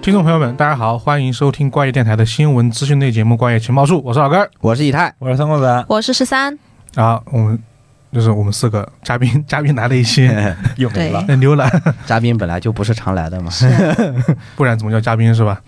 听众朋友们，大家好，欢迎收听怪异电台的新闻资讯类节目《怪异情报术》，我是老根儿。我是以太，我是三公子，我是十 三，啊，我们就是我们四个嘉宾， 嘉宾来了一些又没了。呃浏览，嘉宾本来就不是常来的嘛。不然怎么叫嘉宾是吧？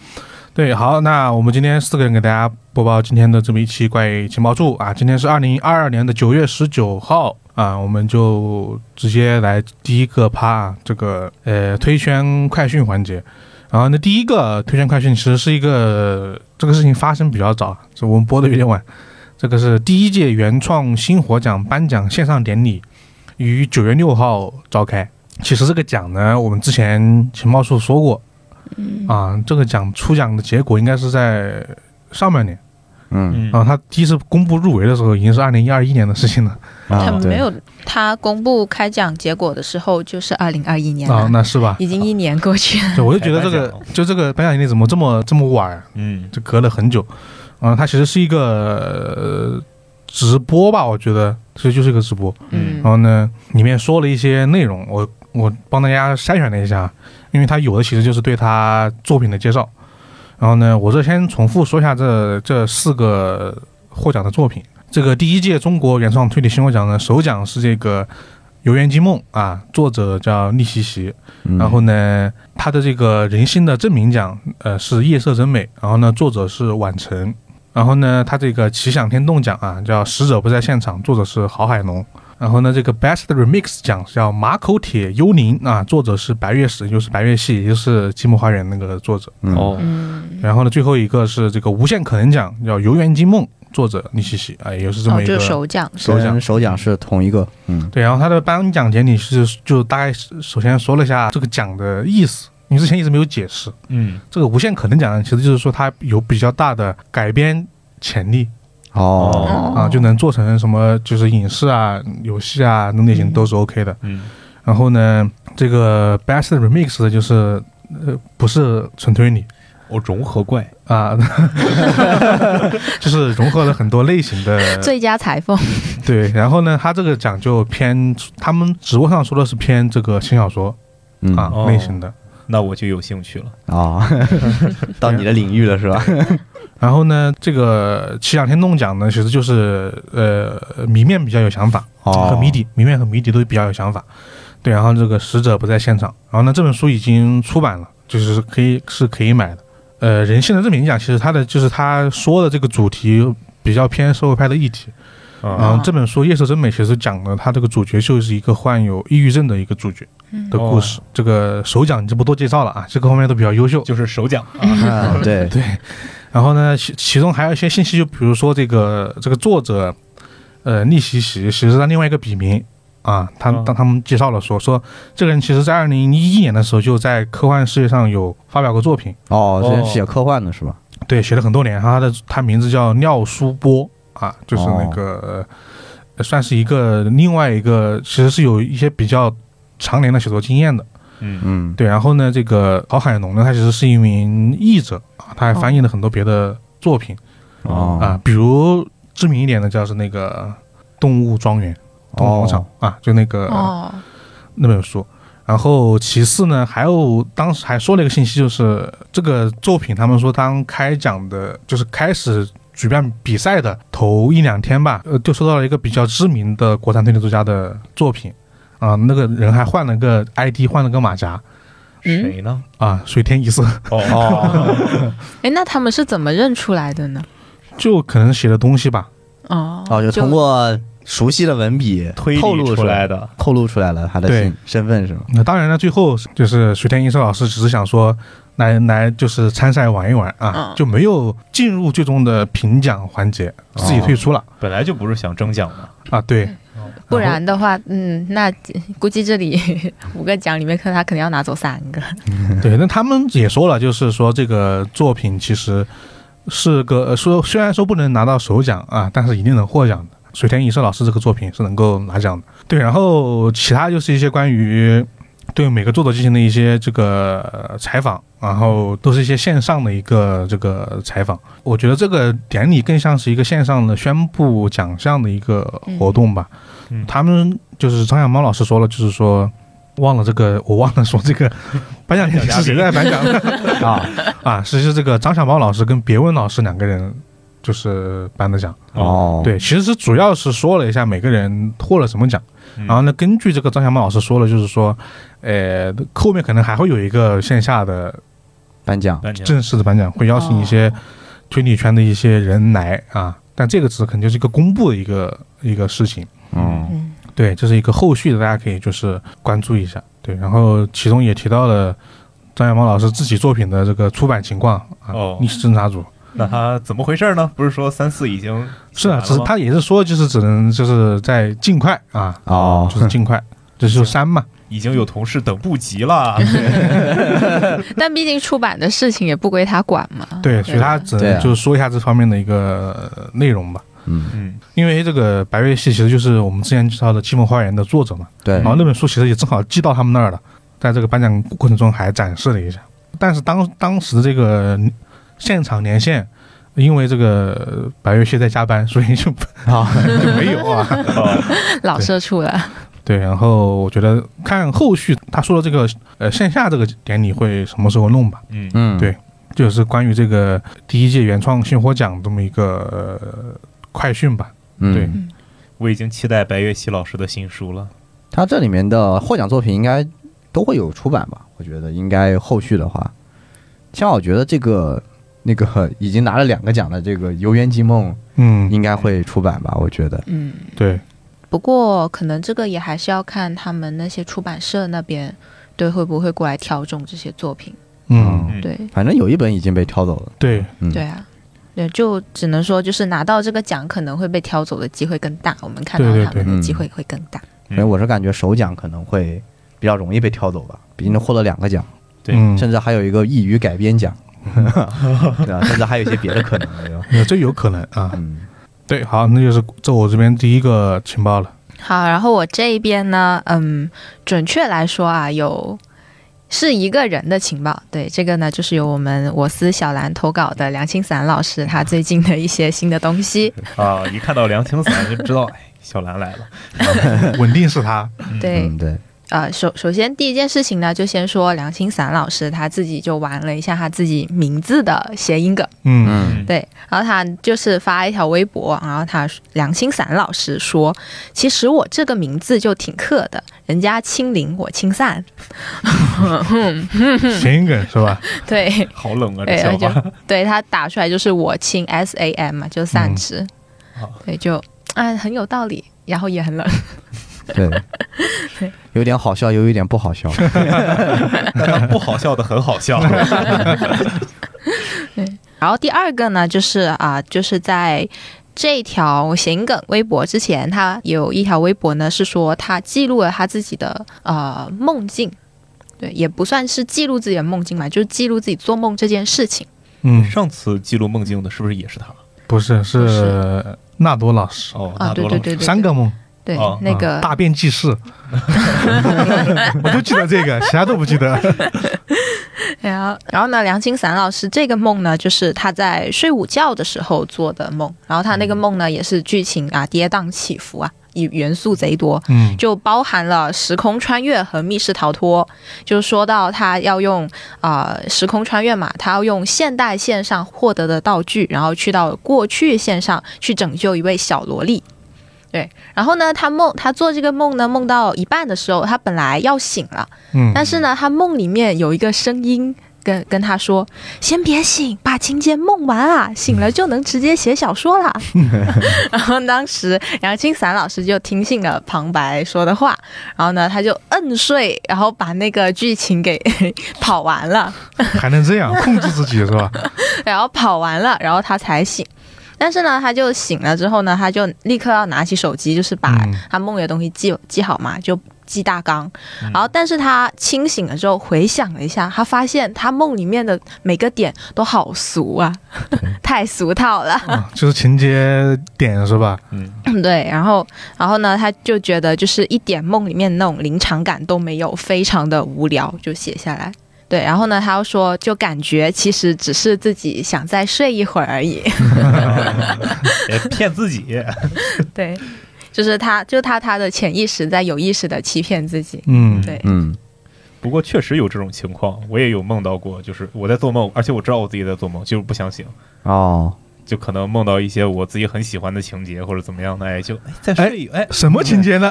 对，好，那我们今天四个人给大家播报今天的这么一期怪异情报处啊，今天是二零二二年的九月十九号啊，我们就直接来第一个趴啊这个呃推圈快讯环节。然后呢，第一个推荐快讯其实是一个这个事情发生比较早，这我们播的有点晚。这个是第一届原创星火奖颁奖线上典礼于九月六号召开。其实这个奖呢，我们之前情报处说过，嗯啊，这个奖出奖的结果应该是在上半年嗯嗯啊。他第一次公布入围的时候，已经是二零二一年的事情了他啊，们对，没有他公布开奖结果的时候就是二零二一年啊了，，那是吧？已经一年过去 了。对，我就觉得这开个颁奖就这个颁奖典礼怎么这么这么晚啊，嗯就隔了很久。啊、它其实是一个、呃直播吧，我觉得其实就是一个直播。嗯嗯然后呢，里面说了一些内容，我我帮大家筛选了一下，因为它有的其实就是对他作品的介绍。然后呢，我这先重复说一下这这四个获奖的作品。这个第一届中国原创推理新闻奖呢，首奖是这个《游园惊梦》啊，作者叫逆袭袭，嗯然后呢，他的这个人性的证明奖，呃，是夜色真美。然后呢，作者是晚晨。然后呢，他这个奇想天动奖啊，叫使者不在现场，作者是郝海龙。然后呢，这个 Best Remix 奖叫马口铁幽灵啊，作者是白月史，也就是白月系，也就是《寂寞花园》那个作者。嗯哦，嗯，然后呢，最后一个是这个无限可能奖，叫游园惊梦，作者逆西西啊，也是这哦，么一个。就是首奖是首奖跟首奖是同一个，嗯对，然后他的颁奖典礼是就大概是首先说了一下这个奖的意思，因为之前一直没有解释。嗯这个无限可能奖呢，其实就是说它有比较大的改编潜力哦，哦啊，就能做成什么就是影视啊、游戏啊那类型都是 OK 的。嗯然后呢，这个 Best Remix 的就是呃不是纯推理我哦融合怪，啊， 就是融合了很多类型的 最佳裁缝，对。然后呢，它这个奖就偏他们直播上说的是偏这个轻小说嗯啊啊哦类型的。那我就有兴趣了。， 哦到你的领域了是吧？啊然后呢，这个奇想天动奖呢，其实就是呃谜面比较有想法。和哦，谜底，谜面和谜底都比较有想法。对，然后这个使者不在现场，然后呢，这本书已经出版了，就是可以是可以买的。呃，人性的证明奖，其实它的就是他说的这个主题比较偏社会派的议题。啊，嗯，这本书《夜色真美》其实讲的他这个主角就是一个患有抑郁症的一个主角嗯的故事。这个首奖就不多介绍了啊，这各方面都比较优秀。就是首奖啊，啊， 对，然后呢，其其中还有一些信息，就比如说这个这个作者，呃，逆袭袭，其实他另外一个笔名啊，他嗯当他们介绍了说说这个人其实在二零一一年的时候就在科幻世界上有发表过作品，哦，之前哦写科幻的是吧？对，写了很多年，他的他名字叫廖书波啊，就是那个、呃算是一个另外一个，其实是有一些比较常年的写作经验的。嗯嗯，对，然后呢，这个郝海龙呢，他其实是一名译者啊，他还翻译了很多别的作品。哦啊，比如知名一点的叫是那个《动物庄园》《动物农场》哦啊，就那个、哦，那本书。然后其次呢，还有当时还说了一个信息，就是这个作品，他们说当开奖的，就是开始举办比赛的头一两天吧，呃，就收到了一个比较知名的国产推理作家的作品，啊、那个人还换了个 ID，换了个马甲嗯谁呢？啊，水天一色，哦，哎，那他们是怎么认出来的呢？就可能写的东西吧，哦，哦，就通过熟悉的文笔推透理露出出来，的，透露出来了他的对身身份是吧？那当然了，最后就是水天一色老师只是想说来来就是参赛玩一玩啊，嗯就没有进入最终的评奖环节，自己退出了、本来就不是想争奖的。啊。对，不然的话，嗯，那估计这里 五个奖里面，可能他肯定要拿走三个。哦对，那他们也说了，就是说这个作品其实是个呃说虽然说不能拿到首奖啊，但是一定能获奖的。水天一色老师这个作品是能够拿奖的。对，然后其他就是一些关于对每个作者进行的一些这个呃采访，然后都是一些线上的一个这个采访。我觉得这个典礼更像是一个线上的宣布奖项的一个活动吧。嗯嗯他们就是张小猫老师说了，就是说忘了这个，我忘了说这个颁奖典礼是谁在颁奖啊？啊？实际是这个张小猫老师跟别问老师两个人就是颁的奖。哦，，对，其实主要是说了一下每个人获了什么奖，嗯然后呢，根据这个张小猫老师说了，就是说，呃，后面可能还会有一个线下的颁奖颁奖正式的颁奖，会邀请一些推理圈的一些人来啊，但这个只肯定是一个公布的一个一个事情，嗯嗯对，这是一个后续的，大家可以就是关注一下，对，然后其中也提到了张小猫老师自己作品的这个出版情况啊，哦逆时侦查组》那他怎么回事呢？不是说三四已经是啊，写完了只是吗他也是说就是只能就是在尽快啊，哦就是尽 快，这就是删嘛，已经有同事等不及了，但毕竟出版的事情也不归他管嘛。对，所以他只对啊能就是说一下这方面的一个呃内容吧。嗯，嗯，因为这个白月系其实就是我们之前介绍的《寂寞花园》的作者嘛，对嗯然，后那本书其实也正好寄到他们那儿了，在这个颁奖过程中还展示了一下。但是当当时这个现场连线，因为这个白月系在加班，所以就啊，就没有啊。哦老社畜了，对，然后我觉得看后续他说的这个呃线下这个典礼会什么时候弄吧，嗯嗯，对就是关于这个第一届原创新火奖这么一个、呃快讯吧。嗯对我已经期待白月熙老师的新书了。他这里面的获奖作品应该都会有出版吧？我觉得应该后续的话，像我觉得这个那个已经拿了两个奖的这个《游园惊梦》嗯，应该会出版吧？我觉得，嗯。对，不过可能这个也还是要看他们那些出版社那边对会不会过来挑中这些作品。嗯，嗯对、反正有一本已经被挑走了。对，嗯，对啊，对，就只能说就是拿到这个奖可能会被挑走的机会更大，我们看到对对他们对的机会会更大。所以我是感觉首奖可能会比较容易被挑走吧，毕竟获了两个奖，对嗯甚至还有一个一语改编 奖，对吧？甚至还有一些别的可能的哟。呃，这有可能啊。嗯，对，好，那就是这我这边第一个情报了。好，然后我这一边呢，嗯，准确来说啊，有是一个人的情报。对，这个呢，就是由我们我司小兰投稿的梁清散老师他最近的一些新的东西。嗯啊，一看到梁青伞就知道，哎，小兰来了。稳定是他，对，嗯，对，呃，首首先第一件事情呢，就先说梁清散老师他自己就玩了一下他自己名字的谐音梗，嗯嗯，对，然后他就是发一条微博，然后他梁清散老师说，其实我这个名字就挺克的，人家清零我 清散，嗯谐音梗是吧？对好冷啊，这对，笑而且话。对他打出来就是我清 S A M 嘛，就散之，嗯好对，就嗯、很有道理，然后也很冷，对，有点好笑，又有一点不好笑。但他 不好笑的很好笑。然后第二个呢，就是啊、就是在这条谐音梗微博之前，他有一条微博呢是说他记录了他自己的呃梦境，对，也不算是记录自己的梦境嘛，就是记录自己做梦这件事情。嗯，上次记录梦境的是不是也是他？不是，不是纳多老师，哦，啊，大对多了。对 对对，三个梦，对、哦那个、啊大便记 事， 我就记得这个，其他都不记得。然后，然后呢，梁清散老师这个梦呢，就是他在睡午觉的时候做的梦。然后他那个梦呢，也是剧情啊跌宕起伏啊，以元素贼多， 嗯就包含了时空穿越和密室逃脱。就是说到他要用啊、呃时空穿越嘛，他要用现代线上获得的道具，然后去到过去线上去拯救一位小萝莉。对，然后呢，他梦他做这个梦呢，梦到一半的时候，他本来要醒了。嗯，但是呢，他梦里面有一个声音跟跟他说：“先别醒，把情节梦完啊，醒了就能直接写小说啦。”然后当时杨青散老师就听信了旁白说的话，然后呢，他就摁睡，然后把那个剧情给 跑完了。还能这样 控制自己是吧？然后跑完了，然后他才醒。但是呢，他就醒了之后呢，他就立刻要拿起手机，就是把嗯他梦里的东西记记好嘛，就记大纲。嗯然后，但是他清醒了之后回想了一下，他发现他梦里面的每个点都好俗啊， 太俗套了。 啊就是情节点是吧？嗯，对，然后，然后呢，他就觉得就是一点梦里面那种临场感都没有，非常的无聊，就写下来。对，然后呢，他又说，就感觉其实只是自己想再睡一会儿而已。别骗自己。 对，就是他，就是他，他的潜意识在有意识的欺骗自己。嗯， 对，嗯，不过确实有这种情况，我也有梦到过，就是我在做梦，而且我知道我自己在做梦，就是不想醒，哦，就可能梦到一些我自己很喜欢的情节或者怎么样的，哎，就哎再睡一 哎，什么情节呢？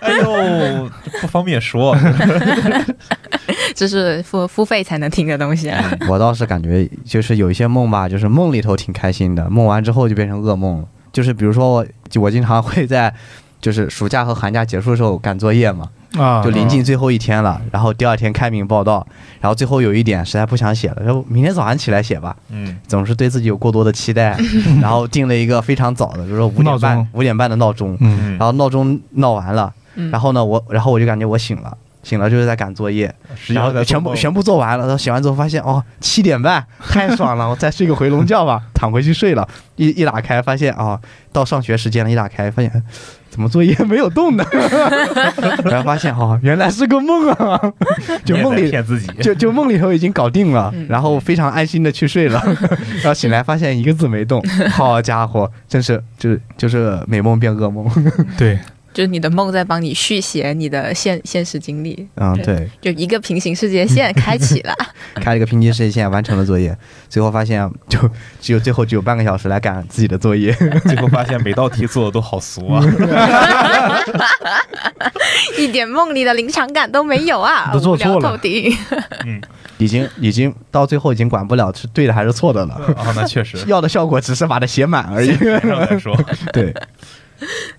哎呦，这不方 便说，这是付付费才能听的东西、啊。我倒是感觉就是有一些梦吧，就是梦里头挺开心的，梦完之后就变成噩梦了。就是比如说我，就我经常会在就是暑假和寒假结束的时候赶作业嘛， 啊，就临近最后一天了，然后第二天开明报道，然后最后有一点实在不想写了，然后明天早上起来写吧，嗯，总是对自己有过多的 期待，然后定了一个非常早的，就是说五闹钟点半五点半的闹钟，嗯然后闹钟闹完了，嗯然后呢我然后我就感觉我醒了，醒了就是在赶作业，实际然上后在全做梦部全部做完了，然后写完之后发现哦，七点半太爽了，我再睡个回笼觉吧，躺回去睡了。一一打开发现哦，到上学时间了，一打开发现怎么作业 没有动呢？然后发现哦，原来是个梦啊， 就你也梦在里。骗自己，就就梦里头已经搞定了嗯，然后非常安心的去 睡了，然后醒来发现一个字没动，好家伙，真是就是就是美梦变噩梦， 嗯对，就是你的梦在帮你续写你的现现实经历，嗯，对，就一个平行世界 线开启了。开了个平行世界线，完成了作 业，最后发现就只有最后只有半个小时来赶自己的作业，最后发现每道题做的都好俗啊，一点梦里的临场感都没有啊， 都做无聊错了透 顶。 已经已经到最后已经管不了是对的还是错的了，啊，那 确实，要的效果只是把它写满而已。然后再说， 对，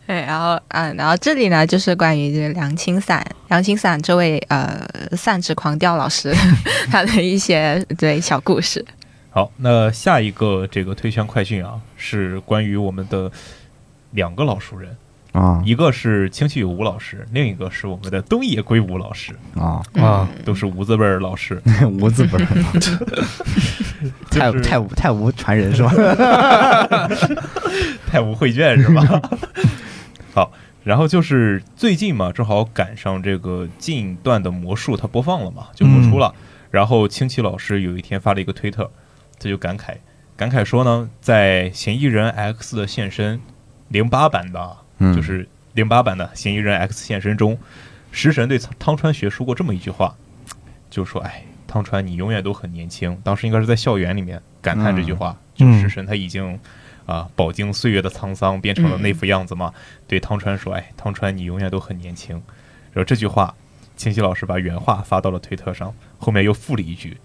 对，然后啊，然后这里呢就是关于这梁清散，梁清散这位呃散纸狂调老师 他的一些对小故事。好，那下一个这个推圈快讯啊，是关于我们的两个老熟人， 啊一个是清戚有吴老师，另一个是我们的东野圭吾老师，啊，啊，嗯都是吴字辈儿老师。 无字本， 太就是太无太无传人是吧？太无绘卷是吧？好，然后就是最近嘛，正好赶上这个近段的魔术它播放了嘛，就播出了。然后清奇老师有一天发了一个推特，他就感慨感慨说呢，在嫌疑人 X 的现身零八版的， 嗯就是零八版的嫌疑人 X 现身中，食神对汤川学说过这么一句话，就说：“哎，汤川，你永远都很年轻。”当时应该是在校园里面感叹这句话，嗯就是食神他已经啊饱经岁月的沧桑，变成了那副样子嘛。对汤川说：“哎，汤川，你永远都很年轻。”然后这句话，清溪老师把原话发到了推特上，后面又附了一句。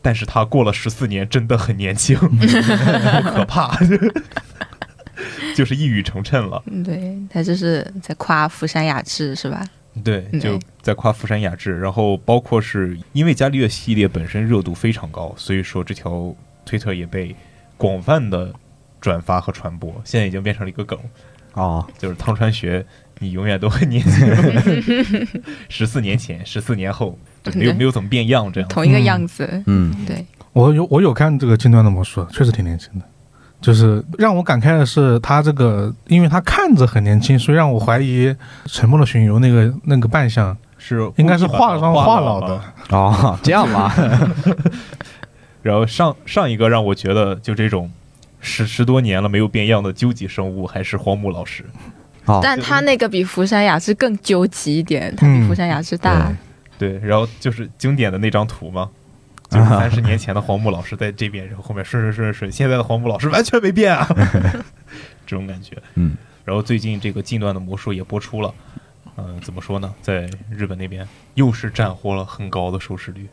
但是他过了十四年，真的很年轻，好可怕， 就是一语成谶了。嗯，对他就是在夸福山雅治是吧？对，嗯就在夸福山雅治，然后包括是因为伽利略系列本身热度非常高，所以说这条推特也被广泛的转发和传播，现在已经变成了一个梗，哦，就是汤川学，你永远都很 年轻，十四年前，十四年后，就没有对没有怎么变样这样。同一个嗯样子。嗯，对，我有我有看这个近段的魔术，确实挺年轻的。就是让我感慨的是，他这个，因为他看着很年轻，所以让我怀疑《沉默的巡游》那个那个扮相是应该是画化妆画化老了的。 哦，这样吧，然后上上一个让我觉得就这种十十多年了没有变样的究极生物，还是荒木老师。哦，但他那个比福山雅治更纠结一点，他比嗯福山雅治大。对，然后就是经典的那张图嘛，就是三十年前的黄木老师在这边，然后后面顺顺顺顺顺，现在的黄木老师完全没变啊，这种感觉。嗯，然后最近这个近段的魔术也播出了，嗯、怎么说呢，在日本那边又是斩获了很高的收视率。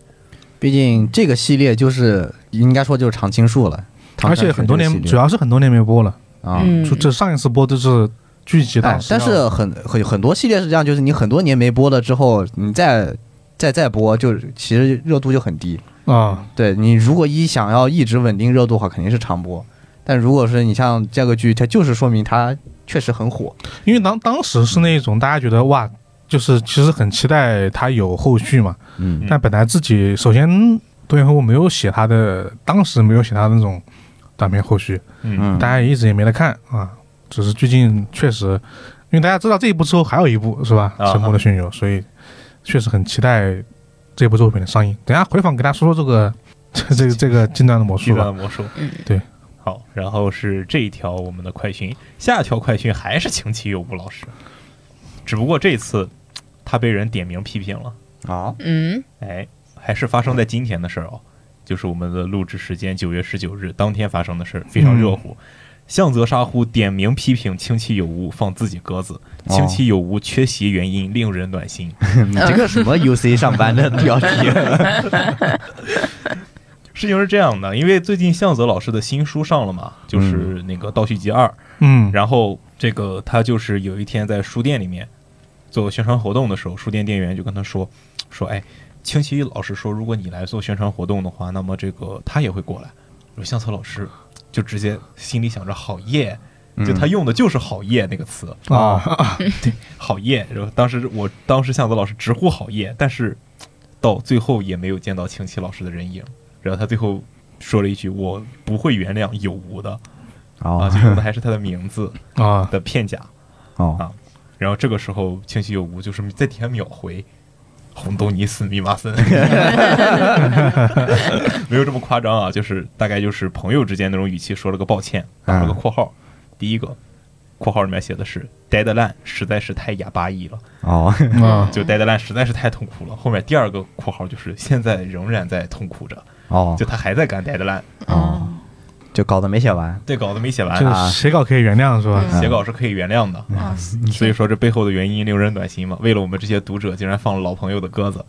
毕竟这个系列就是应该说就是常青树了，而且很多年，主要是很多年没播了。啊，嗯就这上一次播都是剧集哎当时要，但是很很很多系列是这样，就是你很多年没播了之后，你再再再播，就是其实热度就很低。啊，对你如果一想要一直稳定热度的话，肯定是常播。但如果是你像这个剧，它就是说明它确实很火。因为当当时是那种大家觉得哇，就是其实很期待它有后续嘛。嗯嗯但本来自己首先东野圭吾没有写他的，当时没有写他的那种短片后续，嗯，嗯大家也一直也没得看啊。只是最近确实，因为大家知道这一部之后还有一部是吧，啊《沉默的巡游》，所以确实很期待这部作品的上映。等一下回访给大家说说这个 这这个这个近段的魔近术段的吧。魔术，嗯对。好，然后是这一条我们的快讯，下一条快讯还是晴崎有吾老师，只不过这次他被人点名批评了。啊，嗯，哎，还是发生在今天的事儿哦，就是我们的录制时间九月十九日当天发生的事儿，非常热乎。向泽沙呼点名批评亲戚有无放自己鸽子，亲戚有无缺席原因令人暖心。 你这个什 么 UC 上班的标题，事情是这样的，因为最近向泽老师的新书上了嘛，就是那个《倒叙集二》，嗯，然后这个他就是有一天在书店里面做宣传活动的时候，书店店员就跟他说说，哎，清奇老师说，如果你来做宣传活动的话，那么这个他也会过来。我说相册老师就直接心里想着好耶，就他用的就是好耶那个词，哦啊，好耶。然后当时我当时向泽老师直呼好耶，但是到最后也没有见到清奇老师的人影。然后他最后说了一句：“我不会原谅有无的。”啊，哦就用的还是他的名字啊，的片假。哦，然后这个时候清晰有无就是在底下秒回，红豆尼斯密马森，没有这么夸张啊，就是大概就是朋友之间那种语气说了个抱歉，打了个括号，第一个。括号里面写的是 “deadline” 实在是太哑巴意了，哦， 啊，就 “deadline” 实在是太痛苦了。后面第二个括号就是现在仍然在痛苦着，啊哦就，他还在赶 “deadline”，哦，就稿子没写完，这稿子没写完就，是写稿可以原谅是吧？嗯写稿是可以原谅的。啊，所以说这背后的原因令人暖心嘛。为了我们这些读者，竟然放了老朋友的鸽子，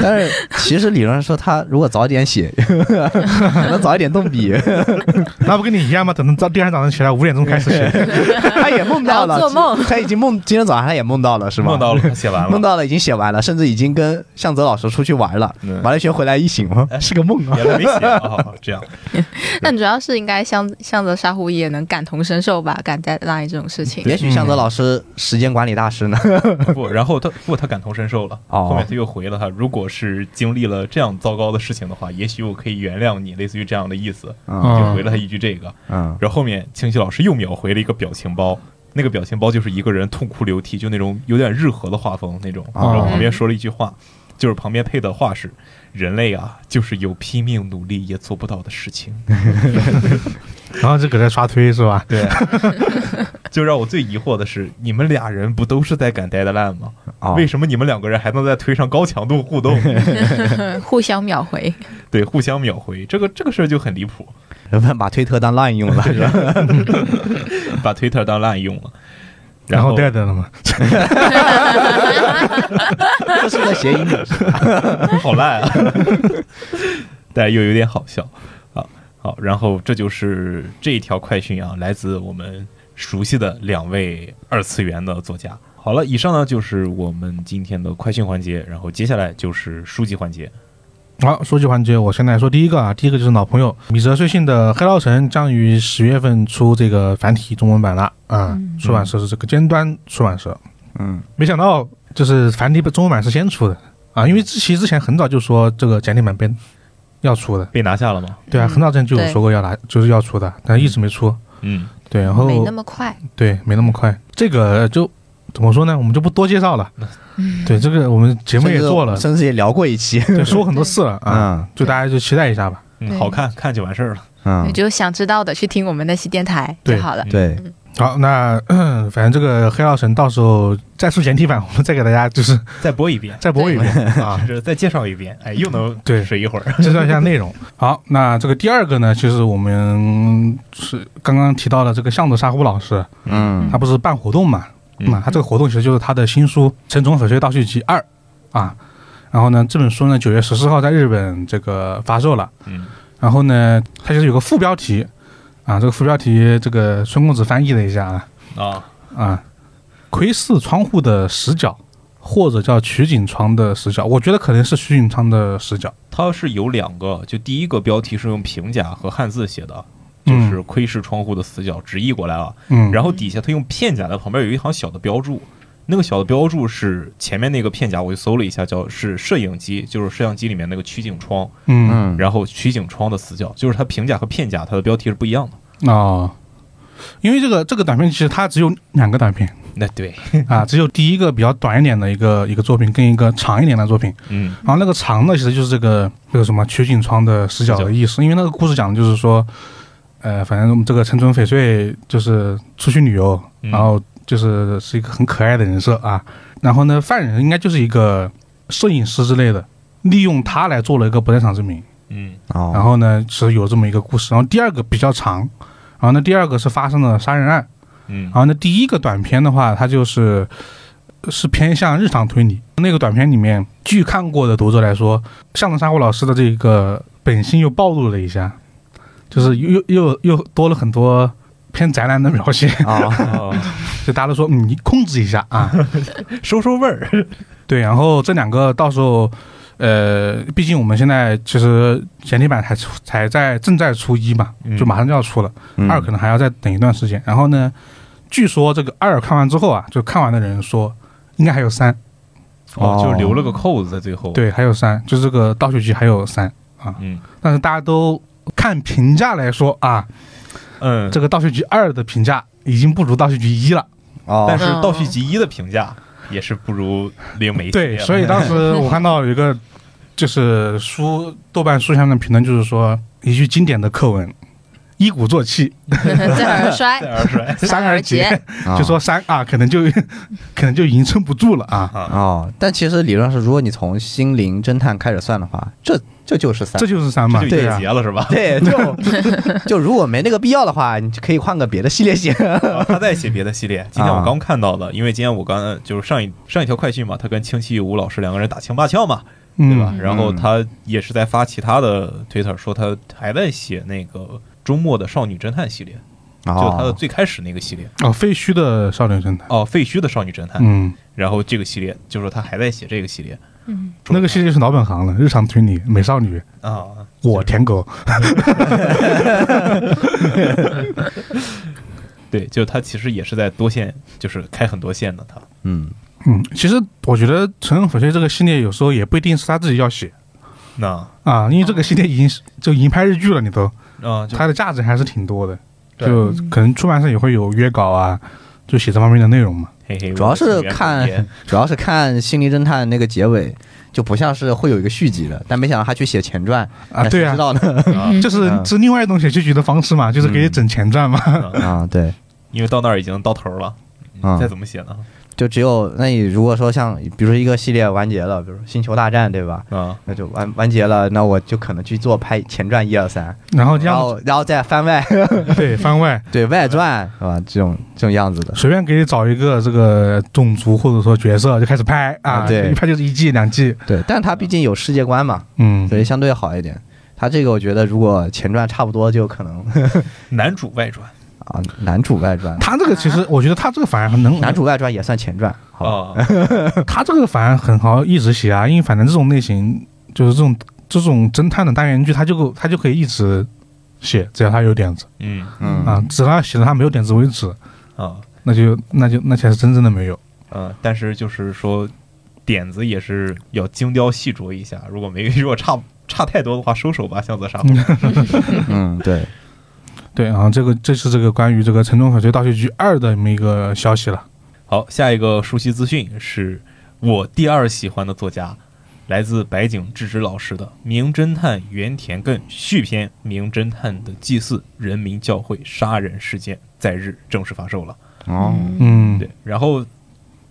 但是其实理论上说，他如果早点 写，可能早一点动笔， 那不跟你一样吗？等到第二天早上起来五点钟开始写，他也梦到了，还要做梦他已经梦，今天早上他也梦到了，是吧？梦到了，他写完 梦了。到了，已经写完了，甚至已经跟向泽老师出去玩了，嗯完了一圈回来一醒，哦是个 梦啊。原来没写啊，这样但主要是应该向向着沙狐也能感同身受吧，感在那一这种事嗯情。也许向泽老师时间管理大师呢？不，然后他不，他感同身受了。哦后面他又回了他，如果是经历了这样糟糕的事情的话，也许我可以原谅你，类似于这样的意思， 嗯就回了他一句这个。嗯然后后面清晰老师又秒回了一个表情包，那个表情包就是一个人痛哭流涕，就那种有点日和的画风那种。然哦后旁边说了一句话，就是旁边配的话是：“人类啊，就是有拼命努力也做不到的事情。”然后就搁这刷推是吧？对，就让我最疑惑的是，你们俩人不都是在赶 deadline 吗？啊哦 为什么你们两个人还能在推上高强度互动？嗯互相秒回，对，互相秒回，这个这个事儿就很离谱，把推特当 Line 用了，是吧？把 Twitter 当滥用了。然后后 dead 了嘛？这是个谐音梗。 好烂啊， 但又有点好笑啊。好，然后这就是这一条快讯啊，来自我们熟悉的两位二次元的作家。好了，以上呢就是我们今天的快讯环节，然后接下来就是书籍环节。好，书籍环节，我先来说第一个啊，第一个就是老朋友米泽穗信的《黑道城》将于十月份出这个繁体中文版了啊、嗯出版社是这个尖端出版社，嗯没想到就是繁体中文版是先出的啊，因为之其实之前很早就说这个简体版被要出的，被拿下了吗？对啊，嗯很早之前就有说过要拿，就是要出的，但一直没出。嗯，对，然后没那么快。对没那么快，这个就怎么说呢？我们就不多介绍了。嗯 对，这个我们节目也做了，甚至也聊过一期。对，说过很多次了啊，嗯就大家就期待一下吧。嗯，对好看看就完事儿了。 你啊嗯，就想知道的去听我们那期电台就对好了。对，好，那 反正这个黑曜神到时候再出简体版，我们再给大家就是再播一遍， 再播一遍啊。就是再介绍一遍，哎，又能对水一会 儿。介绍一下内容。好，那这个第二个呢，就是我们是刚刚提到的这个向佐沙呼老师，嗯他不是办活动嘛？嗯那他这个活动其实就是他的新书《城中翡翠倒叙集二》啊。然后呢，这本书呢，九月十四号在日本这个发售了。嗯然后呢，它就是有个副标题啊，这个副标题这个孙公子翻译了一下啊啊，啊，窥视窗户的死角，或者叫取景窗的死角，我觉得可能是取景窗的死角。它是有两个，就第一个标题是用平假和汉字写的，就是“窥视窗户的死角”，直译过来啊。嗯，然后底下它用片假的旁边有一行小的标注，那个小的标注是前面那个片假，我就搜了一下，叫是摄影机，就是摄像机里面那个取景窗，嗯嗯，然后取景窗的死角，就是它平假和片假它的标题是不一样的。哦，因为这个这个短片其实它只有两个短 片那对，啊，只有第一个比较短一点的一个一个作品，跟一个长一点的作品。嗯然后那个长的其实就是这个这个什么取景窗的死角的意思，因为那个故事讲的就是说，呃，反正我们这个陈村翡翠就是出去旅游，嗯然后就是是一个很可爱的人设啊。然后呢，犯人应该就是一个摄影师之类的，利用他来做了一个不在场证明。嗯哦， 然后呢是有这么一个故事。然后第二个比较长，然后那第二个是发生了杀人案，嗯然后那第一个短片的话，它就是是偏向日常推理。那个短片里面，据看过的读者来说，向藤沙户老师的这个本性又暴露了一下，就是又又又又多了很多偏宅男的描写， 哦，哦，就大家都说嗯，你控制一下啊。 收收味儿，对，然后这两个到时候。呃，毕竟我们现在其实简体版才出，才在正在初一嘛，就马上就要出了。嗯二可能还要再等一段时间。然后呢，据说这个二看完之后啊，就看完的人说，应该还有三，哦，哦就留了个扣子在最后。，对，还有三，就这个倒叙集还有三。哦啊嗯但是大家都看评价来说啊，嗯，这个倒叙集二的评价已经不如倒叙集一了。哦，但是嗯倒叙集一的评价也是不如灵媒系列对，了所以当时 我看到有一个就是书豆瓣书上的评论，就是说一句经典的课文。一鼓作气， 再而 衰再，而衰三而竭，哦就说三啊，可能就 可能就已经撑不住了啊，啊，哦，但其实理论上，如果你从心灵侦探开始算的话，这这就是三这。就是三嘛这就，已对经啊结了是 吧？ 对，就 就如果没那个必要的话，你可以换个别的系 列写。啊他在写别的系列。今天我刚看到的，因为今天我刚就是上一上一条快讯嘛，他跟清崎武老师两个人打情骂俏嘛，对嗯吧？然后嗯他也是在发其他的推特说他还在写那个周末的少女侦探系列，就他的哦，最开始那个系列哦，废墟的少年侦探，哦，废墟的少女侦探。嗯，然后这个系列就说他还在写这个系列嗯，那个系列是老本行了，日常推理、美少女、啊，我舔狗，对，就他其实也是在多线，就是开很多线的他。嗯，嗯，其实我觉得《承认粉碎》这个系列有时候也不一定是他自己要写那啊，因为这个系列已经是就已经拍日剧了，你都啊，就它的价值还是挺多的，对就可能出版社也会有约稿啊，就写这方面的内容嘛。嘿嘿，主要我的是起源看空间 主要是看《心灵侦探》那个结尾，就不像是会有一个续集的，但没想到他去写前传啊，哎对谁啊知，道呢？啊就是嗯是另外一种写剧集的方式嘛，就是给你整前传嘛。啊啊，对，因为到那儿已经到头了，嗯再怎么写呢？就只有那你如果说像，比如说一个系列完结了，比如说《星球大战》，对吧？啊，那就完完结了，那我就可能去做拍前传一二三， 然后这然样后然后再番外， 子对番外，对外传是吧？这种这种样子的，随便给你找一个这个种族或者说角色就开始拍啊，啊 对一拍就是一季两季，对，但它毕竟有世界观嘛，嗯，所以相对好一点。它这个我觉得，如果前传差不多，就可能 男主外传啊，男主外传，他这个其实，我觉得他这个反而很能，男主外传也算前传，好吧？啊，他这个反而很好一直写啊，因为反正这种类型就是这种这种侦探的单元剧，他就够他就可以一直写，只要他有点子嗯嗯啊，直到写到他没有点子为止，啊那就那就那才是真正的没有。啊，但是就是说点子也是要精雕细琢一下，如果没 如果差差太多的话，收手吧，向泽沙虎。嗯，对，对，然后这个这是这个关于这个《城中翡翠盗窃局二》的这么一个消息了。好，下一个熟悉资讯是我第二喜欢的作家，来自白井智之老师的《名侦探原田艮续篇《名侦探的祭祀：人民教会杀人事件》在日正式发售了。哦，嗯对，然后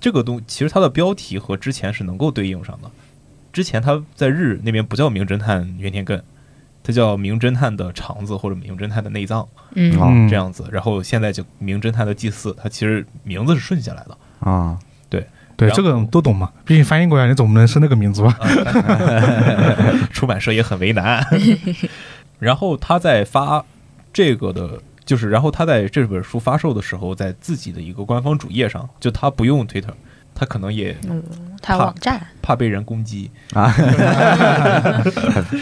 这个东其实它的标题和之前是能够对应上的。之前它在日那边不叫《名侦探原田艮》，它叫《名侦探的肠子》或者《名侦探的内脏》嗯哦嗯，这样子。然后现在就《名侦探的祭祀》，它其实名字是顺下来的。啊，对，然后这个都懂嘛，毕竟翻译过来你总不能是那个名字吧？ 出版社也很为难。然后他在发这个的，就是然后他在这本书发售的时候，在自己的一个官方主页上，就他不用 Twitter，他可能也他网站怕被人攻击，啊，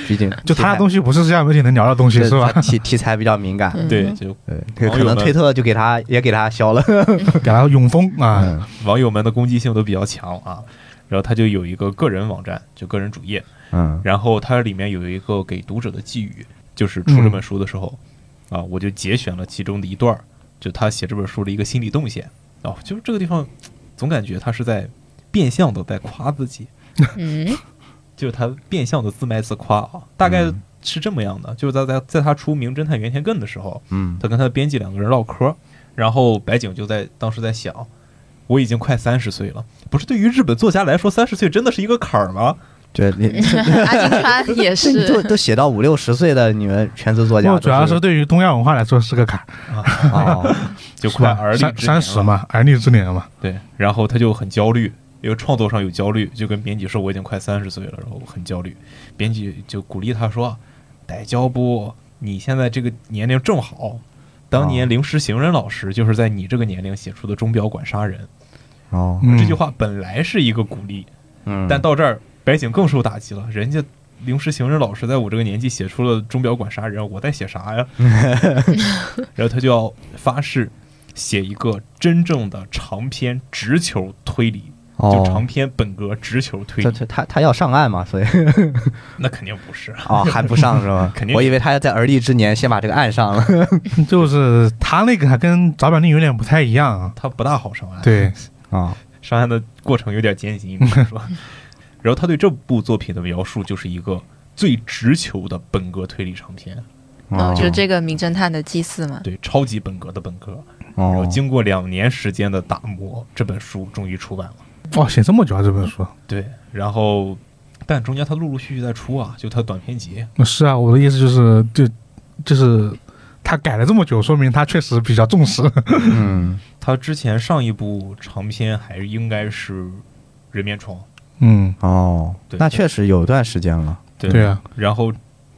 毕竟就他的东西西不是社交媒体能聊的东西，是吧？题题材比较敏感，嗯对，就对，网可友能们推特就给他也给他消了。给他永丰啊，嗯网友们的攻击性都比较强啊。然后他就有一个个人网站，就个人主页，嗯，然后它里面有一个给读者的寄语，就是出这本书的时候，嗯啊，我就节选了其中的一段儿，就他写这本书的一个心理动线。哦，就是这个地方，总感觉他是在变相的在夸自己，嗯就是他变相的自卖自夸啊，大概嗯是这么样的。就是在在在他出《名侦探袁天艮》的时候，嗯他跟他的编辑两个人唠嗑儿，然后白景就在当时在想，我已经快三十岁了。不是对于日本作家来说，三十岁真的是一个坎儿吗？对，你阿金 川也这你都是，都写到五六十岁的你们全职作家不，都，主要是对于东亚文化来说是个坎，哦，就是快吧而立之三年三十了嘛，而立之年嘛。对，然后他就很焦虑，因为创作上有焦虑，就跟编辑说我已经快三十岁了，然后我很焦虑。编辑就鼓励他说：“逮交不，你现在这个年龄正好。当年临时行人老师就是在你这个年龄写出的《钟表馆杀人》哦，嗯这句话本来是一个鼓励，嗯，但到这儿白井更受打击了，人家。”临时行人老师在我这个年纪写出了《钟表馆杀人》，我在写啥 呀？然后他就要发誓写一个真正的长篇直球推理就长哦，篇本格直球推他理，他他他要上岸嘛，所以那肯定不是啊。哦还不上是吗？ 肯定我以为他要在而立之年先把这个岸上了。 就是他那个还跟早坂令有点不太一样啊。他不大好上岸，，对，啊，上岸的过程有点艰辛，应该 说。然后他对这部作品的描述就是一个最直球的本格推理长篇，哦然哦后嗯哦就这个名侦探的祭祀嘛。对，超级本格的本格。然后哦，经过两年时间的打磨，这本书终于出版了。哦，写这么久啊这本书？对，然后但中间他陆陆续续在出啊，就他短篇集，是啊，我的意思就是，就就是他改了这么久，说明他确实比较重视。嗯，他之前上一部长篇还应该是《人面疮》，嗯，哦，对那确实有段时间了，对对啊，然后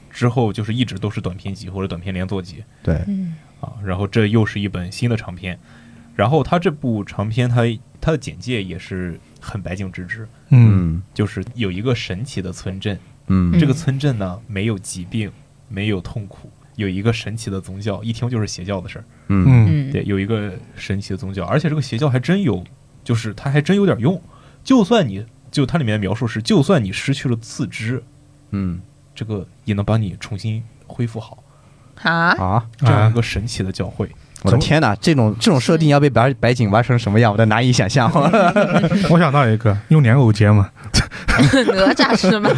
之后就是一直都是短篇集或者短篇连作集对，嗯，啊，然后这又是一本新的长篇，然后他这部长篇他他的简介也是很白净之至，嗯，嗯就是有一个神奇的村镇，嗯这个村镇呢没有疾病，没有痛苦。有一个神奇的宗教，一听就是邪教的事儿。嗯嗯，嗯，对，有一个神奇的宗教，而且这个邪教还真有，就是它还真有点用。就算你就它里面的描述是，就算你失去了四肢，嗯这个也能把你重新恢复好。啊，啊，这样啊一，个神奇的教会。我的天哪，这种这种设定要被白白景玩成什么样，我都难以想 象。我想到一个用莲藕结嘛， 哪吒 是吗？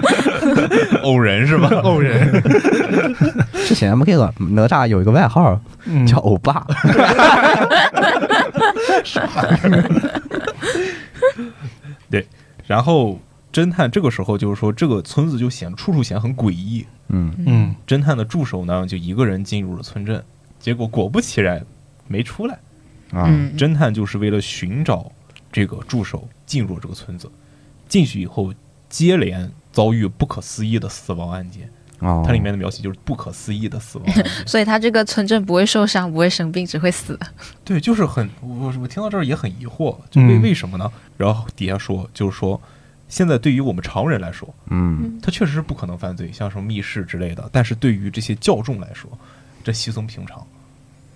偶人是吧？藕人，之前那个哪吒有一个外号嗯叫欧巴，然后侦探这个时候就是说，这个村子就显处处显得很诡异。嗯嗯，侦探的助手呢，就一个人进入了村镇，结果果不其然没出来。啊，嗯，侦探就是为了寻找这个助手，进入了这个村子，进去以后接连遭遇不可思议的死亡案件。哦，它里面的描写就是不可思议的死亡案件。所以他这个村镇不会受伤，不会生病，只会死。 对，就是很我我听到这儿也很疑惑，就为嗯为什么呢？然后底下说就是说，现在对于我们常人来说，嗯他确实是不可能犯罪，像什么密室之类的。但是对于这些教众来说，这稀松平常，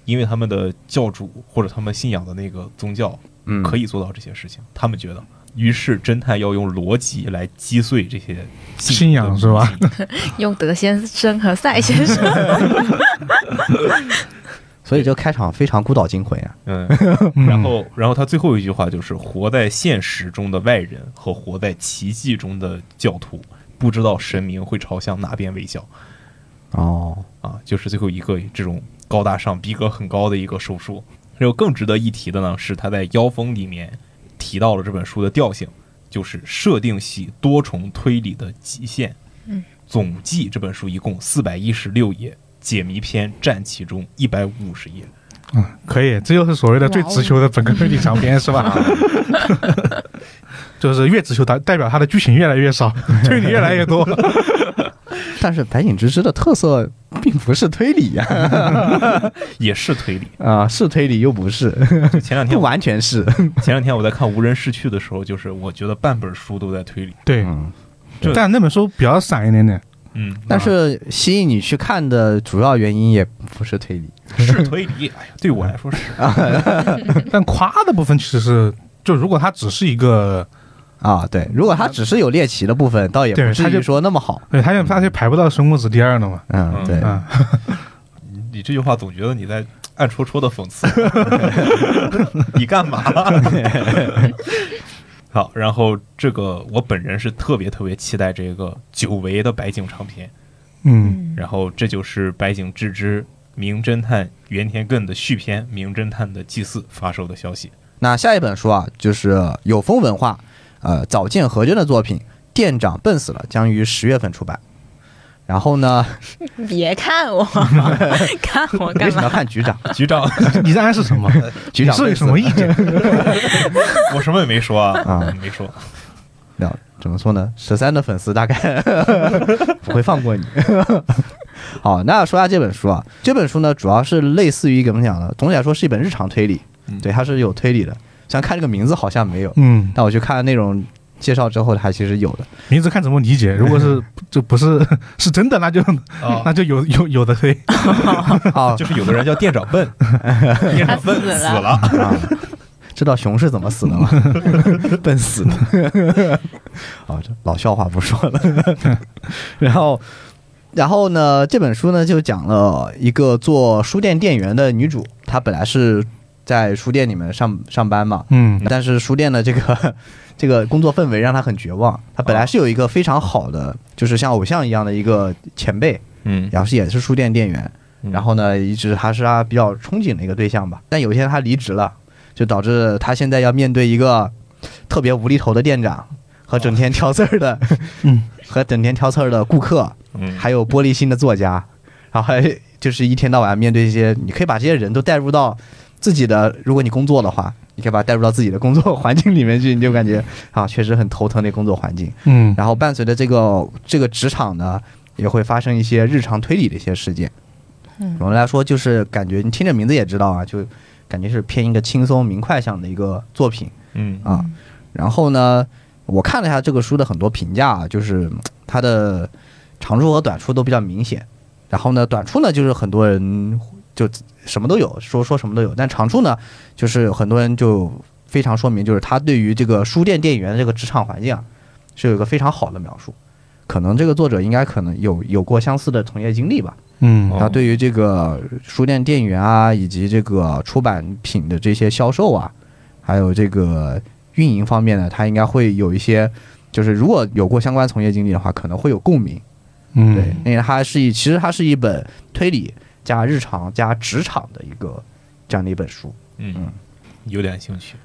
因为他们的教主或者他们信仰的那个宗教嗯可以做到这些事情，他们觉得。于是侦探要用逻辑来击碎这些信仰的是吧迷信？用德先生和赛先生，所以这个开场非常孤岛惊魂啊呀，嗯，嗯 然后，然后他最后一句话就是：活在现实中的外人和活在奇迹中的教徒，不知道神明会朝向哪边微笑。哦，啊，就是最后一个这种高大上、逼格很高的一个手术。然后更值得一提的呢，是他在《妖风》里面提到了这本书的调性，就是设定系多重推理的极限。嗯，总计这本书一共四百一十六页，解谜篇占其中一百五十页。嗯，可以，这就是所谓的最哇哦直球的本科推理长篇是吧？哦 就是越直球，代代表它的剧情越来越 少，推理越来越多。但是白景之之的特色并不是推理呀， 也是推理。啊，是推理又不是，就前嗯两天不 我，完全是，前两天我在看《无人逝去》的时候，就是我觉得半本书都在推理。对，嗯。 对但那本书比较散一点点。嗯，但是吸引你去看的主要原因也不是推理，是推理，哎呀，对我来说是。但夸的部分其实是，就如果它只是一个，啊，对，如果他只是有猎奇的部分，倒也对不至他于就说那么好。对，它就它就排不到《神木子》第二了嘛。嗯，对，嗯，你这句话总觉得你在暗戳戳的讽刺， 你干嘛？好，然后这个我本人是特别特别期待这个久违的白井长篇，嗯然后这就是白井智之名侦探原田亘的续篇《名侦探的祭祀》发售的消息。那下一本书啊，就是有风文化，呃，早见和真的作品《店长笨死了》，将于十月份出版。然后呢， 别看 我，看我为干什么要嘛？看局长？局 长，你在暗示什么？局 你长是有笨死什么了意见？我什么也没说啊，啊没说。了，怎么说呢？十三的粉丝大概不会放过你。 好，那说下这本书啊，这本书呢，主要是类似于怎么讲呢？总体来说是一本日常推理，嗯对，它是有推理的。虽然看这个名字好像没有，嗯，但我去看内容介绍之后，它其实有的。名字看怎么理解。如果是这不是是真的，那就啊那就有有有的黑。好，就是有个人叫店长笨，店长笨他死了死了，啊， 知道熊是怎么死的吗？笨死的。啊，这老笑话不说了。 然后，然后呢，这本书呢就讲了一个做书店店员的女主，她本来是在书店里面上上班嘛，嗯但是书店的这个这个工作氛围让她很绝望。她本来是有一个非常好的，就是像偶像一样的一个前辈，嗯，然后是也是书店店员，然后呢，一直还是他比较憧憬的一个对象吧。但有一天他离职了，就导致他现在要面对一个特别无厘头的店长和整天挑刺儿的，嗯，和整天挑刺儿的顾客，嗯，还有玻璃心的作家，然后还就是一天到晚面对一些，你可以把这些人都带入到自己的，如果你工作的话，你可以把他带入到自己的工作环境里面去，你就感觉啊，确实很头疼的工作环境。嗯然后伴随着这个这个职场呢，也会发生一些日常推理的一些事件。嗯总的来说就是感觉你听着名字也知道啊，就感觉是偏一个轻松明快向的一个作品嗯啊。然后呢，我看了一下这个书的很多评价、啊，就是嗯它的长处和短处都比较明显。然后呢，短处呢就是很多人就什么都有，说说什么都有。但长处呢，就是很多人就非常说明，就是他对于这个书店店员的这个职场环境啊，是有一个非常好的描述。可能这个作者应该可能有有过相似的从业经历吧。嗯然后对于这个书店店员啊，以及这个出版品的这些销售啊，还有这个运营方面呢，他应该会有一些，就是如果有过相关从业经历的话，可能会有共鸣。对嗯，，因为它是一，其实它是一本推理加日常加职场的一个这样的一本书。嗯，有点兴趣，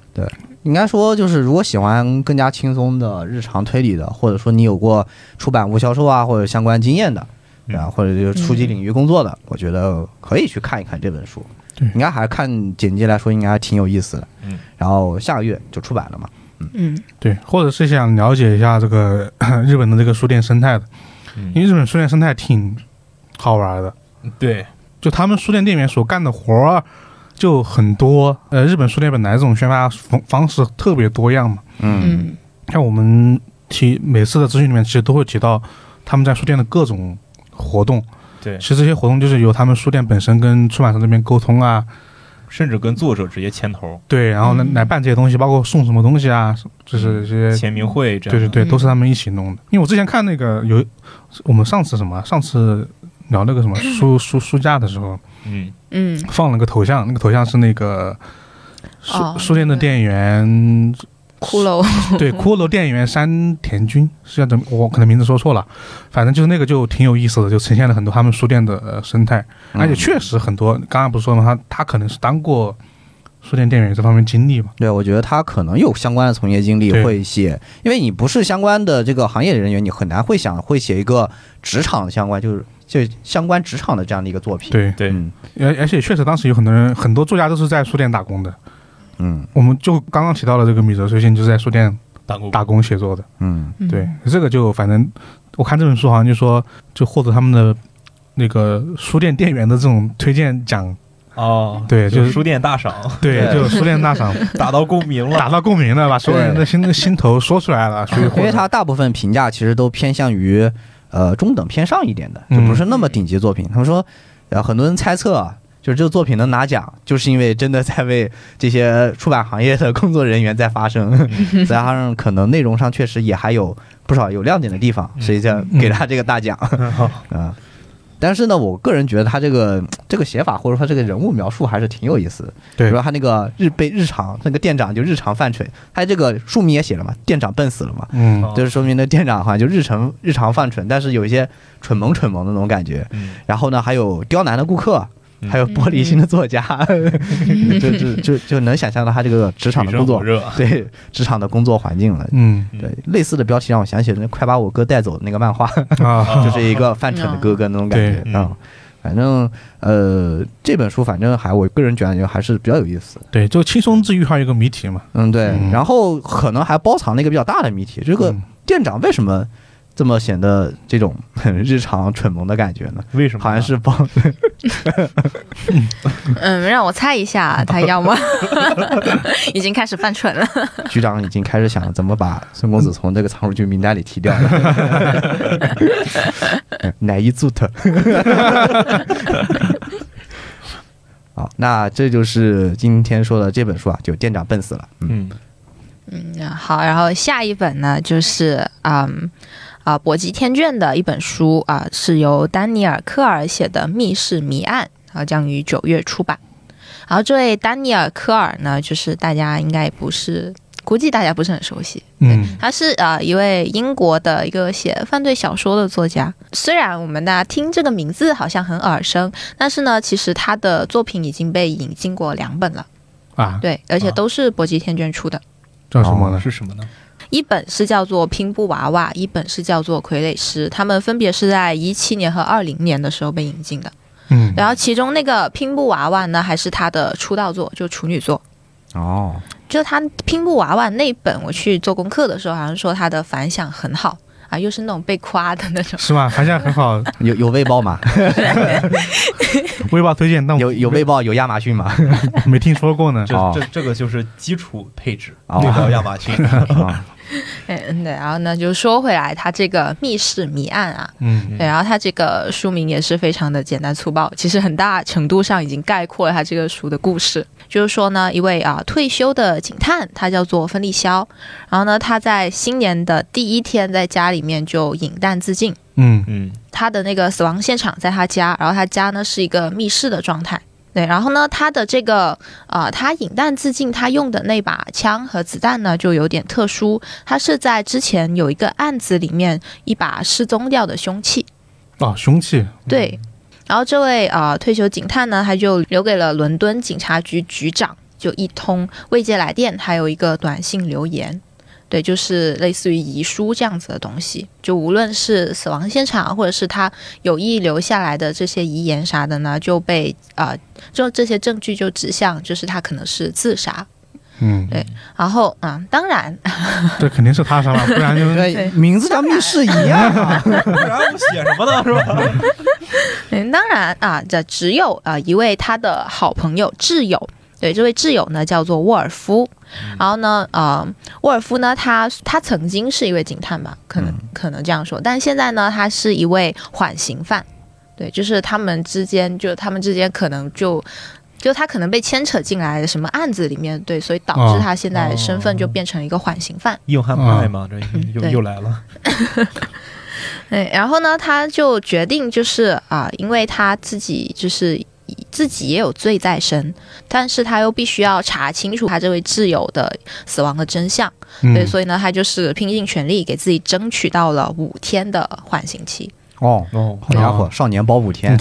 应该说，就是如果喜欢更加轻松的日常推理的，或者说你有过出版物销售啊，或者相关经验的，嗯啊，或者就是初级领域工作的，我觉得可以去看一看这本书。对应该还看简介来说，应该还挺有意思的。嗯，然后下个月就出版了嘛。嗯，对，或者是想了解一下这个 日本的这个书店生态的，因为嗯，日本书店生态挺好玩的，对，就他们书店店员所干的活儿啊就很多。呃，日本书店本来这种宣发方方式特别多样嘛。嗯嗯像我们提每次的资讯里面，其实都会提到他们在书店的各种活动。对其，实这些活动就是由他们书店本身跟出版社那边沟通啊，甚至跟作者直接牵头，对，然后呢嗯来办这些东西，包括送什么东西啊，就是这些，签名会这对样对的，对，嗯都是他们一起弄的。因为我之前看那个有我们上次什么，上次聊那个什么书书书架的时候，嗯，嗯，放了个头像，那个头像是那个书、哦书店的店员，骷髅，对，骷髅店员山田君是叫怎么？我可能名字说错了，反正就是那个就挺有意思的，就呈现了很多他们书店的、呃、生态，而且确实很多。刚刚不是说了吗？他他可能是当过书店店员这方面经历嘛。对，我觉得他可能有相关的从业经历，对会写，因为你不是相关的这个行业人员，你很难会想会写一个职场相关，就是就相关职场的这样的一个作品。，对，对，嗯而而且确实当时有很多人，很多作家都是在书店打工的。嗯我们就刚刚提到了这个米泽最信，就是在书店打工打，工写作的。嗯，嗯对，，这个就反正我看这本书好像就说，就获得他们的那个书店店员的这种推荐奖，哦，对就就是是书店大赏，对，对就书店大 赏打到共鸣 了，打到共鸣了，把所有人的心心头说出来 了，所以获啊因为得他大部分评价其实都偏向于呃中等偏上一点的，就嗯不是那么顶级作品。他们说，呃，很多人猜测啊，就是这个作品能拿奖，就是因为真的在为这些出版行业的工作人员在发声，嗯 再加上可能内容上确实也还有不少有亮点的地嗯方，所以才给他这个大奖。啊，但是呢，我个人觉得他这个这个写法或者说这个人物描述还是挺有意思的。对比如说他那个日被日常那个店长就日常犯蠢，他这个书名也写了嘛，店长笨死了嘛，嗯就是说明那店长好像就日常日常犯蠢，但是有一些蠢萌蠢萌的那种感觉。嗯然后呢，还有刁难的顾客，嗯还有玻璃心的作家， 就就就就能想象到他这个职场的水工深作 火，热，对职场的工作环境了。嗯嗯对，类似的标题让我想起了那《快把我哥带走》的那个漫画，啊，就是一个犯蠢的哥哥那种感觉对啊、嗯反正呃，这本书反正还我个人觉得还是比较有意思。对，就轻松治愈还有一个谜题嘛。嗯，对。嗯然后可能还包藏了一个比较大的谜题，这个嗯店长为什么这么显得这种 很日常蠢萌的感觉呢？为什么呢？好像是包嗯，让我猜一下，他要么 已经开始犯蠢了。局长已经开始想怎么把孙公子从这个常驻军名单里踢掉了。乃伊祖特。好，那这就是今天说的这本书啊，就店长笨死了。嗯，嗯，嗯，好，然后下一本呢就是嗯。啊，搏击天卷的一本书啊，是由丹尼尔·科尔写的《密室谜案》，啊，将于九月出版。然后这位丹尼尔·科尔呢，就是大家应该也不是，估计大家不是很熟悉，嗯他是呃一位英国的一个写犯罪小说的作家。虽然我们大家听这个名字好像很耳生，但是呢，其实他的作品已经被引进过两本了，啊，对，而且啊都是搏击天卷出的。叫什么呢？嗯哦是什么呢？一本是叫做《拼布娃娃》，一本是叫做《傀儡师》，他们分别是在一七年和二零年的时候被引进的。嗯，然后其中那个《拼布娃娃》呢，还是他的出道作，就处女作。哦，就他《拼布娃娃》那本，我去做功课的时候，好像说他的反响很好啊，又是那种被夸的那种。 是吗？反响很 好，有有微报吗？微博推荐，但我有有微报有亚马逊吗？没听说过呢。这哦这这个就是基础配置，哦对标亚马逊。啊，嗯，对。然后呢，就说回来，他这个密室谜案啊，嗯对，然后他这个书名也是非常的简单粗暴，其实很大程度上已经概括了他这个书的故事。就是说呢，一位啊退休的警探，他叫做芬利肖，然后呢，他在新年的第一天在家里面就饮弹自尽，嗯嗯他的那个死亡现场在他家，然后他家呢是一个密室的状态。对，然后呢，他的这个呃，他引弹自尽，他用的那把枪和子弹呢，就有点特殊。它是在之前有一个案子里面一把失踪掉的凶器，哦，凶器，对，然后这位呃退休警探呢，他就留给了伦敦警察局局长就一通未接来电，还有一个短信留言。对，就是类似于遗书这样子的东西，就无论是死亡现场，或者是他有意留下来的这些遗言啥的呢，就被呃，就这些证据就指向，就是他可能是自杀。嗯，对然后啊、当然，这肯定是他杀了，不然就是 对，名字叫密室一样啊。然后写什么呢？ 是吧？嗯，当然啊，这只有啊、呃一位他的好朋友挚友，对，这位挚友呢叫做沃尔夫。然后呢，呃，沃尔夫呢，他他曾经是一位警探吧，可能、可能这样说，但现在呢，他是一位缓刑犯。对，就是他们之间，就他们之间可能就。就他可能被牵扯进来什么案子里面，对，所以导哦致他现在身份就哦变成一个缓刑犯。硬汉派嘛，这嗯又对又来了。对，然后呢，他就决定就是啊、因为他自己就是自己也有罪在身，但是他又必须要查清楚他这位挚友的死亡的真相，嗯对，所以呢，他就是拼尽全力给自己争取到了五天的缓刑期，哦，哦，好家伙，少年包五天，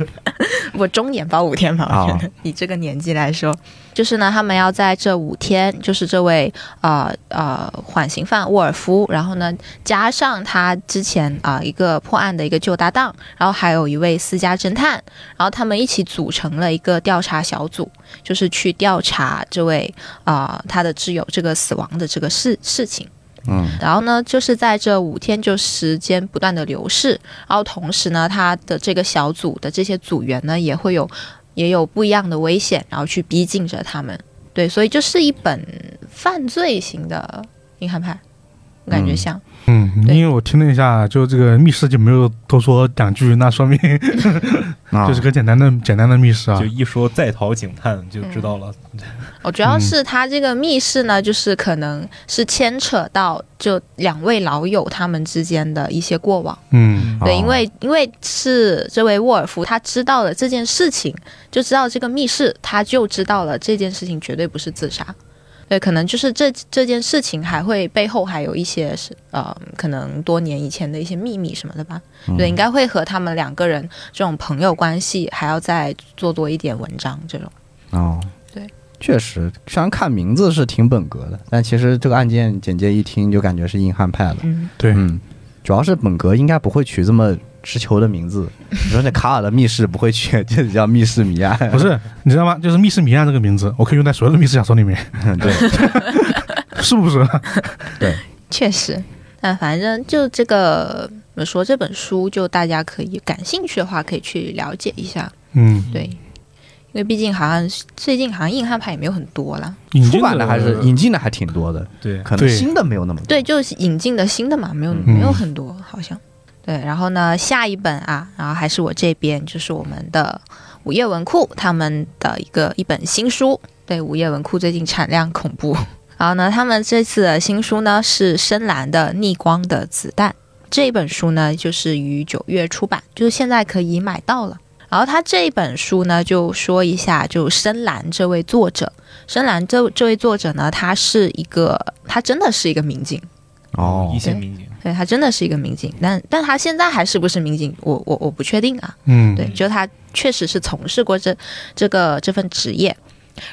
我中年吧，五天吧，我觉得、 以这个年纪来说，就是呢，他们要在这五天，就是这位呃呃缓刑犯沃尔夫，然后呢加上他之前啊、一个破案的一个旧搭档，然后还有一位私家侦探，然后他们一起组成了一个调查小组，就是去调查这位啊、他的挚友这个死亡的这个事事情。嗯，然后呢，就是在这五天就时间不断的流逝，然后同时呢，他的这个小组的这些组员呢，也会有也有不一样的危险，然后去逼近着他们。对，所以就是一本犯罪型的硬汉派，我感觉像、嗯，对因为我听了一下，就这个密室就没有多说两句，那 说明啊就是个简单的简单的密室啊 就。一说在逃警探就知道了。我哦主要是他这个密室呢，就是可能是牵扯到就两位老友他们之间的一些过往。嗯对，哦因为因为是这位沃尔夫，他知道了这件事情，就知道这个密室，他就知道了这件事情绝对不是自杀，对，可能就是这这件事情还会背后还有一些是呃，可能多年以前的一些秘密什么的吧。对，应该会和他们两个人这种朋友关系还要再做多一点文章这种。哦，对，确实，虽然看名字是挺本格的，但其实这个案件简介一听就感觉是硬汉派的。嗯，对，嗯，主要是本格应该不会取这么直球的名 字，你说那卡尔的密室不会取，这叫密室谜案。不是，你知道吗？就是《密室谜案》这个名字，我可以用在所有的密室小说里 面，对， 是不是？确实。但反正就这个怎么说，这本书就大家可以感兴趣的话，可以去了解一下。嗯，对，因为毕竟好像最近好像硬汉派也没有很多了。引进呃出版的还是引进的还挺多的，对可能对新的没有那么多。对，就是引进的新的嘛，没有嗯没有很多，好像。对，然后呢，下一本啊，然后还是我这边，就是我们的午夜文库他们的一个一本新书。对，午夜文库最近产量恐怖。 然后呢，他们这次的新书呢是深蓝的《逆光的子弹》这本书呢，就是于九月出版，就是现在可以买到了。然后他这本书呢，就说一下，就深蓝这位作者，深蓝这这位作者呢，他是一个，他真的是一个民警，哦一，线民警，对他真的是一个民警，但但他现在还是不是民警，我我我不确定啊。嗯，对，就他确实是从事过这这个这份职业。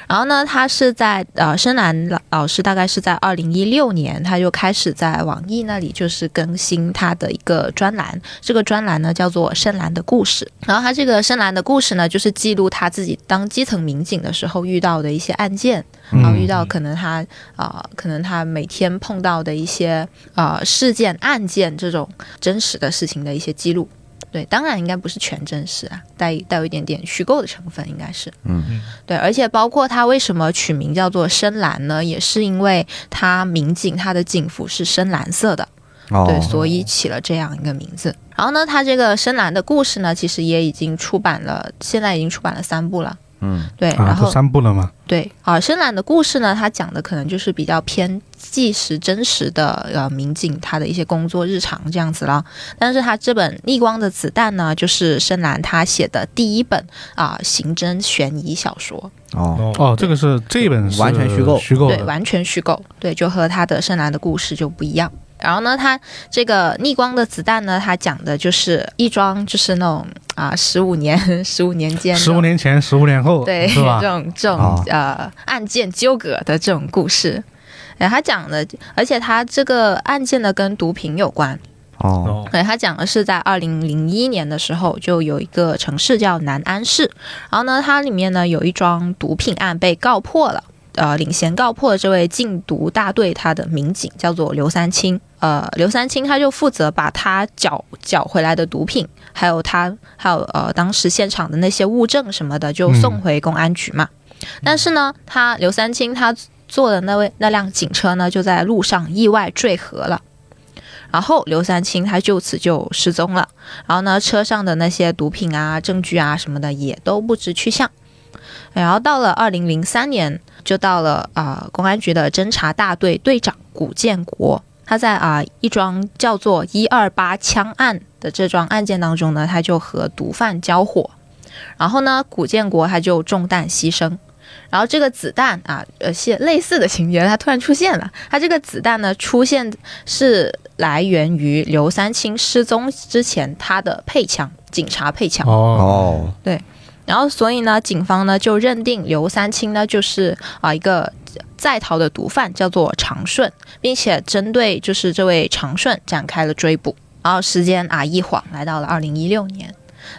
然后呢，他是在呃，深蓝老老师大概是在二零一六年，他就开始在网易那里就是更新他的一个专栏，这个专栏呢叫做《深蓝的故事》。然后他这个深蓝的故事呢，就是记录他自己当基层民警的时候遇到的一些案件，然后遇到可能他啊、呃可能他每天碰到的一些呃事件、案件这种真实的事情的一些记录。对，当然应该不是全真实啊，带带有一点点虚构的成分，应该是。嗯嗯对，而且包括它为什么取名叫做深蓝呢？也是因为它民警它的警服是深蓝色的。哦，对，所以起了这样一个名字。然后呢，他这个深蓝的故事呢，其实也已经出版了，现在已经出版了三部了。嗯，对，然啊，后、都三部了嘛，对啊，深蓝的故事呢，它讲的可能就是比较偏纪实真实的呃民警他的一些工作日常这样子了。但是他这本《逆光的子弹》呢，就是深蓝他写的第一本啊、刑侦悬疑小说。哦，哦，这个是这本是完全虚构虚构对，的，完全虚构，对，就和他的深蓝的故事就不一样。然后呢，他这个逆光的子弹呢，他讲的就是一桩就是那种啊，十五年 十五年间十五年前，十五年后，对是吧 这？种这种、啊呃案件纠葛的这种故事。哎，他讲的，而且他这个案件呢跟毒品有关。哎哦，哦，对，他讲的是在二零零一年的时候，就有一个城市叫南安市，然后呢，它里面呢有一桩毒品案被告破了。呃，领衔告破这位禁毒大队他的民警叫做刘三清，呃，刘三清他就负责把他缴缴回来的毒品，还有他还有呃当时现场的那些物证什么的，就送回公安局嘛。但是呢，他刘三清他坐的那位那辆警车呢，就在路上意外坠河了。然后刘三清他就此就失踪了，然后呢，车上的那些毒品啊、证据啊什么的也都不知去向。然后到了二零零三年，就到了啊、呃公安局的侦查大队队长古建国，他在啊、一桩叫做“一二八枪案”的这桩案件当中呢，他就和毒贩交火，然后呢，古建国他就中弹牺牲。然后这个子弹啊，呃，是类似的情节，它突然出现了。它这个子弹呢，出现是来源于刘三清失踪之前他的配枪，警察配枪。哦，哦，然后所以呢，警方呢就认定刘三清呢就是啊、一个在逃的毒贩，叫做长顺，并且针对就是这位长顺展开了追捕。然后时间啊一晃来到了二零一六年。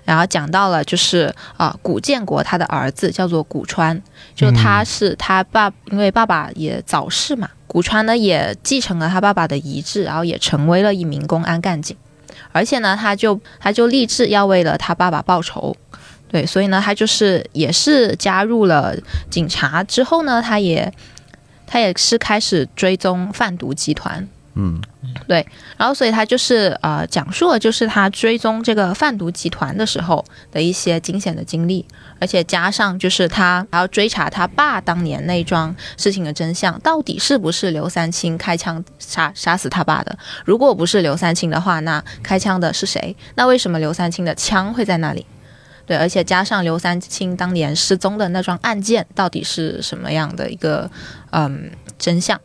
然后讲到了，就是啊、古建国他的儿子叫做古川，就他是、他爸，因为爸爸也早逝嘛，古川呢也继承了他爸爸的遗志，然后也成为了一名公安干警，而且呢，他就他就立志要为了他爸爸报仇，对，所以呢，他就是也是加入了警察之后呢，他也他也是开始追踪贩毒集团，嗯，对，然后所以他就是呃讲述了就是他追踪这个贩毒集团的时候的一些惊险的经历，而且加上就是他还要追查他爸当年那桩事情的真相，到底是不是刘三清开枪杀杀死他爸的？如果不是刘三清的话，那开枪的是谁？那为什么刘三清的枪会在那里？对，而且加上刘三清当年失踪的那桩案件，到底是什么样的一个嗯真相。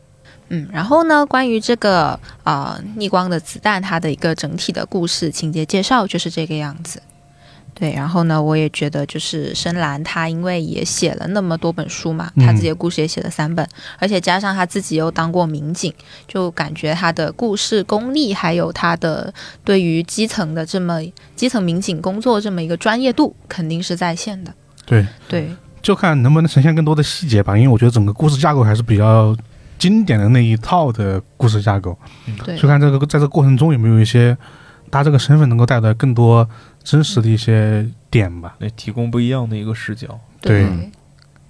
嗯，然后呢，关于这个呃逆光的子弹，它的一个整体的故事情节介绍就是这个样子。对，然后呢，我也觉得就是深蓝他因为也写了那么多本书嘛，他自己的故事也写了三本，而且加上他自己又当过民警，就感觉他的故事功力还有他的对于基层的这么基层民警工作这么一个专业度，肯定是在线的。对，对，就看能不能呈现更多的细节吧，因为我觉得整个故事架构还是比较经典的那一套的故事架构，对，就看这个在这个过程中有没有一些他这个身份能够带来更多真实的一些点吧。那哎提供不一样的一个视角。对对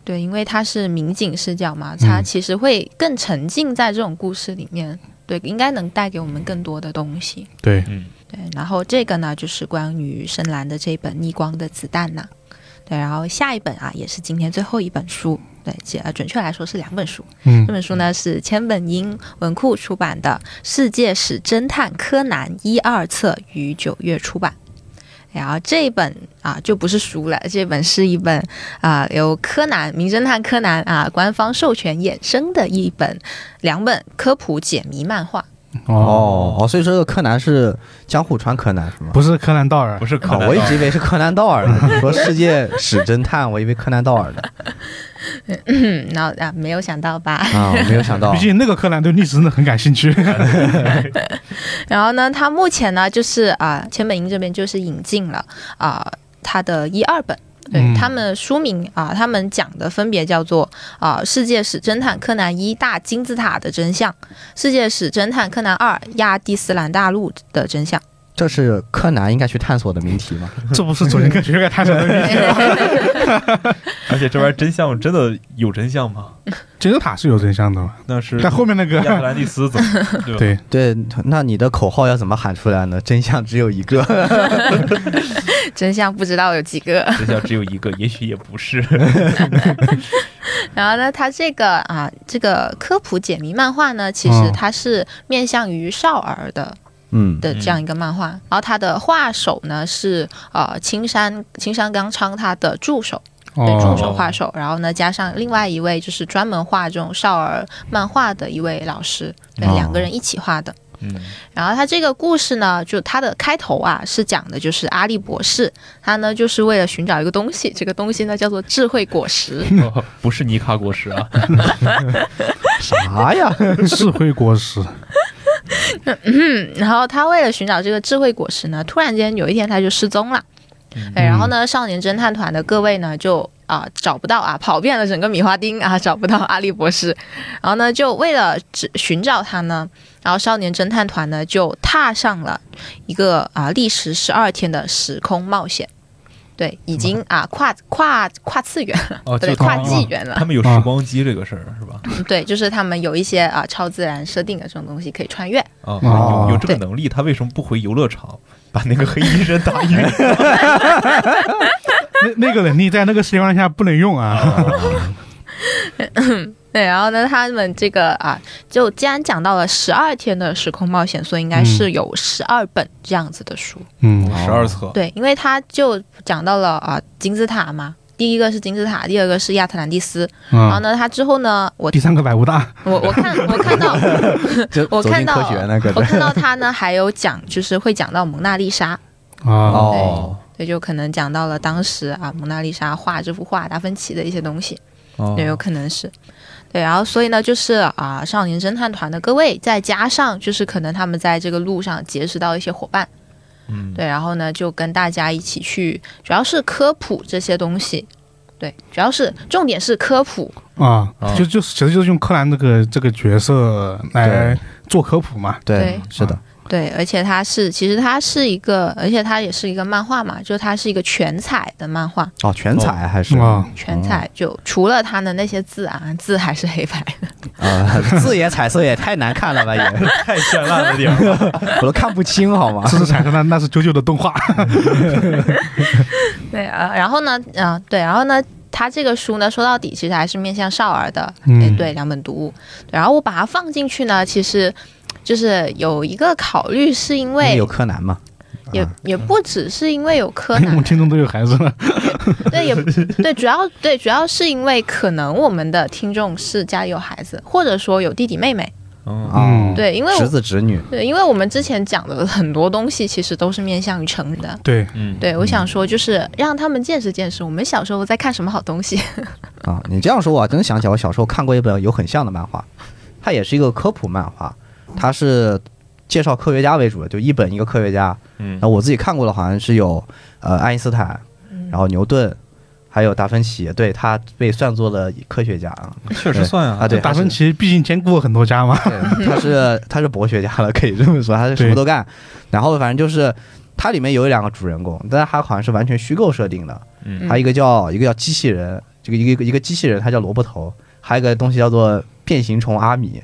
对，因为他是民警视角嘛，他嗯其实会更沉浸在这种故事里面。对，应该能带给我们更多的东西。对，嗯，对，然后这个呢，就是关于深蓝的这本《逆光的子弹》呐。对，然后下一本啊，也是今天最后一本书。对，其呃，准确来说是两本书。嗯这，本书呢是千本樱文库出版的《世界史侦探柯南》一二册，于九月出版。然后这一本啊就不是书了，这本是一本啊、由柯南名侦探柯南啊官方授权衍生的一本两本科普解谜漫画。哦，哦哦，所以说这个柯南是江户川柯南是吗？不是柯南道尔不，是柯哦南道尔、我一直以为是柯南道尔呢。你说世界史侦探，我以为柯南道尔的嗯，然后啊没有想到吧？啊，我没有想到毕。竟那个柯南对历史真的很感兴趣。然后呢，他目前呢就是啊、千本樱这边就是引进了啊、他的一二本。对、嗯他们书名啊、他们讲的分别叫做啊、世界史侦探柯南一大金字塔的真相》，《世界史侦探柯南二亚的斯兰大陆的真相》这是柯南应该去探索的命题吗？这不是走进科学该探索的秘密。 而且这玩意儿真相真的有真相吗？ 金字塔是有真相的嘛？那是但后面那亚特个，兰蒂斯怎么对吧？对 对，那你的口号要怎么喊出来呢？真相只有一个。真相不知道有几个。真相只有一个，也许也 不是。然后呢，它这个啊，这个科普解谜漫画呢，其实哦它是面向于少儿的，嗯，的这样一个漫画。然后他的画手呢是呃青山青山刚昌他的助手，对助哦，手画手。然后呢加上另外一位就是专门画这种少儿漫画的一位老师，对、哦两个人一起画的。嗯，然后他这个故事呢，就他的开头啊是讲的就是阿笠博士，他呢就是为了寻找一个东西，这个东西呢叫做智慧果实。哦不是尼卡果实 啊， 啥呀？智慧果实，然后他为了寻找这个智慧果实呢，突然间有一天他就失踪了。哎，然后呢，少年侦探团的各位呢就啊、找不到啊，跑遍了整个米花町啊找不到阿笠博士，然后呢就为了只寻找他呢，然后少年侦探团呢就踏上了一个啊历时十二天的时空冒险，对，已经啊跨跨跨次元了，哦，不对，就跨哦纪元了他，们有啊时光机这个事儿是吧？对，就是他们有一些啊超自然设定的这种东西可以穿越，啊，哦有有这个能力，他为什么不回游乐场把那个黑衣人打 晕？哦那那个能力在那个情况下不能用啊。对，然后呢，他们这个啊，就既然讲到了十二天的时空冒险，所以应该是有十二本这样子的书。 嗯，十二册，对，因为他就讲到了啊金字塔嘛，第一个是金字塔，第二个是亚特兰蒂斯。然后嗯，呢，他之后呢，我第三个百无大，我我看我看到就我走看进到科学那个我的。 看到他呢还有讲，就是会讲到蒙娜丽莎。啊，哦，对，就可能讲到了当时啊，蒙娜丽莎画这幅画达芬奇的一些东西。哦也有可能是。对，然后所以呢，就是啊、少年侦探团的各位，再加上就是可能他们在这个路上结识到一些伙伴，嗯，对，然后呢就跟大家一起去，主要是科普这些东西，对，主要是重点是科普，啊啊，就就是其实就是用柯南这个这个角色来做科普嘛。对，是的，对，而且它是其实它是一个，而且它也是一个漫画嘛，就它是一个全彩的漫画，哦，全彩还是啊啊，哦全彩就除了它的那些字啊，字还是黑白的，哦啊 字也彩色也太难看了吧，也 太绚烂了点儿。我都看不清好吗？这是产生的那是九九的动画。对啊，然后呢，啊、对，然后呢，他这个书呢，说到底其实还是面向少儿的，嗯哎，对，两本读物。然后我把它放进去呢，其实就是有一个考虑，是因因为为有柯南嘛，也也不只是因为有 柯哎我南们，听众都有孩子了，对，也对，主要对主要是因为可能我们的听众是家里有孩子，或者说有弟弟妹妹，嗯，啊，对，因为侄我子侄女，对，因为我们之前讲的很多东西其实都是面向于成人的，对，嗯，对，我想说就是让他们见识见识我们小时候在看什么好东西。啊，你这样说，我还真想起来我小时候看过一本有很像的漫画，它也是一个科普漫画，它是介绍科学家为主的，就一本一个科学家。嗯那我自己看过的好像是有呃爱因斯坦，然后牛顿，还有达芬奇，对他被算作了科学家啊。确实算啊， 啊对达芬奇毕竟兼顾了很多家嘛，对，他是他是博学家了，可以这么说，他是什么都干。然后反正就是它里面有两个主人公，但是他好像是完全虚构设定的。嗯还有一个叫一个叫机器人，这个一个一个机器人，它叫萝卜头，还有一个东西叫做变形虫阿米，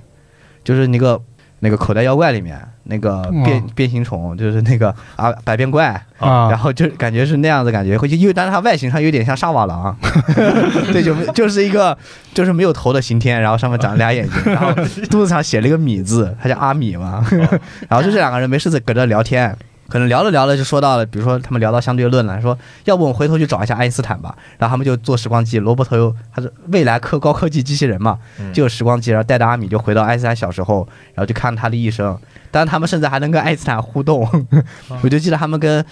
就是那个那个口袋妖怪里面那个变哇变形虫，就是那个啊百变怪，啊然，后就感觉是那样子感觉，会因为但是它外形上有点像沙瓦 狼，对，就就是一个就是没有头的刑天，然后上面长了俩眼睛，然后肚子上写了一个米字，他叫阿米嘛， 然后就这两个人没事在搁这聊天。可能聊着聊着就说到了，比如说他们聊到相对论了，说要不我们回头去找一下爱因斯坦吧。然后他们就坐时光机，罗伯特又他是未来科高科技机器人嘛，嗯就有时光机，然后带着阿米就回到爱因斯坦小时候，然后就看他的一生。但是他们甚至还能跟爱因斯坦互动， 我就记得他们跟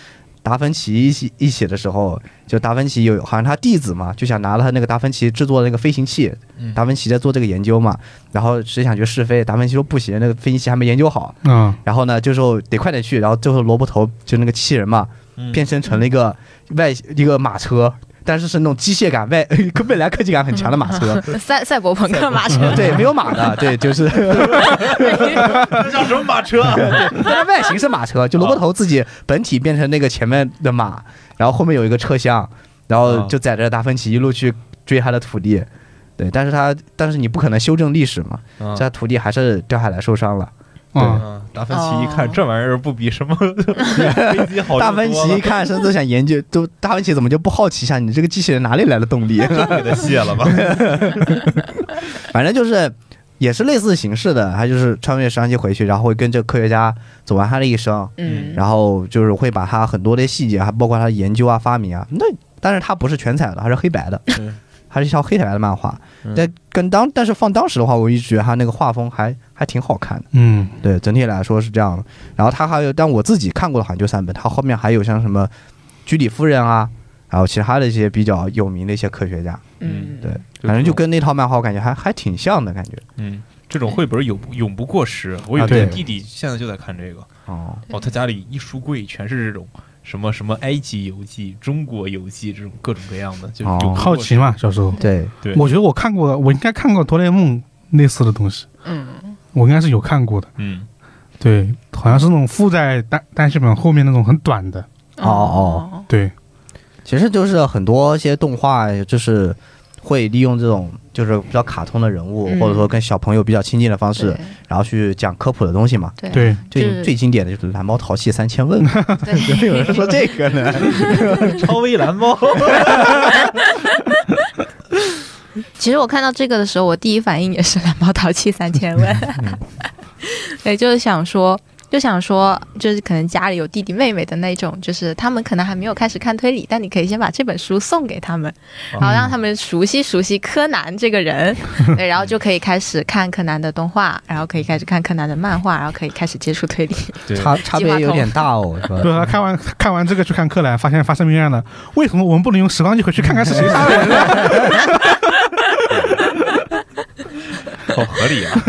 达芬奇一起一起的时候，就达芬奇有好像他弟子嘛，就想拿了他那个达芬奇制作的那个飞行器，嗯达芬奇在做这个研究嘛，然后谁想去试飞，达芬奇说不行，那个飞行器还没研究好，嗯，然后呢，这时候得快点去，然后最后萝卜头就那个器人嘛，变身成了一个外一个马车，但是是那种机械感外 未来科技感很强的马 车，赛赛博朋克马车，对，没有马的，对，就是。这叫什么马车？啊 但它外形是马车，就萝卜头自己本体变成那个前面的马，然后后面有一个车厢，然后就载着达芬奇一路去追他的徒弟。对，但是他但是你不可能修正历史嘛，嗯这他徒弟还是掉下来受伤了。啊，嗯，达芬奇一哦看这玩意儿不比什么 飞机好，达芬奇一看，甚至想研究，都达芬奇怎么就不好奇一下你这个机器人哪里来的动力？ 给他卸了吧。反正就是也是类似形式的，他就是穿越时光机回去，然后会跟这个科学家走完他的一生， 嗯，然后就是会把他很多的细节，还包括他的研究啊、发明啊，那但是他不是全彩的，他是黑白的，还是一条黑白的漫画嗯。但跟当但是放当时的话，我一直觉得他那个画风还还挺好看的。嗯，对，整体来说是这样的。然后他还有，但我自己看过的好像就三本，他后面还有像什么居里夫人啊，还有其他的一些比较有名的一些科学家，嗯，对，反正就跟那套漫画我感觉还还挺像的感觉。嗯，这种绘本永不永不过时。我有啊个对弟弟现在就在看这个，哦，哦，他家里一书柜全是这种什么什么埃及游记、中国游记这种各种各样的，就是哦永不好过奇时。嘛，小时候，对，对我觉得我看过，我应该看过哆啦 A 梦类似的东西，嗯，我应该是有看过的，嗯，对，好像是那种附在单单行本后面那种很短的，哦哦，对，其实就是很多一些动画，就是会利用这种就是比较卡通的人物，嗯或者说跟小朋友比较亲近的方式，然后去讲科普的东西嘛。哦对对，最是最经典的就是蓝猫淘气三千问， 对有人说这个呢， 超威蓝猫，其实我看到这个的时候，我第一反应也是蓝猫淘气三千问， 对，就是想说，就想说，就是可能家里有弟弟妹妹的那种，就是他们可能还没有开始看推理，但你可以先把这本书送给他们，然后让他们熟悉熟悉柯南这个 人，对，然后就可以开始看柯南的动画，然后可以开始看柯南的漫画，然后可以开始接触推理。 对差差别有点大哦，是吧对？他看完看完这个去看柯南，发现发生命案了，为什么我们不能用时光机回去看看是谁杀的人呢？好合理啊。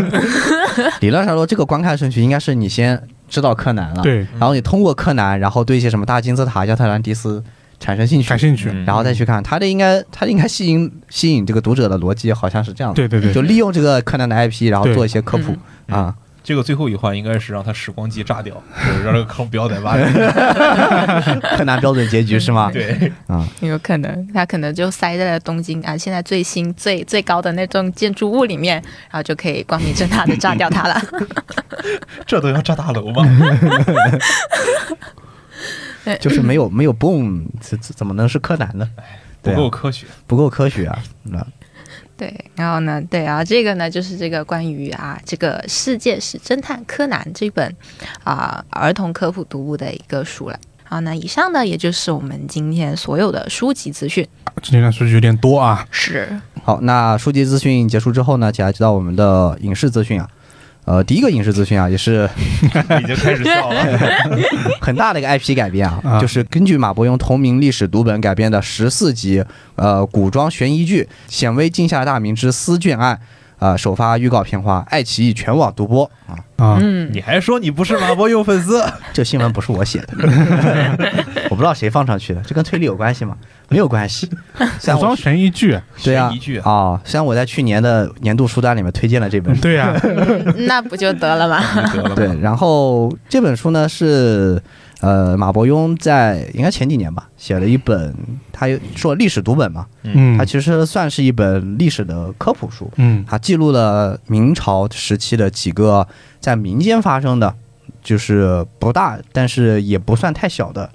理论上说，这个观看顺序应该是你先知道柯南了，，对，然后你通过柯南，然后对一些什么大金字塔、亚特兰蒂斯产生兴趣感，兴嗯趣，然后再去看他的应该他应该吸引吸引这个读者的逻辑好像是这样的，对对对，就利用这个柯南的 IP，然后对做一些科普嗯啊。这个最后一话应该是让他时光机炸掉，就是让这个坑不要再挖了。 柯南标准结局是吗？嗯对，啊，有可能，他可能就塞在了东京啊，现在最新最最高的那栋建筑物里面，然后就可以光明正大的炸掉它了。这都要炸大楼吗？就是没有没有 boom，这这怎么能是柯南呢？不对啊够科学。不够科学啊！那对，然后呢，对啊，这个呢就是这个关于啊这个《世界史侦探柯南》这本啊、儿童科普读物的一个书了。好，那以上呢，也就是我们今天所有的书籍资讯。今天的数据有点多啊，是，好，那书籍资讯结束之后呢，接下来就到我们的影视资讯啊。呃，第一个影视资讯啊，也是已经开始笑了。很大的一个 IP 改编啊，啊就是根据马伯庸同名历史读本改编的十四集呃古装悬疑剧《显微镜下的大明之私卷案》啊、呃首发预告片花，爱奇艺全网独播啊。啊，嗯，你还说你不是马伯庸粉丝？这新闻不是我写的，我不知道谁放上去的，这跟推理有关系吗？没有关系。虽古然装我悬疑剧，对啊悬疑剧啊、虽然我在去年的年度书单里面推荐了这本书，对啊呀、那不就得了吗？你得了吧对，然后这本书呢是呃马伯庸在应该前几年吧写了一本，他有说历史读本嘛，嗯它其实算是一本历史的科普书，嗯它记录了明朝时期的几个在民间发生的，就是不大，但是也不算太小的，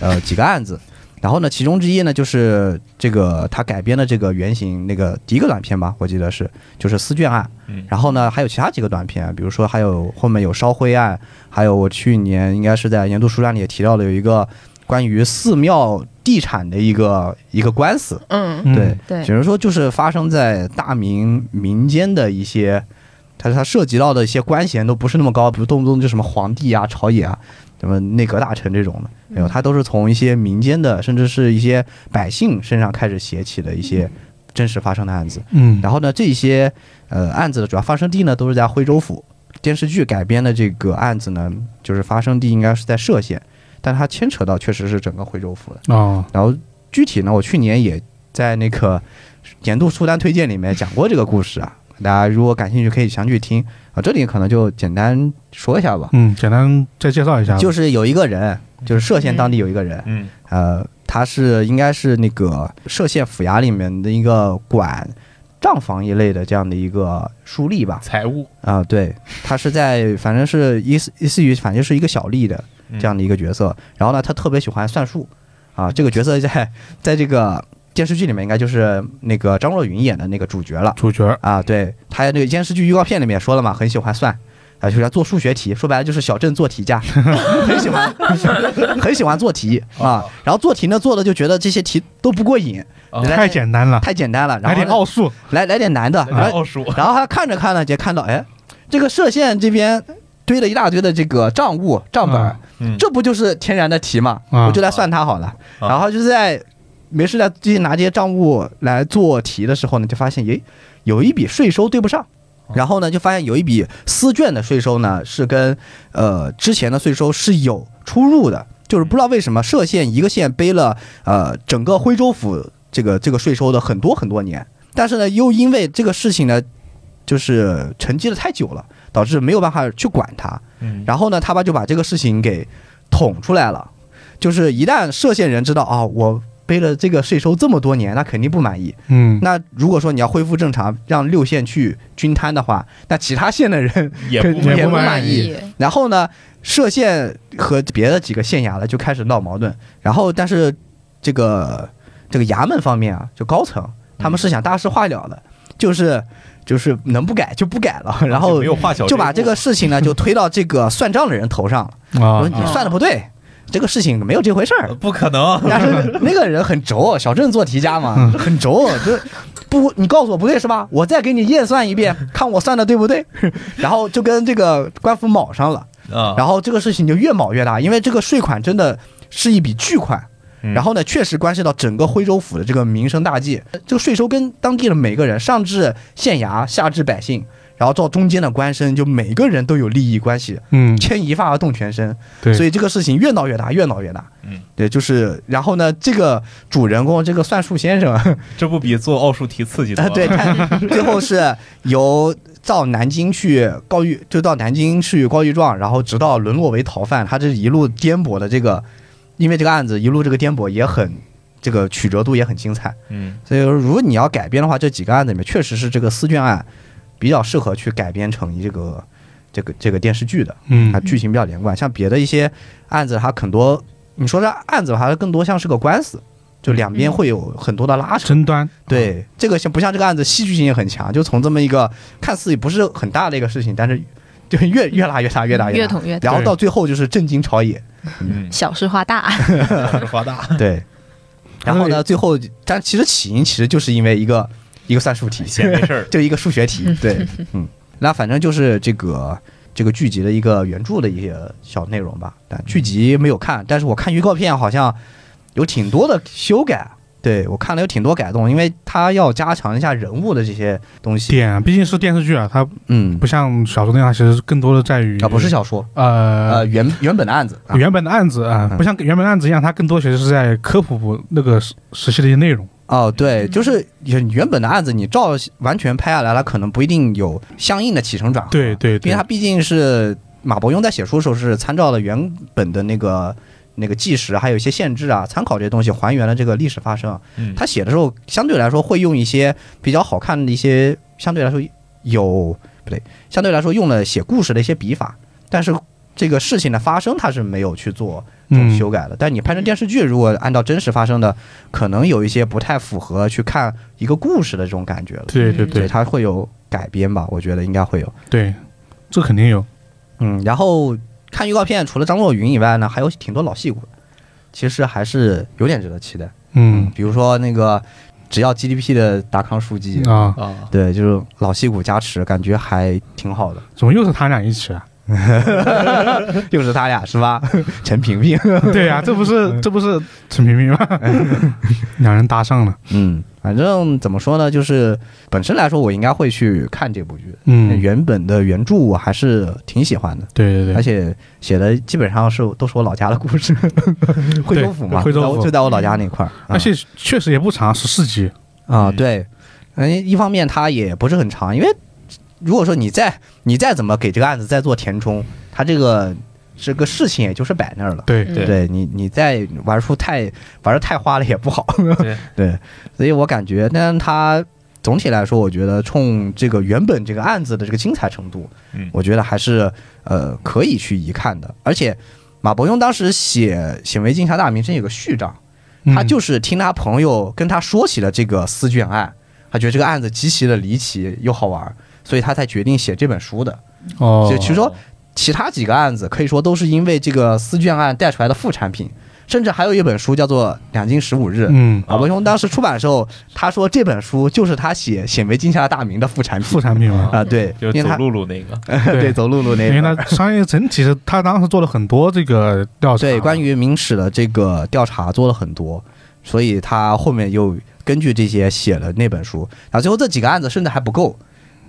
呃，几个案子。 然后呢，其中之一呢，就是这个他改编的这个原型那个第一个短片吧，我记得是就是丝卷案。嗯然后呢，还有其他几个短片，比如说还有后面有烧灰案，还有我去年应该是在年度书单里也提到了有一个关于寺庙地产的一个一个官司。嗯，嗯对，对只能说就是发生在大明民间的一些，它它涉及到的一些官衔都不是那么高，比如动不动就什么皇帝啊、朝野啊、什么内阁大臣这种的，没嗯有，它都是从一些民间的，甚至是一些百姓身上开始写起的一嗯些真实发生的案子。嗯，然后呢，这些呃案子的主要发生地呢都是在徽州府。电视剧改编的这个案子呢，就是发生地应该是在歙县，但它牵扯到确实是整个徽州府的。哦，然后具体呢，我去年也在那个 年度书单推荐里面讲过这个故事啊，大家如果感兴趣可以详细听啊。这里可能就简单说一下吧，嗯，简单再介绍一下吧，就是有一个人，就是歙县当地有一个人，嗯呃，他是应该是那个歙县府衙里面的一个管账房一类的这样的一个书吏吧，财务啊、对，他是在反正是一似一似于反正是一个小吏的这样的一个角色。然后呢，他特别喜欢算术，啊，这个角色在在这个电视剧里面应该就是那个张若昀演的那个主角了主角，啊。对，他那个电视剧预告片里面也说了嘛，很喜欢算。啊，就是要做数学题，说白了就是小镇做题家， 很喜欢， 很喜欢做题啊。然后做题呢，做的就觉得这些题都不过瘾，哦来太简单了，太简单了。然来后点呢奥数，来来点难的，然后来奥数，然后他看着看着，就看到，哎，这个歙县这边堆了一大堆的这个账务账本儿，嗯这不就是天然的题嘛？嗯我就来算它好了。啊然后就是在没事在最近拿这些账务来做题的时候呢，就发现，诶，有一笔税收对不上。啊然后呢，就发现有一笔私卷的税收呢，是跟呃之前的税收是有出入的，就是不知道为什么歙县一个县背了呃整个徽州府这个这个税收的很多很多年，但是呢，又因为这个事情呢，就是沉积的太久了，导致没有办法去管它。嗯然后呢，他爸就把这个事情给捅出来了，就是一旦歙县人知道啊、我背了这个税收这么多年，那肯定不满意。嗯，那如果说你要恢复正常，让六县去均摊的话，那其他县的人， 也不也不不满满意。然后呢，歙县和别的几个县衙呢就开始闹矛盾。然后，但是这个这个衙门方面啊，就高层嗯他们是想大事化了的，就是就是能不改就不改了，然啊就后没有化小就把这一步个事情呢就推到这个算账的人头上了，啊说，你算的不对，这个事情没有这回事儿呃。不可 能， 但是那个人很轴，小镇做题家嘛，很轴，就是不，你告诉我不对是吧？我再给你验算一遍，看我算的对不对。 然后就跟这个官府卯上了，啊，然后这个事情就越卯越大，因为这个税款真的是一笔巨款。嗯然后呢，确实关系到整个徽州府的这个民生大计，这个税收跟当地的每个人，上至县衙，下至百姓，然后到中间的官绅，就每个人都有利益关系，嗯，牵一发而动全身。对，所以这个事情越闹越大，越闹越大。嗯，对，就是然后呢，这个主人公这个算术先生，啊、这不比做奥数题刺激多了？ 对，他最后是由到南京去告御，就到南京去告御状，然后直到沦落为逃犯，他这一路颠簸的这个，因为这个案子一路这个颠簸也很。这个曲折度也很精彩，嗯所以说如果你要改编的话，这几个案子里面确实是这个私卷案比较适合去改编成这个这个这个电视剧的。嗯它剧情比较连贯。像别的一些案子，它很多，你说这案子还是更多像是个官司，就嗯两边会有很多的拉扯。争端，对，这个像不像这个案子戏剧性也很强？就从这么一个看似也不是很大的一个事情，但是就越越拉越大，越大越大，捅越 大。然后到最后就是震惊朝野，嗯，小事化大。华 大，对。然后呢，最后，但其实起因其实就是因为一个一个算术 题，闲没事儿，就一个数学题，对，嗯，那反正就是这个这个剧集的一个原著的一些小内容吧。但剧集没有看，但是我看预告片好像有挺多的修改，对我看了有挺多改动，因为它要加强一下人物的这些东西，点，毕竟是电视剧啊，它嗯不，像小说那样，其实更多的在于啊不是小说，呃呃原原本的案子，啊原本的案子啊，嗯不像原本的案子一样，它更多其实是在科普那个时时期的一些内容。哦，对，就是原原本的案子，你照完全拍下来了，可能不一定有相应的起承转合。对对因对为它，毕竟是马伯庸在写书的时候是参照了原本的那个那个纪实，还有一些限制啊，参考这些东西还原了这个历史发生。啊嗯他写的时候相对来说会用一些比较好看的一些，相对来说有不对，相对来说用了写故事的一些笔法，但是这个事情的发生他是没有去做这种嗯，修改的。但你拍成电视剧，如果按照真实发生的，可能有一些不太符合去看一个故事的这种感觉了。对对所以对它会有改编吧，我觉得应该会有。对，这肯定有。嗯，然后看预告片，除了张若昀以外呢，还有挺多老戏骨的，其实还是有点值得期待。嗯比如说那个只要 GDP 的达康书记，啊，啊，对，就是老戏骨加持，感觉还挺好 的。怎么又是他俩一起 啊？又是他俩是吧？陈萍 萍，对啊呀、这不是这不是陈萍萍 吗？两人搭上了。嗯，反正怎么说呢，就是本身来说，我应该会去看这部剧的。嗯，原本的原著我还是挺喜欢的，对对对，而且写的基本上是都是我老家的故 事，惠州府嘛，惠州府就在我就在我老家那块儿。而且确实也不长，十四集。啊、嗯对，嗯，一方面它也不是很长，因为如果说你再你再怎么给这个案子再做填充，它这个这个事情也就是摆那儿了。对，对对你，你再玩出太玩的太花了也不好。 对所以我感觉，但它总体来说，我觉得冲这个原本这个案子的这个精彩程度，嗯我觉得还是呃可以去一看的。而且马伯庸当时写《显微镜侠大明真》有个序章，嗯他就是听他朋友跟他说起了这个丝卷案，他觉得这个案子极其的离奇又好玩儿，所以他才决定写这本书的。哦就，其实说其他几个案子可以说都是因为这个丝卷案带出来的副产品，甚至还有一本书叫做《两京十五日》。嗯，马伯庸当时出版的时候，他说这本书就是他写《显微镜下的大明》的副产品副产品嘛。 啊， 对，就因是为走他路路那个， 对走陆路那因为它个，商业整体是，他当时做了很多这个调查，对关于明史的这个调查做了很多，所以他后面又根据这些写了那本书，然后最后这几个案子甚至还不够，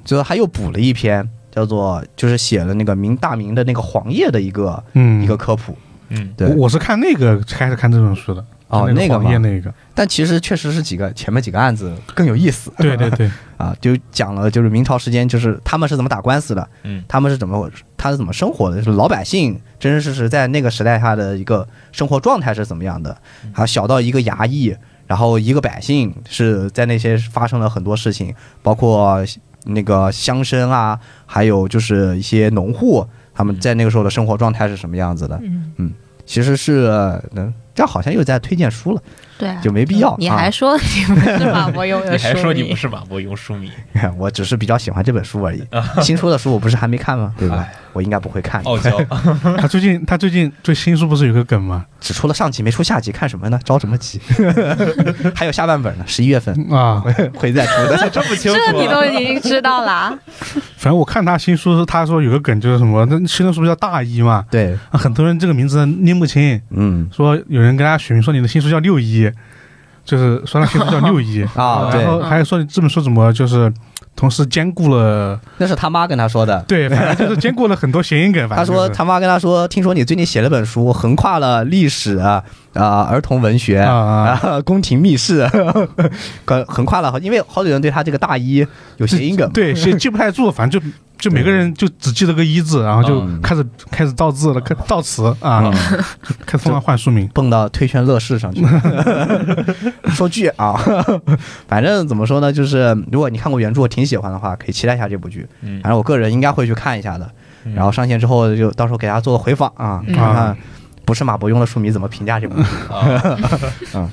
最后还又补了一篇，叫做就是写了那个明大明的那个黄页的一个嗯一个科普，嗯，对我，我是看那个开始看这本书的哦就那那个黄页嘛那个，但其实确实是几个前面几个案子更有意思， 对对对，啊，就讲了就是明朝时间，就是他们是怎么打官司的，嗯他们是怎么他是怎么生活的，就是老百姓真真实实在那个时代下的一个生活状态是怎么样的，还有小到一个衙役，然后一个百姓是在那些发生了很多事情，包括那个乡绅啊，还有就是一些农户，他们在那个时候的生活状态是什么样子的，嗯，其实是嗯，这好像又在推荐书了，对啊就。没必要。你啊还说你不是马伯呃庸你的书还迷？说你不是马伯庸书迷， 我只是比较喜欢这本书而已。啊 新出的书我不是还没看吗？对吧哎？我应该不会看哦的。傲 娇，他最近他最近最新书不是有个梗吗？只出了上集没出下集，看什么呢？着什 么急？还有下半本呢，十一月份啊，会再出 的。这么清这楚你啊，都已经知道了啊，反正我看他新书，他说有个梗就是什么，那新的书叫大一嘛，对，啊很多人这个名字拎不清，嗯说有人跟他取名说你的新书叫六一，就是说他新书叫六一啊，对然，后还有说你这本书怎么就是同时兼顾 了，那是他妈跟他说的。对，反正就是兼顾了很多谐音梗，反他正说就是他妈跟他说，听说你最近写了本书，横跨了历史啊、啊儿童文学啊啊，啊、 宫廷密室，横横跨了好，因为好几人对他这个大一有谐音梗嘛。对，记记不太住，反正就就每个人就只记得个一字，然后就嗯开始开始造字了，开造词啊 嗯，开始疯狂换书名。蹦到推圈乐视上去，说剧啊， 反正怎么说呢，就是如果你看过原著，我挺喜欢的话，可以期待一下这部剧。嗯反正我个人应该会去看一下的，嗯然后上线之后就到时候给大家做个回访啊，嗯看看不是马伯庸的书迷怎么评价这部剧。嗯啊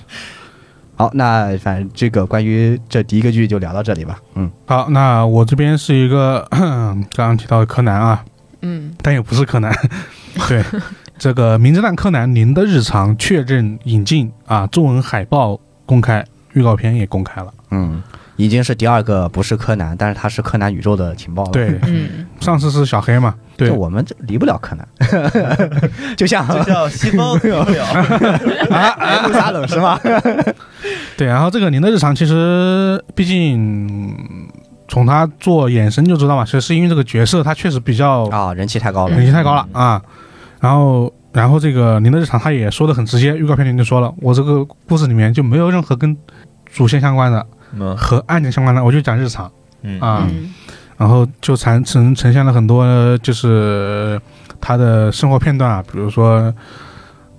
好，那反正这个关于这第一个剧就聊到这里吧。嗯，好，那我这边是一 个刚刚提到的柯南啊，嗯， 但也不是柯南，对，这个《名侦探柯南：您的日常》确认引进啊，中文海报公开，预告片也公开了。嗯，已经是第二个不是柯南，但是他是柯南宇宙的情报了。，对，嗯，上次是小黑嘛？对就，我们这离不了柯南，就像就像西 风不了，啊哎不撒冷是吗？对，然后这个您的日常其实，毕竟嗯从他做衍生就知道嘛，其实是因为这个角色他确实比较哦啊，人气太高了，哎人气太高了啊。然后，然后这个您的日常他也说的很直接，预告片里就说了，我这个故事里面就没有任何跟主线相关的嗯和案件相关的，我就讲日常嗯啊。嗯然后就呈呈呈现了很多呃就是他的生活片段啊，比如说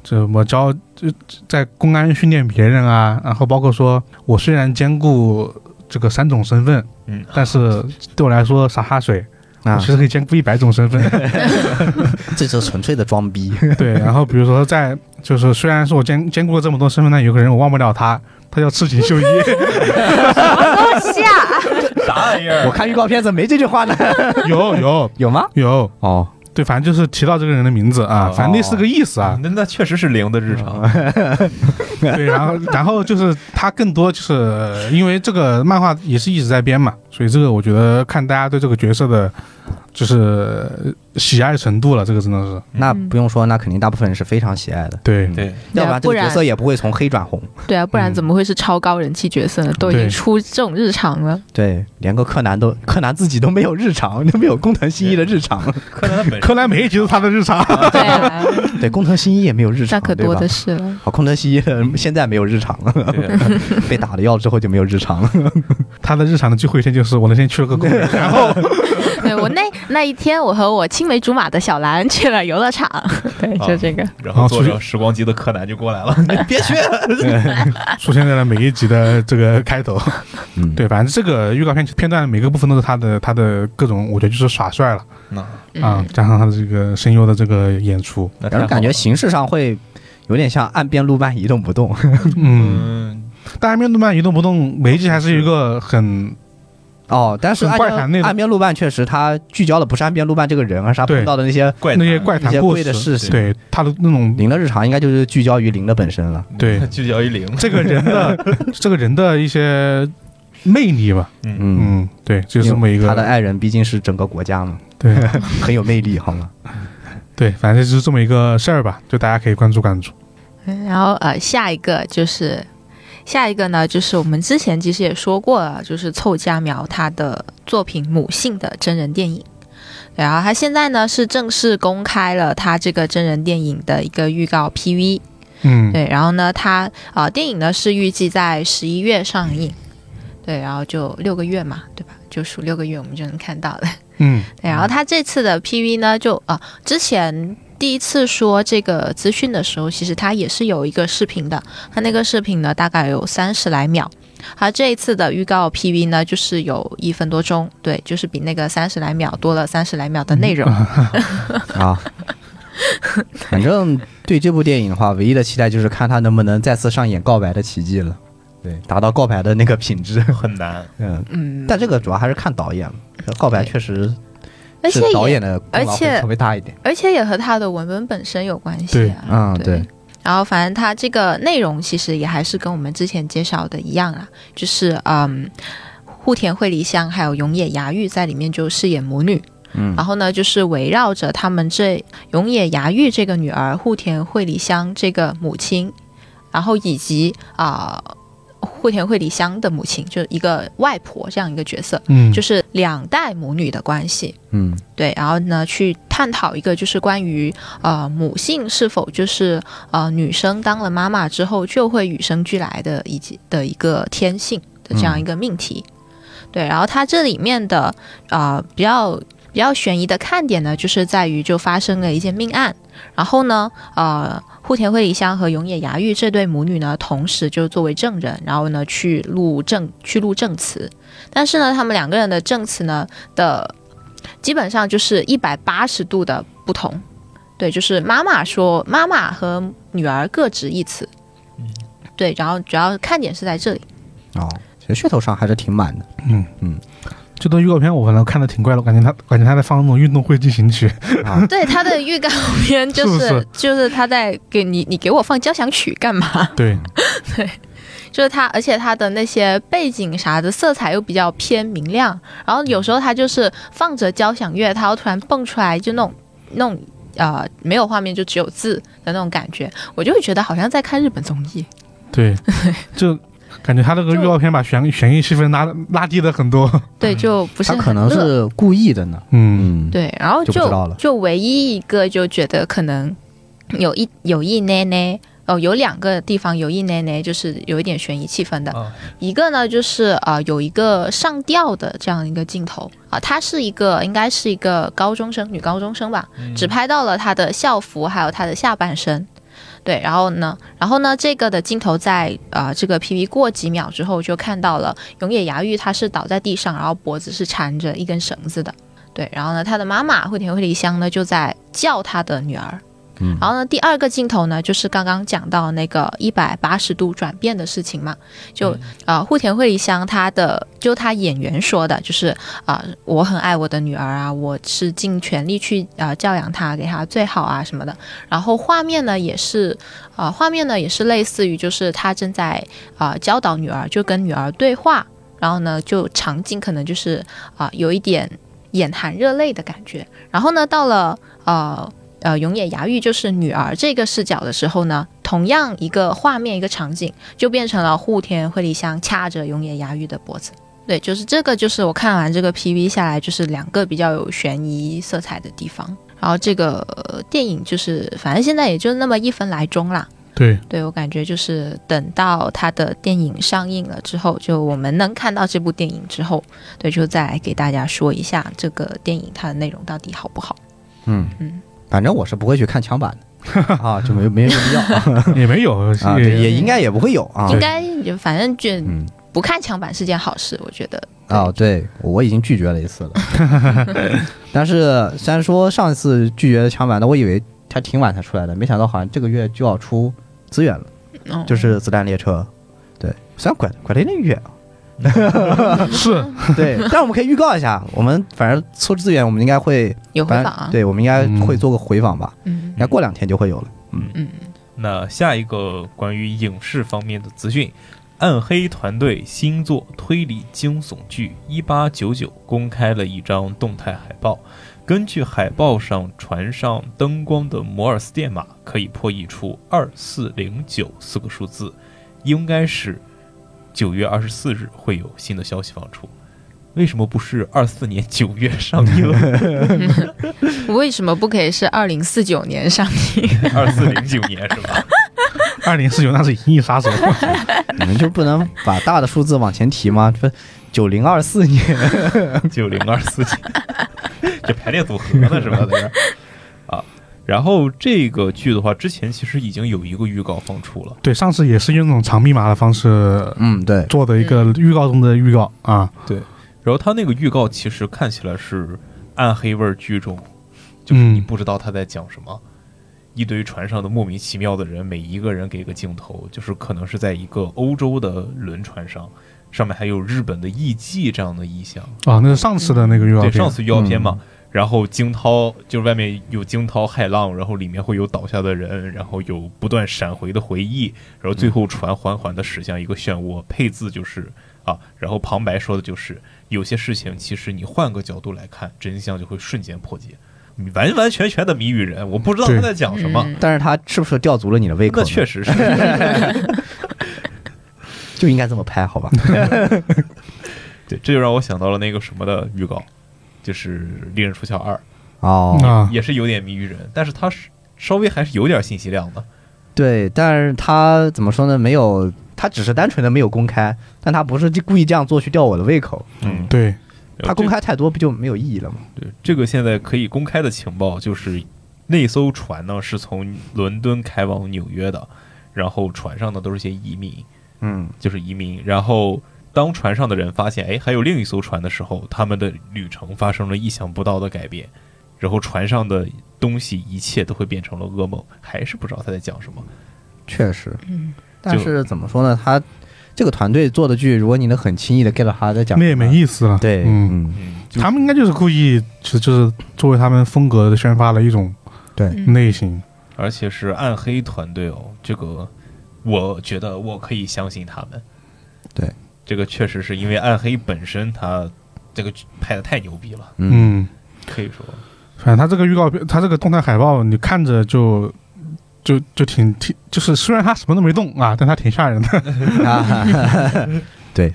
怎么教就在公安训练别人啊，然后包括说我虽然兼顾这个三种身份，嗯，但是对我来说洒洒水，我啊其，实可以兼顾一百种身份。这就是纯粹的装逼。 对，然后比如说在就是虽然说我兼兼顾了这么多身份，但有个人我忘不了他，他叫赤井秀一。下 啥玩意哎我儿？看预告片怎么没这句话 呢？有有有吗？有，哦，对，反正就是提到这个人的名字啊，反正类似个意思啊。那那确实是零的日常， 对，然后然后就是他更多就是呃因为这个漫画也是一直在编嘛，所以这个我觉得看大家对这个角色的，就是呃喜爱程度了，这个真的是嗯那不用说，那肯定大部分人是非常喜爱的，对 对，要不然这个不然角色也不会从黑转红。对啊，不然怎么会是超高人气角色呢？都已对经出这种日常了，对，连个柯南都柯南自己都没有日常， 都没有工藤新一的日常。柯南本身柯南每一集都是他的日常，对啊，对，工藤新一也没有日常，那可对多吧的是了。好，空藤西现在没有日常 了，对被打了药之后就没有日 常了。他的日常的最后一天就是我那天去了个公园，然后对我那那一天，我和我青梅竹马的小兰去了游乐场， 对，就这个。然后坐着时光机的柯南就过来了，别 去，出现在了每一集的这个开头，嗯，对，反正这个预告片片段每个部分都是他的他的各种，我觉得就是耍帅了那啊，加上他的这个声优的这个演出，嗯那太然好后了感觉形式上会有点像岸边露伴一动不动。嗯，嗯，但是面对面移动不动每一集还是一个很哦，但是很岸怪谈那边种岸边露伴确实，他聚焦的不是岸边露伴这个人，而是他对碰到的那些怪那些怪一谈些故贵的事情对他的那 种零的日常，应该就是聚焦于零的本身了。对嗯 聚焦于零，这个人 的这个人的一些魅力吧，嗯，嗯，嗯，对，就是这么一因为他的个，爱人毕竟是整个国家嘛，对 很有魅力，好吗？对，反正就是这么一个事儿吧，就大家可以关注关注。嗯然后呃，下一个就是下一个呢，就是我们之前其实也说过了，就是凑佳苗他的作品《母性》的真人电影。然后他现在呢是正式公开了他这个真人电影的一个预告 PV，嗯，对，然后呢，它啊、呃电影呢是预计在十一月上映，对，然后就六个月嘛，对吧？就数六个月我们就能看到了。嗯，对，然后他这次的 PV 呢，就啊、之前第一次说这个资讯的时候，其实他也是有一个视频的，他那个视频呢大概有三十来秒。而这一次的预告 PV 呢，就是有一分多钟，对，就是比那个三十来秒多了三十来秒的内容。嗯 啊。反正对这部电影的话，唯一的期待就是看他能不能再次上演告白的奇迹了，对，达到告白的那个 品质。很难，嗯，嗯，但这个主要还是看导演了，告白确实而且是导也演的功劳而会且稍微大一点。而且也和他的文本本身有关系、对啊。嗯，对，然后反正它这个内容其实也还是跟我们之前介绍的一样啦，就是嗯，户田惠梨香还有永野芽郁在里面就饰演母女。嗯然后呢，就是围绕着他们这永野芽郁这个女儿，户田惠梨香这个母亲，然后以及啊、户田惠梨香的母亲，就是一个外婆这样一个角色，嗯，就是两代母女的关系。嗯，对，然后呢，去探讨一个就是关于呃母性是否就是呃女生当了妈妈之后就会与生俱来的以及的一个天性的这样一个命题。对，然后它这里面的呃比较比较悬疑的看点呢，就是在于就发生了一件命案，然后呢，呃。户田惠梨香和永野芽郁这对母女呢，同时就作为证人，然后呢去录证去录证词，但是呢，他们两个人的证词呢的基本上就是一百八十度的不同。对，就是妈妈说，妈妈和女儿各执一词。对，然后主要看点是在这里。哦，其实噱头上还是挺满的。嗯嗯，这段预告片我反正看的挺怪的，我感觉他感觉他在放那种运动会进行曲，嗯啊，对他的预告片就是不是就是他在给你你给我放交响曲干嘛？对，就是他，而且他的那些背景啥的色彩又比较偏明亮，然后有时候他就是放着交响乐，它又突然蹦出来就那种那种呃没有画面就只有字的那种感觉，我就会觉得好像在看日本综艺。 对，就感觉他这个就预告片把悬悬疑气氛拉拉低了很多。对，就不是他很可能乐是故意的呢。嗯，嗯，对，然后就不知道就了唯一一个就觉得可能有一有一奶奶哦，有两个地方有一奶奶就是有一点悬疑气氛的，啊一个呢就是呃有一个上吊的这样一个镜头啊、她是一个应该是一个高中生女高中生吧，嗯只拍到了她的校服还有她的下半身。对，然后呢，然后呢，这个的镜头在呃这个 PV 过几秒之后就看到了永野芽郁，她是倒在地上，然后脖子是缠着一根绳子的。对，然后呢，她的妈妈惠田惠梨香呢就在叫她的女儿。嗯然后呢，第二个镜头呢，就是刚刚讲到那个一百八十度转变的事情嘛，就、呃，户田惠梨香她的就她演员说的，就是啊、我很爱我的女儿啊，我是尽全力去啊教养她，给她最好啊什么的。然后画面呢也是啊、画面呢也是类似于就是她正在啊、教导女儿，就跟女儿对话，然后呢就场景可能就是啊、有一点眼含热泪的感觉。然后呢到了呃。呃，永野芽郁就是女儿这个视角的时候呢，同样一个画面一个场景，就变成了户田惠梨香掐着永野芽郁的脖子。对，就是这个，就是我看完这个 PV 下来，就是两个比较有悬疑色彩的地方。然后这个、呃电影就是，反正现在也就那么一分来钟啦。对，对我感觉就是等到它的电影上映了之后，就我们能看到这部电影之后，对，就再来给大家说一下这个电影它的内容到底好不好。嗯嗯，反正我是不会去看枪版的啊，就没没什么必要也没有，啊，对也也应该也不会有啊应。该也反正就嗯，不看墙版是件好事，我觉得。哦，对，我已经拒绝了一次了。但是虽然说上一次拒绝枪版的，我以为它挺晚才出来的，没想到好像这个月就要出资源了，嗯，就是《子弹列车》。对，虽然拐拐的有点远啊，是对，但我们可以预告一下，我们反正抽资源，我们应该会，有回反访啊正。，对，我们应该会做个回访吧，嗯应 该过两天就会有了。嗯。那下一个关于影视方面的资讯，暗黑团队新作推理惊悚剧《一八九九》公开了一张动态海报。根据海报上船上灯光的摩尔斯电码，可以破译出二四零九四个数字，应该是九月二十四日会有新的消息放出。为什么不是二四年九月上映？为什么不可以是二零四九年上映？二四零九年是吧？二零四九，那是《银翼杀 手》你们就不能把大的数字往前提吗？ 这九零二四年，九零二四七， 这排列组合呢是吧？在这儿啊，然后这个剧的话，之前其实已经有一个预告放出了，对，上次也是用那种长密码的方式 嗯，对，做的一个预告中的预告啊，然后它那个预告其实看起来是暗黑味儿居中，就是你嗯不知道他在讲什么。一堆船上的莫名其妙的人，每一个人给个镜头，就是可能是在一个欧洲的轮船上，上面还有日本的艺伎这样的意象。啊，那是上次的那个预告啊对，嗯片，上次预告片嘛。然后惊涛就是外面有惊涛骇浪，然后里面会有倒下的人，然后有不断闪回的回忆，然后最后船缓缓的驶向一个漩涡。配字就是啊，然后旁白说的就是有些事情其实你换个角度来看，真相就会瞬间破解。你完完全全的谜语人，我不知道他对在讲什么。嗯但是它是不是吊足了你的胃口那呢？确 实是，就应该这么拍， 好吧？对，这就让我想到了那个什么的预告，就是《猎人出鞘二哦，啊》，，也是有点谜语人，但是它是稍微还是有点信息量的。对，但是他怎么说呢？没有，他只是单纯的没有公开，但他不是就故意这样做去吊我的胃口。嗯，对，他公开太多不就没有意义了吗？对，呃这个现在可以公开的情报就是，那艘船呢是从伦敦开往纽约的，然后船上呢都是些移民，嗯，就是移民。然后当船上的人发现，哎，还有另一艘船的时候，他们的旅程发生了意想不到的改变，然后船上的东西一切都会变成了噩梦，还是不知道他在讲什么。确实。嗯但是怎么说呢？他这个团队做的剧，如果你能很轻易的 get 到他在讲，那也没思。意思了。对，嗯，嗯，嗯，他们应该就是故意，其实就是作为他们风格的宣发了一种对嗯类型。而且是暗黑团队哦，这个我觉得我可以相信他们。对，这个确实是因为暗黑本身它这个拍的太牛逼了，嗯，嗯，可以说反正他这个预告片，他这个动态海报，你看着就就就挺挺，就是虽然他什么都没动啊，但他挺吓人的。啊对，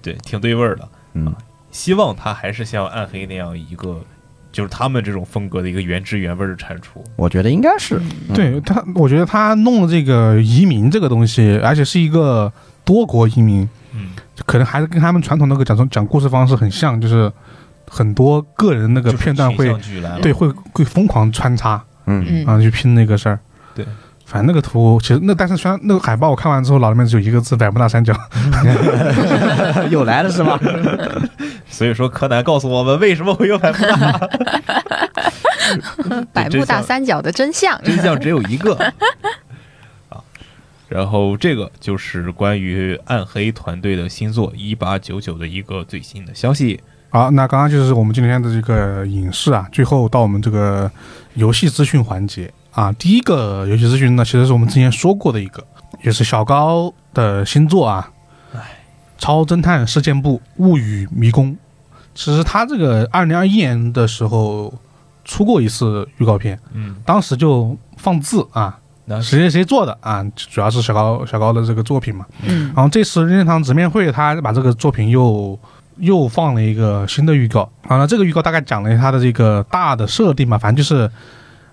对挺对味儿的。 嗯，希望它还是像暗黑那样一个，就是他们这种风格的一个原汁原味儿的产出。我觉得应该是，嗯对他，我觉得他弄了这个移民这个东西，而且是一个多国移民，嗯，可能还是跟他们传统那个讲讲故事方式很像，就是很多个人那个就是片段群会像剧来了对会会疯狂穿插嗯，嗯啊去拼那个事儿。对，反正那个图其实那但是虽然那个海报我看完之后脑袋里面只有一个字百慕大三角， 又来了是吧？所以说柯南告诉我们为什么会有百慕 大，百慕大三角的真 相。真相只有一个啊。然后这个就是关于暗黑团队的新作一八九九的一个最新的消息。好，那刚刚就是我们今天的这个影视啊，最后到我们这个游戏资讯环节啊。第一个游戏资讯呢，其实是我们之前说过的一个，也是小高的新作啊，《超侦探事件簿：物语迷宫》。其实他这个二零二一年的时候出过一次预告片，嗯，当时就放字啊，那谁谁谁做的啊，主要是小高小高的这个作品嘛。嗯然后这次任天堂直面会，他把这个作品又又放了一个新的预告。啊，那这个预告大概讲了它的这个大的设定吧，反正就是，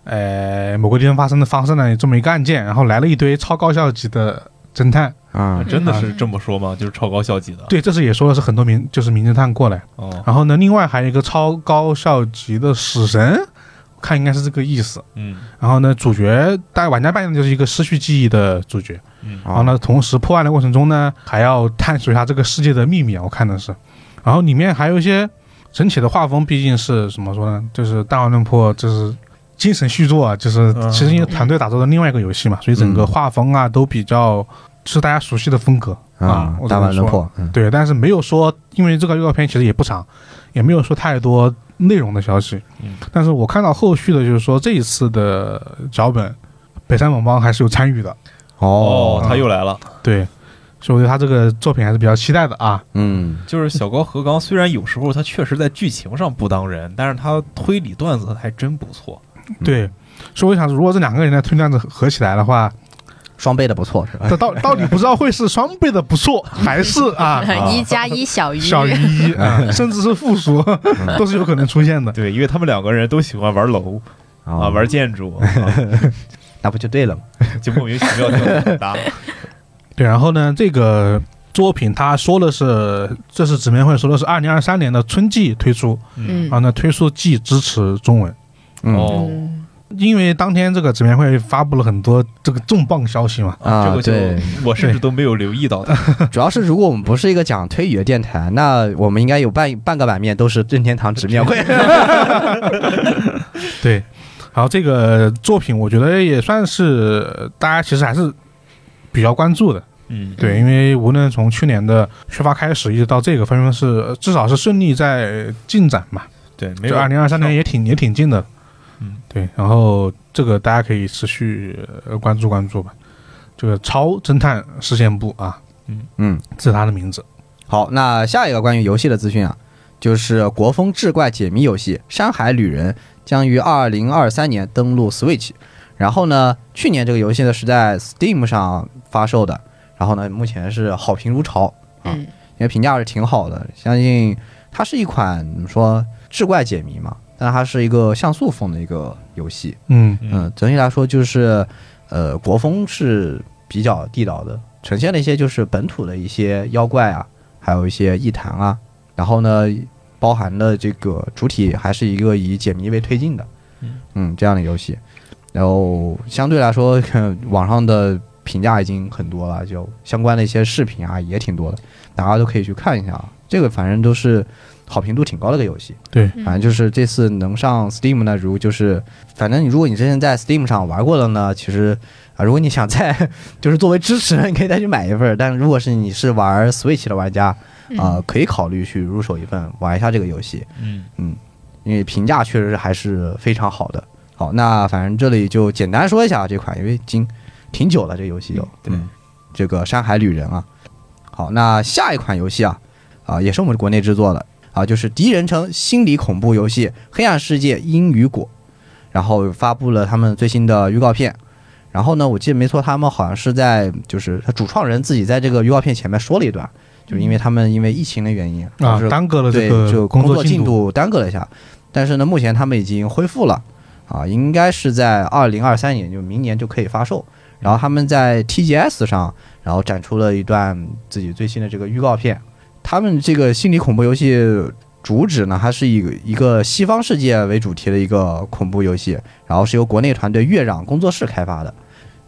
呃，某个地方发生的发生了这么一个案件，然后来了一堆超高校级的侦探。 啊，真的是这么说吗？就是超高校级的。对，这次也说的是很多名就是名侦探过来。哦，然后呢，另外还有一个超高校级的死神，看应该是这个意思。嗯然后呢，主角大玩家扮演的就是一个失去记忆的主角。嗯啊然后呢，同时破案的过程中呢，还要探索一下这个世界的秘密啊。我看的是，然后里面还有一些整体的画风，毕竟是怎么说呢，就是《弹丸论破》就是精神续作啊，就是嗯其实因为团队打造的另外一个游戏嘛，所以整个画风啊都比较是大家熟悉的风格啊啊。我只能大碗轮说破，嗯对，但是没有说，因为这个预告片其实也不长，也没有说太多内容的消息。嗯但是我看到后续的，就是说这一次的脚本，北山猛邦还是有参与的。哦，啊他又来了。对，所以我对他这个作品还是比较期待的啊。嗯，就是小高和刚，虽然有时候他确实在剧情上不当人，但是他推理段子还真不错。对，所以我想，如果这两个人的推断子合起来的话，双倍的不错是吧？这 到到底不知道会是双倍的不错， 还是啊一加一小于 小于一，啊甚至是负 数，都是有可能出现的。对，因为他们两个人都喜欢玩楼啊，啊玩建 筑，啊、那不就对了吗？就莫名其妙跳得很大。对，然后呢，这个作品他说的是，这是纸面会说的是二零二三年的春季推出，嗯啊，那推出季支持中文。嗯哦，嗯因为当天这个纸面会发布了很多这个重磅消息嘛，啊这个对 就我甚至都没有留意到 他。主要是如果我们不是一个讲推理的电台，那我们应该有半半个版面都是任天堂直 面会。对，然后这个作品我觉得也算是呃大家其实还是比较关注的，嗯，对，因为无论从去年的宣发开始，一直到这个，反正是呃至少是顺利在进展嘛，对，没就有二零二三年上也挺也挺近的，嗯，对，然后这个大家可以持续呃关注关注吧，这个超侦探事件部啊，嗯，这是他的名字，好，那下一个关于游戏的资讯啊，就是国风志怪解谜游戏《山海旅人》将于二零二三年登陆 Switch。然后呢，去年这个游戏呢是在 Steam 上发售的，然后呢，目前是好评如潮，嗯因为评价是挺好的。相信它是一款怎么说志怪解谜嘛，但它是一个像素风的一个游戏。嗯嗯，整体来说就是，呃，国风是比较地道的，呈现了一些就是本土的一些妖怪啊，还有一些异谈啊，然后呢，包含了这个主体还是一个以解谜为推进的嗯， 嗯，这样的游戏，然后相对来说，呃网上的评价已经很多了，就相关的一些视频啊也挺多的，大家都可以去看一下。啊。这个反正都是好评度挺高的一个游戏，对，嗯反正就是这次能上 Steam 呢，如就是反正你如果你之前在 Steam 上玩过了呢，其实啊，如果你想在 就是作为支持呢，你可以再去买一份儿。但如果是你是玩 Switch 的玩家啊、可以考虑去入手一份玩一下这个游戏，嗯，因为评价确实还是非常好的。好，那反正这里就简单说一下这款，因为已经挺久了，这游戏有嗯对，这个《山海旅人》啊。好，那下一款游戏啊，啊，也是我们国内制作的啊，就是第一人称心理恐怖游戏《黑暗世界：阴雨果》，然后发布了他们最新的预告片。然后呢，我记得没错，他们好像是在就是他主创人自己在这个预告片前面说了一段，就是因为他们因为疫情的原因啊导致，耽搁了这对，个就工作进度，度耽搁了一下，但是呢，目前他们已经恢复了啊，应该是在二零二三年，就明年就可以发售。然后他们在 TGS 上，然后展出了一段自己最新的这个预告片。他们这个心理恐怖游戏主旨呢，它是以一个西方世界为主题的一个恐怖游戏，然后是由国内团队月壤工作室开发的。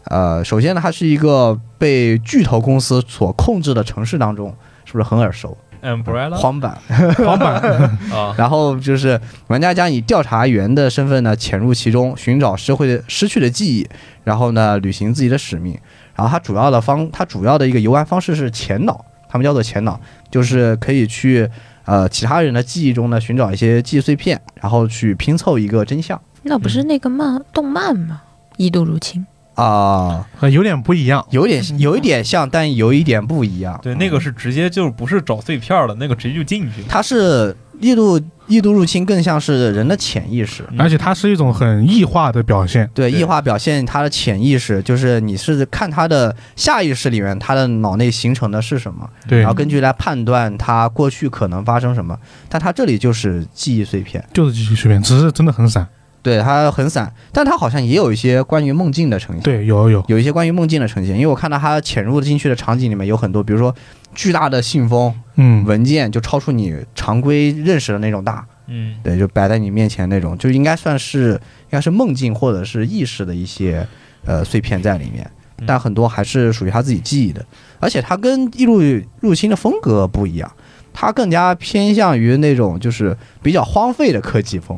呃，首先呢，它是一个被巨头公司所控制的城市当中，是不是很耳熟？嗯 Umbrella 荒坂，狂版 啊，然后就是玩家将以调查员的身份呢潜入其中，寻找失会的失去的记忆，然后呢履行自己的使命。然后它主要的方，它主要的一个游玩方式是潜脑，他们叫做潜脑，就是可以去呃其他人的记忆中呢寻找一些记忆碎片，然后去拼凑一个真相那不是那个漫动漫吗？一度入侵，啊、呃有点不一样。有点有一点像，但有一点不一样。嗯啊对，那个是直接就不是找碎片了，那个直接就进去了。它是异度异度入侵，更像是人的潜意识。嗯而且它是一种很异化的表现，对，对异化表现他的潜意识，就是你是看他的下意识里面，他的脑内形成的是什么，对然后，根据来判断他过去可能发生什么。但他这里就是记忆碎片，就是继续随便，只是真的很散。对，它很散，但它好像也有一些关于梦境的呈现。对，有有，有一些关于梦境的呈现，因为我看到它潜入进去的场景里面有很多，比如说巨大的信封、嗯，文件，就超出你常规认识的那种大，嗯，对，就摆在你面前那种，就应该算是应该是梦境或者是意识的一些呃碎片在里面，但很多还是属于他自己记忆的，而且它跟《异路入侵》的风格不一样，它更加偏向于那种就是比较荒废的科技风，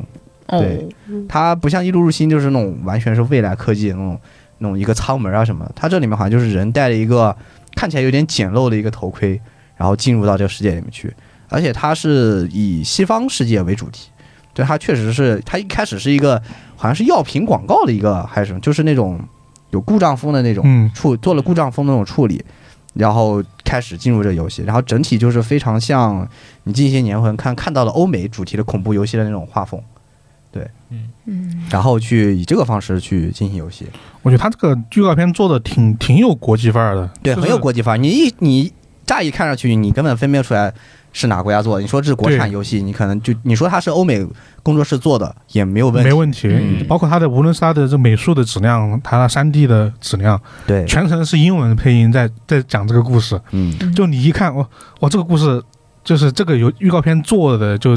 哦，对它不像《异路入侵》就是那种完全是未来科技的那种那种一个舱门啊什么的，它这里面好像就是人戴了一个看起来有点简陋的一个头盔，然后进入到这个世界里面去，而且它是以西方世界为主题。对，它确实是，它一开始是一个好像是药品广告的一个还是什么，就是那种有故障风的那种，嗯，处做了故障风的那种处理，然后开始进入这个游戏，然后整体就是非常像你近些年会看看到了欧美主题的恐怖游戏的那种画风，嗯，然后去以这个方式去进行游戏，我觉得它这个预告片做的挺挺有国际范儿的，对，就是很有国际范儿。你一你乍一看上去，你根本分辨不出来是哪国家做的。你说这是国产对游戏，你可能就你说它是欧美工作室做的也没有问没题，问题。嗯包括它的无论是它的这美术的质量，它三 D 的质量，对，全程是英文配音在在讲这个故事。嗯，就你一看，哇哇，这个故事就是这个有预告片做的，就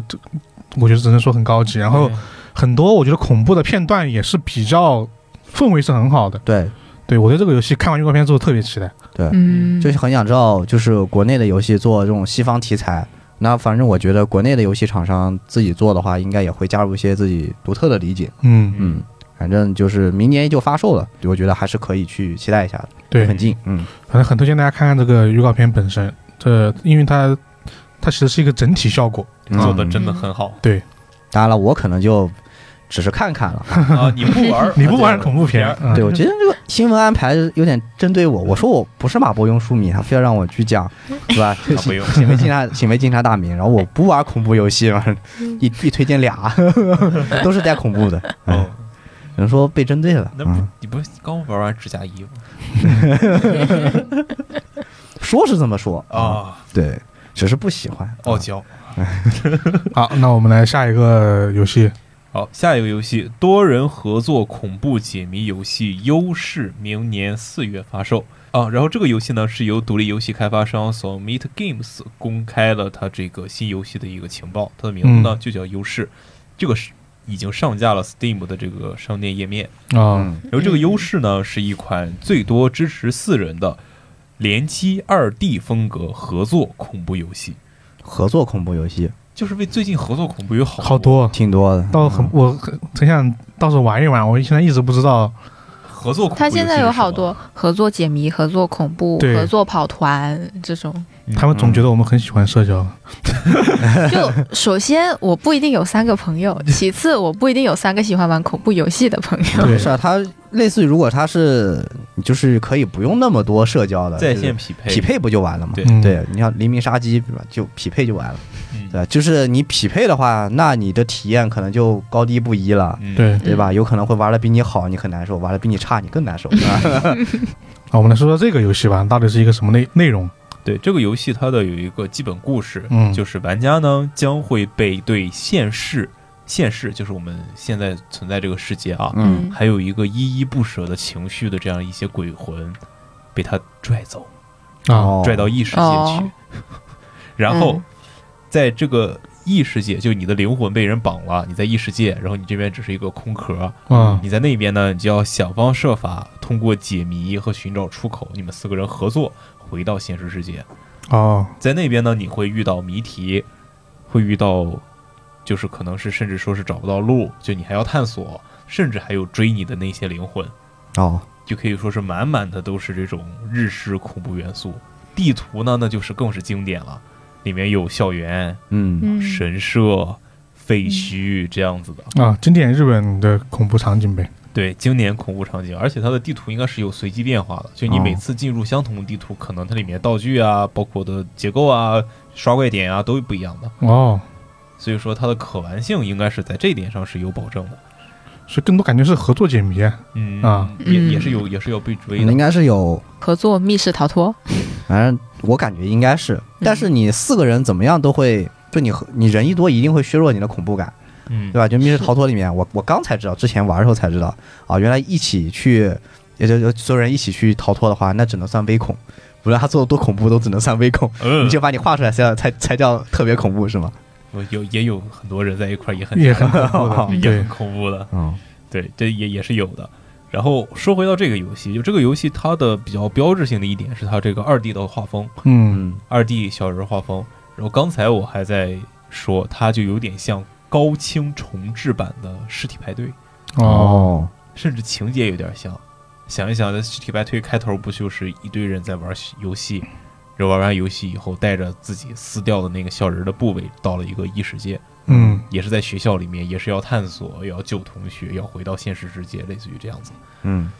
我觉得只能说很高级。然后很多我觉得恐怖的片段也是比较氛围是很好的。对，对我对这个游戏看完预告片之后特别期待。嗯，就是很想知道，就是国内的游戏做这种西方题材，那反正我觉得国内的游戏厂商自己做的话，应该也会加入一些自己独特的理解。嗯，嗯，反正就是明年就发售了，我觉得还是可以去期待一下的，对，很近。嗯，反正很推荐大家看看这个预告片本身，这因为它它其实是一个整体效果。嗯做的真的很好当然了，我可能就只是看看了。啊！你不玩儿嗯 ，你不玩恐怖片，嗯对，我觉得这个新闻安排有点针对我。我说我不是马伯庸书迷，他非要让我去 讲，对吧？他不用，请为警察， 请为警察大名。然后我不玩恐怖游戏嘛，一一推荐俩， 都是带恐怖的。哎嗯，嗯哦只能说被针对了。那不嗯，你不是刚玩完指甲衣吗？说是这么说，啊，对，只是不喜欢。哦傲娇。好，那我们来下一个游戏。好，下一个游戏多人合作恐怖解谜游戏《优势》，明年四月发售啊。然后这个游戏呢是由独立游戏开发商 s o m e t Games 公开了它这个新游戏的一个情报，它的名字呢就叫《优势》。这个是已经上架了 Steam 的这个商店页面。嗯啊，然后这个优势呢，是一款最多支持四人的联机二 D 风格合作恐怖游戏，合作恐怖游戏就是为最近合作恐怖有好好多，挺多的。到很我很很想到时候玩一玩，我现在一直不知道。合作恐怖游它戏是现什么。在有好多合作解谜、合作恐怖、对合作跑团这种。嗯他们总觉得我们很喜欢社交，就首先我不一定有三个朋友，其次我不一定有三个喜欢玩恐怖游戏的朋 友。对是啊，它类似于如果它是就是可以不用那么多社交的在就是线匹配，匹配不就完了吗？对嗯，对，你像黎明杀机对吧就匹配就完了，嗯对嗯吧？就是你匹配的话，那你的体验可能就高低不一了，嗯，对。对吧？有可能会玩的比你好，你很难受；玩的比你差，你更难受。啊，我们来说说这个游戏吧，到底是一个什么内内容？对这个游戏，它的有一个基本故事，嗯就是玩家呢将会被对现世、现世，就是我们现在存在这个世界啊，嗯，还有一个依依不舍的情绪的这样一些鬼魂，被他拽走，啊，哦拽到异世界去，哦 然后嗯在这个异世界，就你的灵魂被人绑了，你在异世界，然后你这边只是一个空壳，嗯你在那边呢，你就要想方设法通过解谜和寻找出口，你们四个人合作回到现实世界。哦，在那边呢，你会遇到谜题，会遇到就是可能是甚至说是找不到路，就你还要探索，甚至还有追你的那些灵魂，哦，就可以说是满满的都是这种日式恐怖元素。地图呢，那就是更是经典了，里面有校园、嗯，嗯神社、废墟这样子的，啊，经典日本的恐怖场景呗。对，经典恐怖场景。而且它的地图应该是有随机变化的，就你每次进入相同的地图，可能它里面道具啊，包括的结构啊、刷怪点啊，都不一样的。哦，所以说它的可玩性应该是在这一点上是有保证的。所以更多感觉是合作解谜嗯啊嗯也嗯也是有也是要被追应的。该是有，合作密室逃脱，反正我感觉应该是，但是你四个人怎么样都会，就你和你人一多，一定会削弱你的恐怖感。嗯对，吧？就密室逃脱里面，我我刚才知道，之前玩的时候才知道啊，原来一起去，也就就所有人一起去逃脱的话，那只能算微恐，无论他做的多恐怖，都只能算微恐。嗯 你就把你画出来才才才叫特别恐怖是吗？我有也有很多人在一块儿也很也很恐怖的也对很恐怖的，嗯，对，这也也是有的。然后说回到这个游戏，就这个游戏它的比较标志性的一点是它这个二 D 的画风，嗯嗯，二 D 小人画风。然后刚才我还在说，它就有点像高清重制版的《尸体派对》，哦，甚至情节有点像。想一想，这《尸体派对》开头不就是一堆人在玩游戏，然后玩完游戏以后，带着自己撕掉的那个校人的部位到了一个异世界，嗯也是在学校里面，也是要探索，也要救同学，要回到现实世界，类似于这样子。嗯，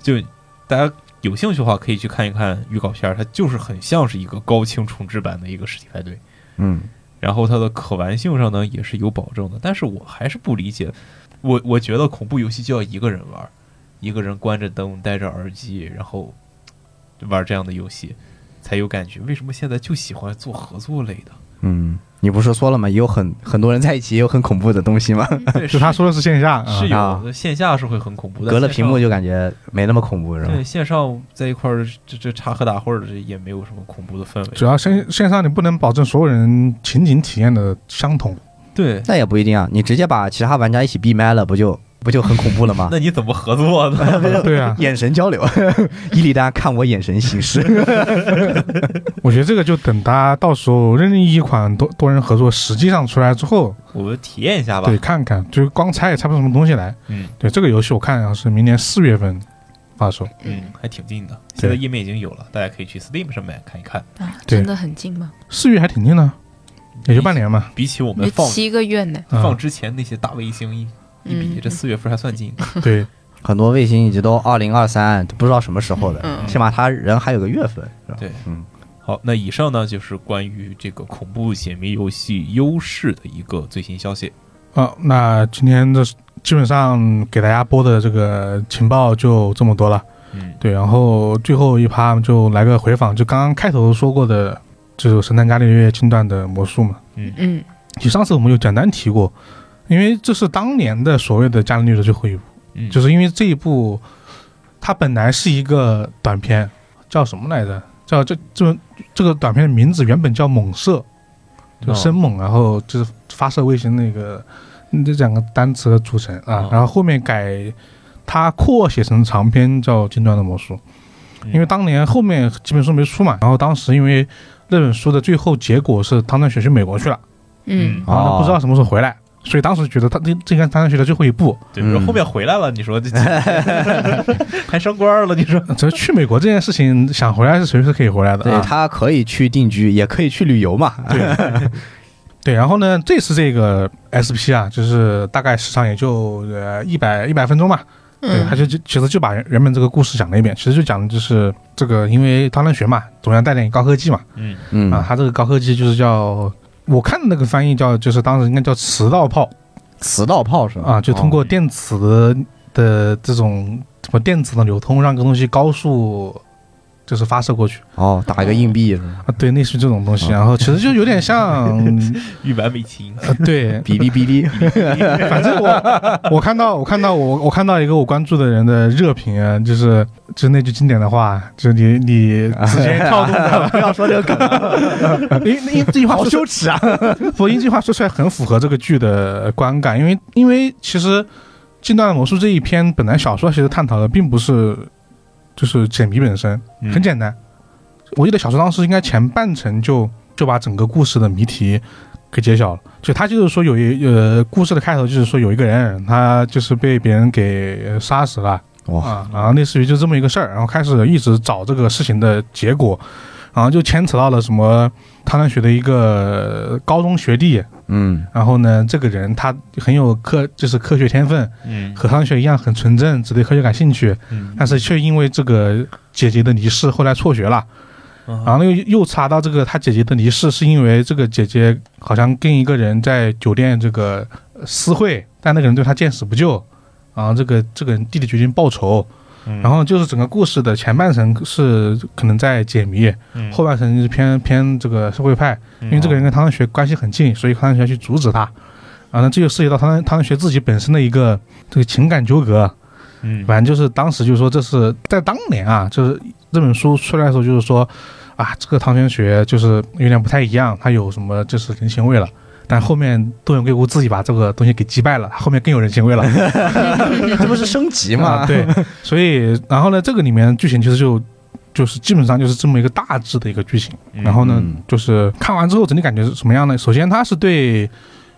就大家有兴趣的话，可以去看一看预告片儿，它就是很像是一个高清重制版的一个《尸体派对》。嗯，然后它的可玩性上呢也是有保证的，但是我还是不理解，我我觉得恐怖游戏就要一个人玩儿，一个人关着灯，戴着耳机，然后玩这样的游戏才有感觉。为什么现在就喜欢做合作类 的？嗯，你不是说了吗？也有很很多人在一起，也有很恐怖的东西吗？对，就他说的是线下啊是有啊的，线下是会很恐怖的，隔了线屏上幕就感觉没那么恐怖是吧对，？线上在一块儿这这插科打诨儿，这也没有什么恐怖的氛主围。要线线上你不能保证所有人情景体验的相 同，对，那也不一定啊，你直接把其他玩家一起闭麦了，不就不就很恐怖了 吗？那你怎么合 作呢？对啊，眼神 交流，伊利丹看我眼神行事。我觉得这个就等他到时候任意一款多多人合作实际上出来之后，我们体验一下吧对，。看看，就是光猜也猜不出什么东西来。嗯对，这个游戏我看好像是明年四月份发售，嗯，还挺近的，现在页面已经有了，大家可以去 Steam 上面看一看。啊，对真的很近吗？四月还挺近的，也就半年嘛。比起我有们放七个月呢。啊放之前那些大卫星一一比，嗯这四月份还算近。对， 很多卫星已经都二零二三，不知道什么时候的，嗯起码他人还有个月份，是吧？对，嗯，好，那以上呢就是关于这个恐怖解谜游戏优势的一个最新消息。啊，那今天这基本上给大家播的这个情报就这么多了。嗯，对，然后最后一趴就来个回访，就刚刚开头说过的，就是神探伽利略近段的魔术嘛。嗯，其实上次我们有简单提过，因为这是当年的所谓的伽利略的最后一部，嗯就是因为这一部它本来是一个短片，叫什么来着？叫这这这个短片的名字原本叫《猛射》，就哦生猛，然后就是发射卫星那个嗯这两个单词组成啊哦，然后后面改它扩写成长篇叫《尖端的魔术》，嗯因为当年后面这本书没出嘛，然后当时因为那本书的最后结果是汤川学去美国去了，嗯，然后他哦不知道什么时候回来，所以当时觉得他这这应该是汤川学的最后一部，对，比如嗯后面回来了，你说这 还升官了，你说只要去美国呃这件事情想回来是随时可以回来的对啊，他可以去定居，也可以去旅游嘛。 对，然后呢，这次这个 SP 啊，就是大概时长也就呃一百一百分钟吧，对，他嗯，就就其实就把原原本这个故事讲了一遍，其实就讲的就是这个，因为汤能学嘛，总要带点高科技嘛，嗯， 嗯啊，他这个高科技就是叫。我看的那个翻译叫，就是当时应该叫磁道炮磁道炮是吧？啊，就通过电子的这种什么电子的流通，让这个东西高速就是发射过去哦，打一个硬币是吧？啊，对，类似于这种东西。然后其实就有点像，一完美其音，呃， 对，哔哩哔哩，反正我我看到我看到我我看到一个我关注的人的热评啊，就是就是那句经典的话，就是你你 直接跳动的，不要说这个梗，因为因为这句话好说羞耻啊！不，因为这句话说出来很符合这个剧的观感，因为因为其实《近段魔术》这一篇本来小说其实探讨的并不是就是解谜本身，嗯很简单。我记得小说当时应该前半程就就把整个故事的谜题给揭晓了。就他就是说有一呃，故事的开头就是说有一个人他就是被别人给杀死了哇，啊，然后类似于就这么一个事儿，然后开始一直找这个事情的结果，然后就牵扯到了什么汤川学的一个高中学弟，嗯然后呢，这个人他很有科就是科学天分，嗯和汤川学一样很纯正，只对科学感兴趣，嗯但是却因为这个姐姐的离世，后来辍学了。嗯然后又又查到这个他姐姐的离世是因为这个姐姐好像跟一个人在酒店这个呃私会，但那个人对她见死不救。然后这个这个人弟弟决定报仇，嗯然后就是整个故事的前半程是可能在解谜，嗯哦后半程就是偏偏这个社会派，因为这个人跟汤川学关系很近，所以汤川学去阻止他。啊，那这就涉及到汤川汤川学自己本身的一个这个情感纠葛，嗯反正就是当时就是说，这是在当年啊，就是这本书出来的时候，就是说啊，这个唐玄学就是有点不太一样，它有什么就是人情味了。但后面东野圭吾自己把这个东西给击败了，后面更有人情味 了这不是升级啊！吗？对，所以然后呢，这个里面剧情其实就就是基本上就是这么一个大致的一个剧情。嗯然后呢嗯，就是看完之后整体感觉是什么样呢？首先，它是对，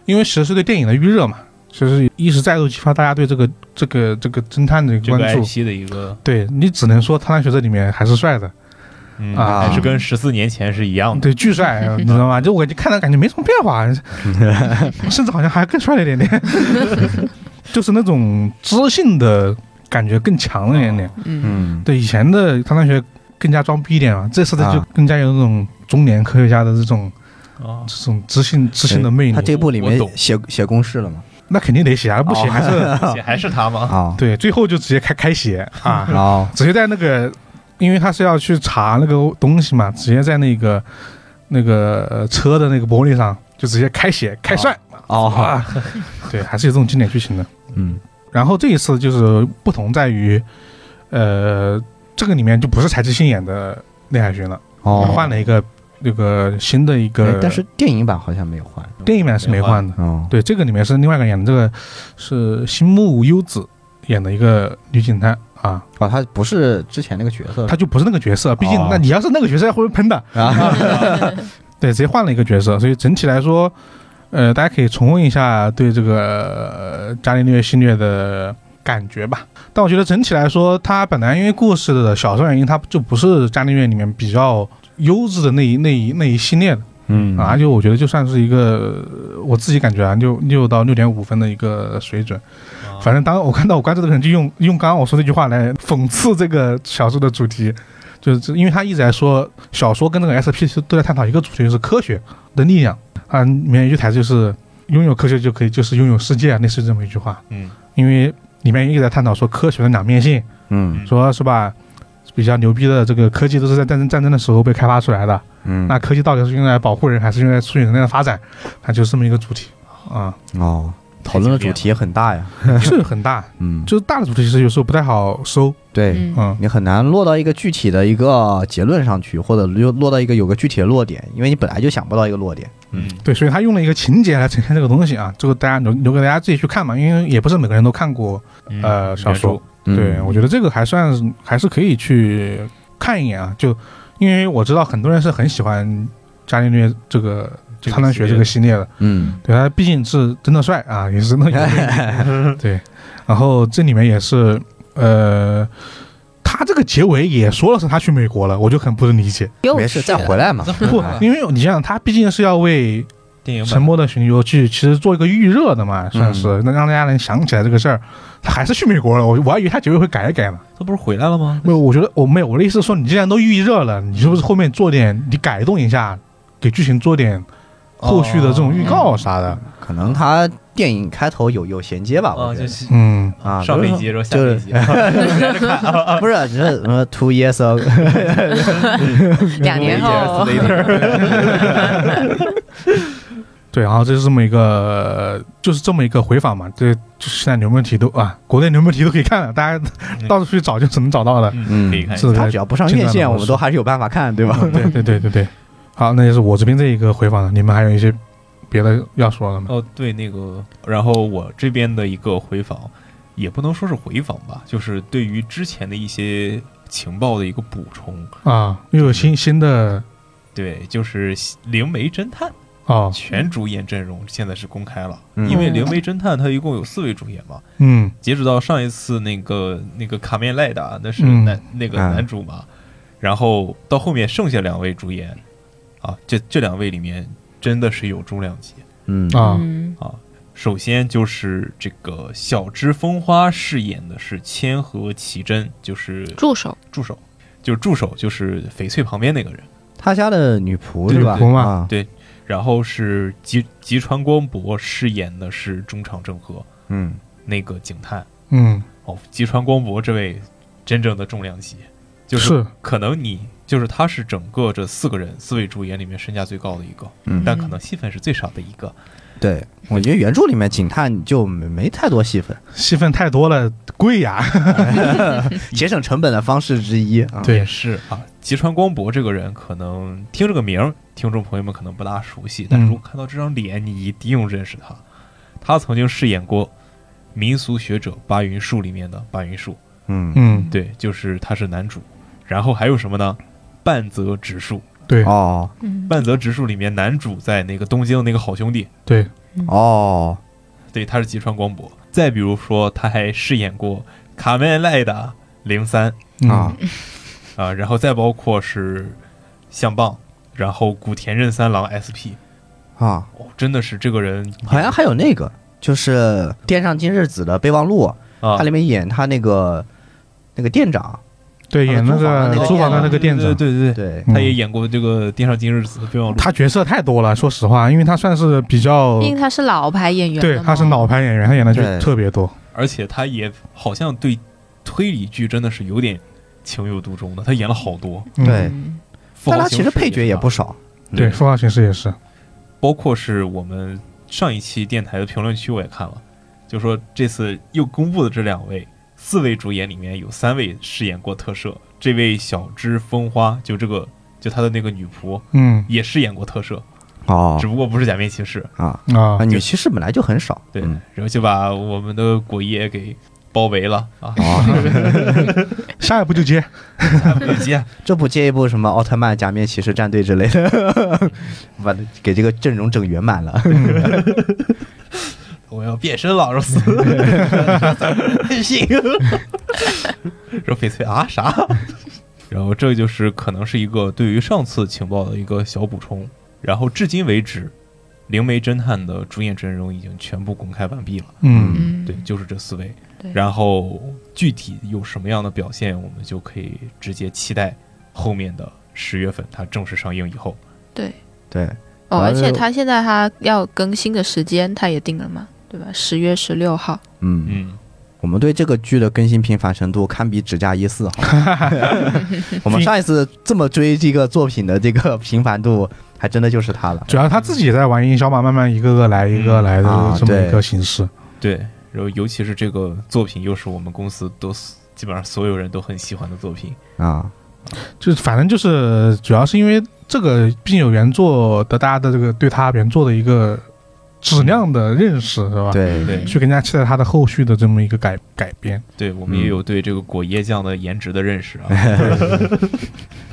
因为其实是对电影的预热嘛，其实一是再度激发大家对这个这个这个侦探的一个这个关注。 IP 的一个对你只能说《贪婪学这里面还是帅的，嗯啊还是跟十四年前是一样的，对，巨帅，你知道吗？就我就看他感觉没什么变化， 甚至好像还更帅了一点点， 就是那种知性的感觉更强了一点点。嗯，嗯，对以前的《贪婪学更加装逼一点嘛，这次的就啊更加有那种中年科学家的这种 啊，这种知性知性的魅他力，这部里我面懂写写公式了吗？那肯定得写啊，不写哦还是写还是他吗？啊， 对，最后就直接开开写啊，哦，直接在那个，因为他是要去查那个东西嘛，直接在那个那个呃车的那个玻璃上就直接开血开涮哦，啊， 对，还是有这种经典剧情的。嗯，然后这一次就是不同在于，呃，这个里面就不是柴智星演的内海巡了，哦，换了一个那个新的一哎个，但是电影版好像没有换。电影版是没换的。哦，对，这个里面是另外一个演的，这个是新木优子演的一个女警探啊，哦，他不是之前那个角色，她就不是那个角色，毕竟呃哦那你要是那个角色会被喷的。啊，对，直接换了一个角色，所以整体来说，呃，大家可以重温一下对这个呃伽利略系列的感觉吧。但我觉得整体来说，它本来因为故事的小说原因，它就不是伽利略里面比较优质的那一那一那一系列的嗯啊，而且我觉得就算是一个呃我自己感觉啊，六六到六点五分的一个水准。嗯反正当我看到我关注的人就用用刚刚我说那句话来讽刺这个小说的主题，就是因为他一直在说小说跟这个 SP 都在探讨一个主题，就是科学的力量啊。里面有一句台词就是“拥有科学就可以就是拥有世界”，类似这么一句话。嗯，因为里面一直在探讨说科学的两面性，嗯说是吧？比较牛逼的这个科技都是在战争战争的时候被开发出来的，嗯那科技到底是用来保护人，还是用来促进人类的发展？ 它就是这么一个主题 啊，哦，讨论的主题也很大呀，是很大，嗯，就是大的主题其实有时候不太好收，对。嗯嗯。你很难落到一个具体的一个结论上去，或者落落到一个有个具体的落点，因为你本来就想不到一个落点。嗯，对，所以他用了一个情节来呈现这个东西啊，这个大家留留给大家自己去看嘛，因为也不是每个人都看过。嗯呃小说，嗯对，我觉得这个还算是还是可以去看一眼啊，就因为我知道很多人是很喜欢《伽利略》这个《这个苍兰诀》这个系列的，嗯对他毕竟是真的帅啊，也是真的有魅力对，然后这里面也是呃。他这个结尾也说了是他去美国了，我就很不能理解。又没事，去再了回来嘛。 不，因为你想想，他毕竟是要为电影《版沉默的巡游》去其实做一个预热的嘛，算是能让大家能想起来这个事儿。他还是去美国了，我我还以为他结尾会改一改呢。他不是回来了吗？没有，我觉得我没有我的意思是说，你既然都预热了，你是不是后面做点，你改动一下，给剧情做点后续的这种预告哦啥的？可可能能他电影开头有有衔接吧，我啊，觉就得。是嗯，啊上比飞如说机然后下就飞是机，连着 看啊不是，你说什呃么 two years ago，两年后嗯 Years later 对，然后这是这么一个，就是这么一个回访嘛。这就是现在流媒体都啊，国内流媒体都可以看了，大家嗯到处去找就是能找到的。嗯，可以看一是下。的，他只要不上院线，我们都还是有办法看，对吧？对对对对对。好，那就是我这边这一个回访了，你们还有一些别的要说的吗？哦，对，那个，然后我这边的一个回访，也不能说是回访吧，就是对于之前的一些情报的一个补充。啊，又有新新的对，就是《灵媒侦探》哦，全主演阵容现在是公开了，嗯因为《灵媒侦探》它一共有四位主演嘛，嗯截止到上一次那个那个卡面赖达，那是嗯男、那个啊男主嘛，然后到后面剩下两位主演，啊，这这两位里面真的是有重量级。嗯啊嗯首先就是这个小芝风花饰演的是千和奇真，就是助手，助手，就是助手，就是翡翠旁边那个人。他家的女仆是女吧？仆嘛啊，然后是吉吉川光博饰演的是中场正和嗯那个警探。嗯，哦，吉川光博这位真正的重量级，就是是可能你就是他是整个这四个人四位主演里面身价最高的一个，嗯但可能戏份是最少的一个。对，我觉得原著里面警探就没没太多戏份，戏份太多了，贵呀。节省成本的方式之一啊。嗯对也是啊，吉川光博这个人可能听这个名儿，听众朋友们可能不大熟悉，但嗯如果看到这张脸，你一定认识他。他曾经饰演过民俗学者巴云树里面的巴云树，嗯，嗯，对，就是他是男主。然后还有什么呢？半泽直树，对哦嗯半泽直树里面男主在那个东京的那个好兄弟，对，哦，对，他是吉川光博。再比如说，他还饰演过卡门赖达零三嗯啊，啊，然后再包括是相棒，然后古田任三郎 SP，啊，哦，真的是这个人好像还有那个就是《电上今日子》的备忘录，啊它，里面演他那个那个店长，对，他演的那租房的那个个租房的啊店那个店对长，对对对，对，嗯他也演过这个《电上今日子》备忘录，他角色太多了，说实话，因为他算是比较毕，竟他是老牌演员了对，嘛，他是老牌演员，他演的剧对特别多。而且他也好像对推理剧真的是有点情有独钟的，他演了好多。嗯对嗯但他其实配角也不是，少。对，说话形式也是，包括是我们上一期电台的评论区我也看了，就说这次又公布的这两位四位主演里面有三位饰演过特摄，这位小芝风花就这个就他的那个女仆嗯也饰演过特摄，哦只不过不是假面骑士。啊啊啊，，女骑士本来就很少，对，嗯！然后就把我们的果爷给包围了啊哦，下一步就接， 再见，这不接一部什么奥特曼、假面骑士战队之类的， 把它给这个阵容整圆满了。 我要变身了，说死，行， 说翡翠啊啥？ 然后这就是可能是一个对于上次情报的一个小补充。然后至今为止，《灵媒侦探》的主演阵容已经全部公开完毕了。嗯嗯对，就是这四位。对然后具体有什么样的表现，我们就可以直接期待后面的十月份它正式上映以后。对，哦，完而了且就他现在他要更新的时间他也定了嘛，对吧？十月十六号，嗯嗯，我们对这个剧的更新频繁程度堪比《指甲一四》哈。 我们上一次这么追这个作品的这个频繁度，还真的就是它了。主要他自己也在玩营销嘛，慢慢一个个来，一个个来啊的这么对一个形式。对。然后尤其是这个作品，又是我们公司都基本上所有人都很喜欢的作品。啊，就是反正就是主要是因为这个毕竟有原作的，大家的这个对他原作的一个质量的认识是吧？对对去更加期待他的后续的这么一个改改编。对我们也有对这个果椰酱的颜值的认识啊。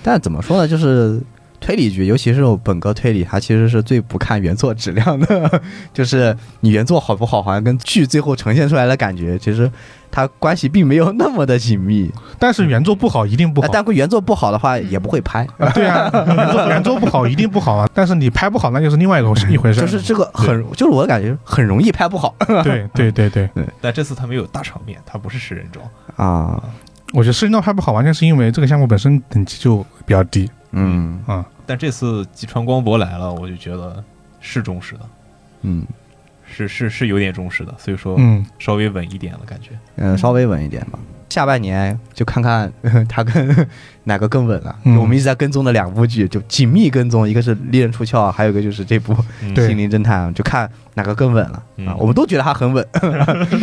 但怎么说呢，就是推理剧，尤其是本格推理，它其实是最不看原作质量的， 就是你原作好不好玩，跟剧最后呈现出来的感觉，其实它关系并没有那么的紧密。但是原作不好一定不好呃，但原作不好嗯的话，也不会拍。啊对 啊，原作原作不好一定不好啊，但是你拍不好那就是另外一回 事一回事。就是这个很，就是我的感觉很容易拍不好对对对对，但这次他没有大场面，他不是十人装， 啊。我觉得《失灵道》拍不好，完全是因为这个项目本身等级就比较低嗯啊、但这次吉川光博来了，我就觉得是忠实的，嗯是是是有点忠实的，所以说嗯，稍微稳一点的感觉。嗯、稍微稳一点吧。下半年就看看呃他跟 哪个更稳了。嗯就我们一直在跟踪的两部剧，就紧密跟踪，一个是《利刃出鞘》，还有一个就是这部嗯对心灵侦探，就看哪个更稳了、嗯啊！我们都觉得它很稳，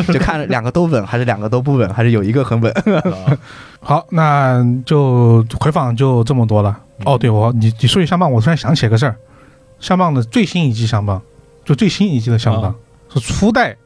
就看两个都稳，还是两个都不稳，还是有一个很稳。啊好，那就回访就这么多了。嗯哦，对我你你说起相棒，我突然想起来个事儿，相棒的最新一季相棒，就最新一季的相棒、啊是初代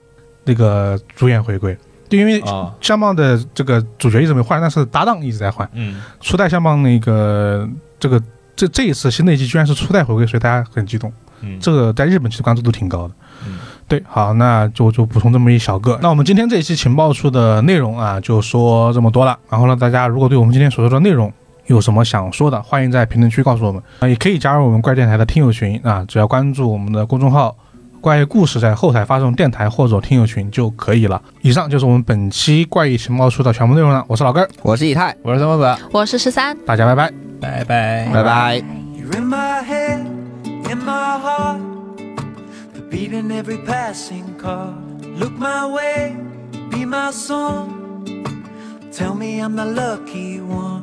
那个主演回归，就因为 啊，相棒的这个主角一直没换，但是搭档一直在换。嗯，初代相棒那个这个这这一次新的一季居然是初代回归，所以大家很激动。嗯这个在日本其实关注度挺高的。嗯对，好，那就就补充这么一小个。那我们今天这一期情报处的内容啊，就说这么多了。然后呢，大家如果对我们今天所说的内容有什么想说的，欢迎在评论区告诉我们啊，也可以加入我们怪电台的听友群啊，只要关注我们的公众号。怪异故事在后台发送电台或者听友群就可以了。以上就是我们本期怪异情报处的全部内容了。我是老根儿，我是以太，我是三老板，我是十三，大家拜拜。拜拜拜拜。 You're in my head, in my heart, the beat in every passing car. Look my way, be my song. Tell me I'm the lucky one.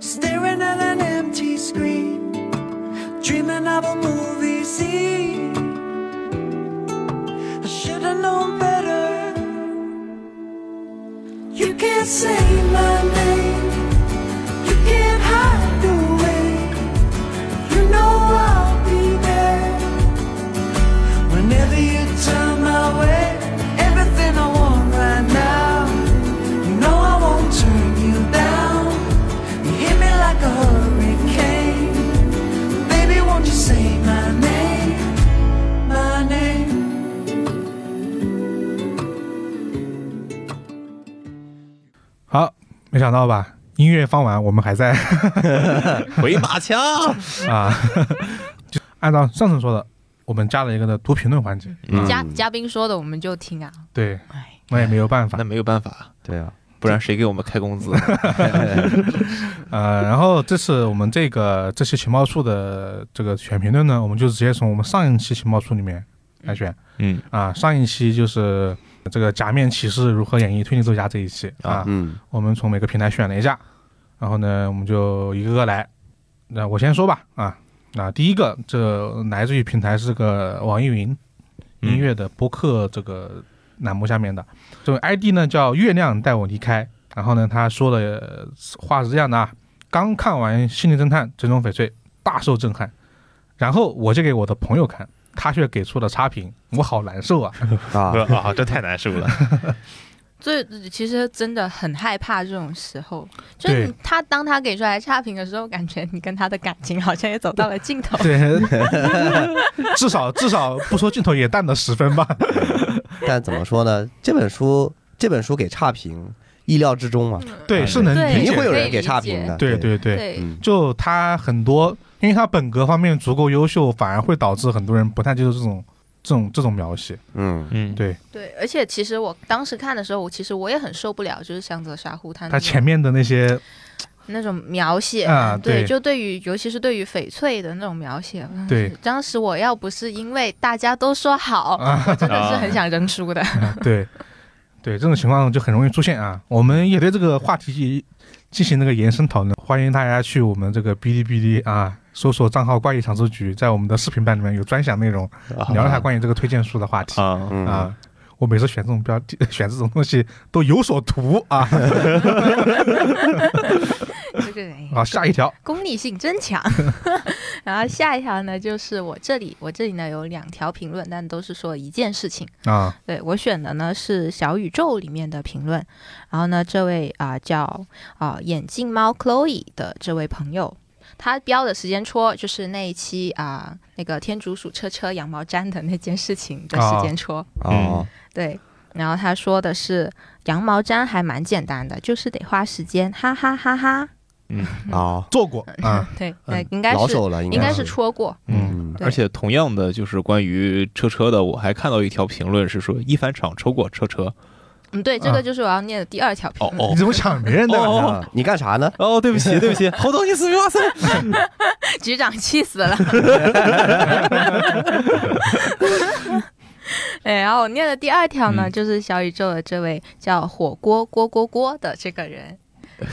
Staring at an empty screen, dreaming of a movie scene. I should have known better. You can't say my name. You can't hide away. You know I'll be there whenever you turn my way. Everything I want right now, you know I won't turn you down. You hit me like a hurricane, baby. Won't you say my name, my name? 好，没想到吧？音乐放完，我们还在。回马枪，啊， 就按照上次说的，我们加了一个的读评论环节。嗯嘉嘉宾说的我们就听啊。对哎，那也没有办法 那。没有办法，对啊，不然谁给我们开工资？ 呃，然后这次我们这个这期情报处的这个选评论呢，我们就直接从我们上一期情报处里面来选嗯啊。上一期就是这个假面骑士如何演绎推理作家这一期啊，嗯我们从每个平台选了一下，然后呢，我们就一个个来。那我先说吧啊，那第一个这来自于平台是个网易云音乐的播客这个栏目下面的，这位 ID 呢叫月亮带我离开。然后呢，他说的呃话是这样的啊：刚看完《心灵侦探》《最终翡翠》，大受震撼，然后我就给我的朋友看，他却给出了差评，我好难受啊！啊， 啊，这太难受了。最其实真的很害怕这种时候，就是对。你他当他给出来差评的时候，感觉你跟他的感情好像也走到了尽头对，至少至少不说镜头也淡了十分 吧。但怎么说呢？这本书这本书给差评，意料之中嘛，对，啊是能对肯理定解会有的。人给差评的。对对对，对，嗯就他很多，因为他本格方面足够优秀，反而会导致很多人不太接受这种这种这种描写。嗯嗯，对对，而且其实我当时看的时候，我其实我也很受不了，就是香泽沙呼他那他种前面的那些，那种描写啊对就对于尤其是对于翡翠的那种描写，嗯对当时我要不是因为大家都说好，啊我真的是很想扔书的。 对对，这种情况就很容易出现啊。我们也对这个话题进进行那个延伸讨论，欢迎大家去我们这个哔哩哔哩啊。搜索账号“怪异常驻局”，在我们的视频版里面有专享内容，聊一下关于这个推荐书的话题啊，嗯啊。我每次选这种标题、 选这种东西都有所图啊。这个人也好，下啊一条，功利性真强。 然后下一条呢，就是我这里，我这里呢有两条评论，但都是说一件事情。啊，对我选的呢是小宇宙里面的评论，然后呢，这位啊、叫啊、眼镜猫 Chloe 的这位朋友，他标的时间戳就是那一期啊、那个天竺鼠车车羊毛毡的那件事情的时间戳，哦，对。然后他说的是羊毛毡还蛮简单的，就是得花时间，哈哈哈哈。 嗯，哦，做过啊，对，嗯对，应该老是手了，应应该该是戳过，嗯，嗯对而且同样的，就是关于车车的，我还看到一条评论是说一返场抽过车车。嗯，对，这啊个就是我要念的第二条评哦论。你哦怎么抢别人的？啊你干啥呢？哦，对不起对不起，好东西死哇塞！局长气死 了。哎，然后我念的第二条呢，嗯就是小宇宙的这位叫火锅锅锅锅的这个人。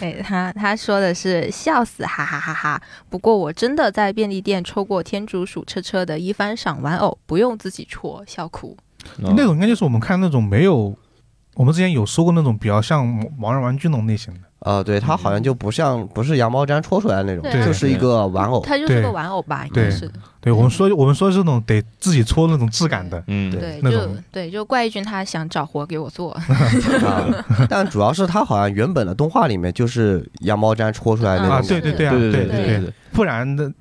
哎，他他说的是笑死，哈哈哈哈！不过我真的在便利店抽过天竺鼠车车的一番赏玩偶，不用自己戳，笑哭。嗯哦那种应该就是我们看那种没有，我们之前有收过那种比较像毛绒玩具那种类型的，啊，对，它好像就不像不是羊毛毡戳出来的那种，对就是一个玩偶。它就是对个玩偶吧，应该对是。对我们说我们说是那种得自己搓那种质感的，嗯，对对，那就种对，就怪一军他想找活给 我做。啊，但主要是它好像原本的动画里面就是羊毛毡戳出来的啊，那种对对对感觉，啊，对对对对对，不然的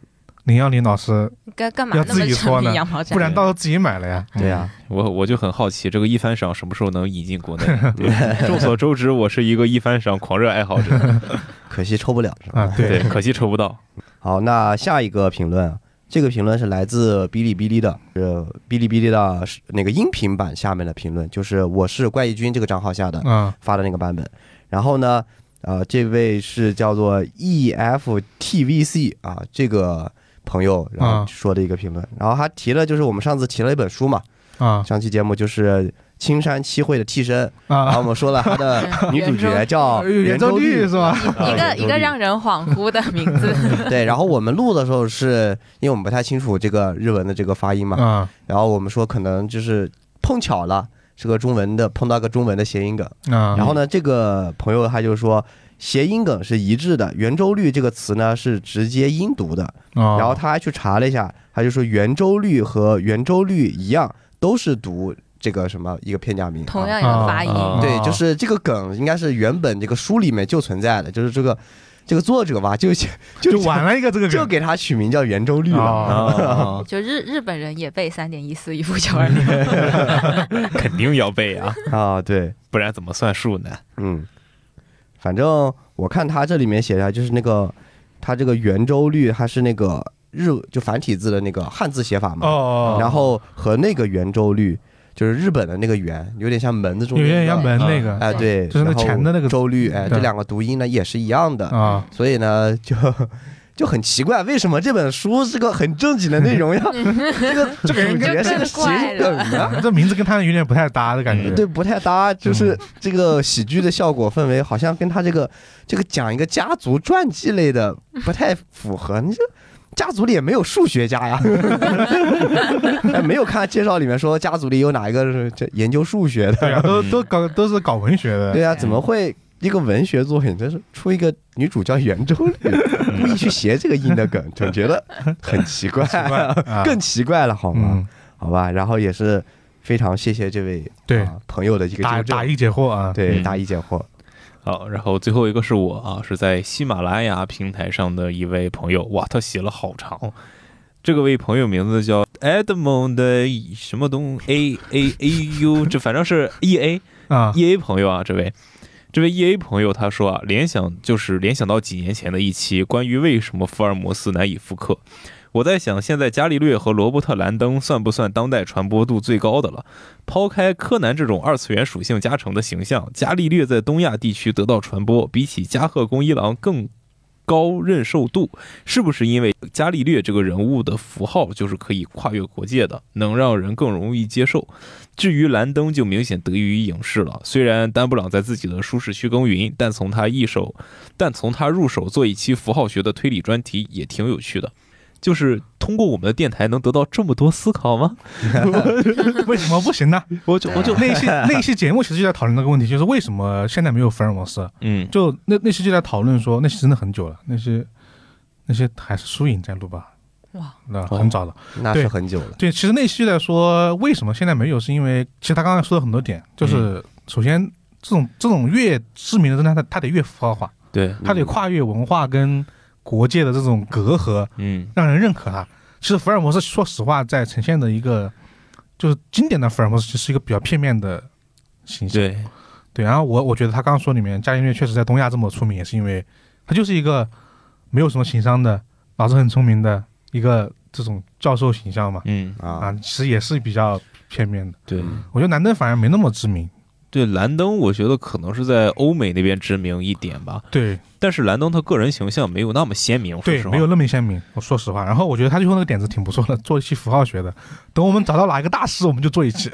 林幺零老师，该干嘛要那自么己沉戳迷呢羊毛毡？不然到时候自己买了呀，哎对啊呀，我我就很好奇，这个一番赏什么时候能引进 国内？众所周知，我是一个一番赏狂热爱好者，可惜抽不了，是吧？啊，对对，可惜抽不 到。好，那下一个评论，这个评论是来自哔哩哔哩的，是哔哩哔哩的是那个音频版下面的评论，就是我是怪异君这个账号下的啊，发的那个版本。然后呢，呃，这位是叫做 E EFTVC 啊，这个朋友然后啊说的一个评论，然后他提了就是我们上次提了一本书嘛，啊上期节目就是。青山七惠的替身，然啊，后我们说了她 的嗯女主角叫圆圆周周率哦 率是吧？啊一个圆周一个率让人恍惚的名字。对，然后我们录的时候是因为我们不太清楚这个日文的这个发音嘛，啊然后我们说可能就是碰巧了，是个中文的碰到个中文的谐音梗。啊，然后呢，这个朋友他就说谐音梗是一致的，圆周率这个词呢是直接音读的。啊，然后他还去查了一下，他就说圆周率和圆周率一样，都是读这个什么一个片假名啊，同样一个发音。啊对，就是这个梗应该是原本这个书里面就存在的，就是这个这个作者吧，就 就就玩了一个这个就梗哦给他取名叫圆周率了。啊，就日日本人也背三点一四一五九 二零，肯定要背啊，啊，对，不然怎么算数呢？嗯，反正我看他这里面写的就是那个他这个圆周率，它是那个日就繁体字的那个汉字写法嘛，哦，嗯然后和那个圆周率就是日本的那个圆，有点像门字中有间点像门的那个哎，对，就是那然后钱的那个周率，哎，对这两个读音呢也是一样的，啊，所以呢，就 就很奇怪，为什么这本书是个很正经的内容呀？这个这个主角是个谐音梗呢？这名字跟他有点不太搭的感觉，对，不太搭，就是这个喜剧的效果氛围，好像跟他这个这个讲一个家族传记类的不太符合。你这家族里也没有数学家呀，哎没有看介绍里面说家族里有哪一个是这研究数学对的，啊，都都搞都是搞文学的，对啊，怎么会一个文学作品，就是出一个女主叫圆周率，故意去谐这个音的梗，总觉得很奇怪，啊更奇怪了，好吗嗯？，好吧，然后也是非常谢谢这位对啊朋友的一个打纠正打一解惑啊，对嗯答疑解惑。好，然后最后一个是我啊，是在喜马拉雅平台上的一位朋友，哇，他写了好长。这个位朋友名字叫 Edmond 什么东 A A A U，这反正是 E A 啊 E A 朋友啊，这位这位 E A 朋友他说啊，联想就是联想到几年前的一期关于为什么福尔摩斯难以复刻。我在想，现在伽利略和罗伯特·兰登算不算当代传播度最高的了？抛开柯南这种二次元属性加成的形象，伽利略在东亚地区得到传播，比起加贺恭一郎更高认受度，是不是因为伽利略这个人物的符号就是可以跨越国界的，能让人更容易接受？至于兰登，就明显得益于影视了。虽然丹布朗在自己的舒适区耕耘，但从他一手，但从他入手做一期符号学的推理专题也挺有趣的。就是通过我们的电台能得到这么多思考吗？为什么不行呢？ 我就我就那一期那一期节目其实就在讨论那个问题，就是为什么现在没有福尔摩斯？嗯就那那期就在讨论说，那期真的很久了，那期那些还是输赢在录吧，哇，那哦很早了。那对是很久了。对，其实那期来说，为什么现在没有？是因为其实他刚刚说了很多点，就是首先这种这种越知名的侦探，他他得越符号化，对，他得跨越文化跟国界的这种隔阂，嗯让人认可他。其实福尔摩斯说实话，在呈现的一个就是经典的福尔摩斯，其实是一个比较片面的形象。对，对，然后我我觉得他刚刚说里面伽利略确实在东亚这么出名，也是因为他就是一个没有什么情商的，脑子很聪明的一个这种教授形象嘛。嗯啊啊，，其实也是比较片面的。对我觉得南登反而没那么知名。对，兰登我觉得可能是在欧美那边知名一点吧，对但是兰登他个人形象没有那么鲜明，说对，实话没有那么鲜明。我说实话，然后我觉得他最后那个点子挺不错的，做一期符号学的。等我们找到哪一个大师，我们就做一期，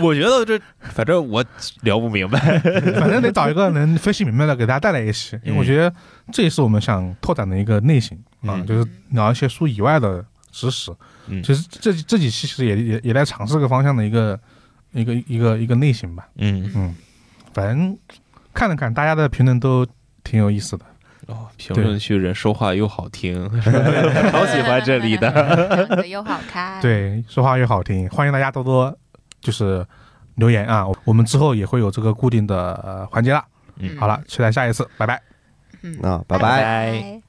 我觉得这反正我聊不明白。 反正得找一个能分析明白的，给大家带来一期。因为我觉得这也是我们想拓展的一个类型啊，嗯就是聊一些书以外的知识。嗯其实这这几期其实也也也在尝试这个方向的一个一个一个一个类型吧。嗯，嗯，反正看了看大家的评论都挺有意思的。哦，评论区人说话又好听， 好喜欢这里的。长得又好看，，对，说话越好听，欢迎大家多多就是留言啊！我我们之后也会有这个固定的、呃、环节了。嗯好了，期待下一次，拜拜。嗯，啊，拜。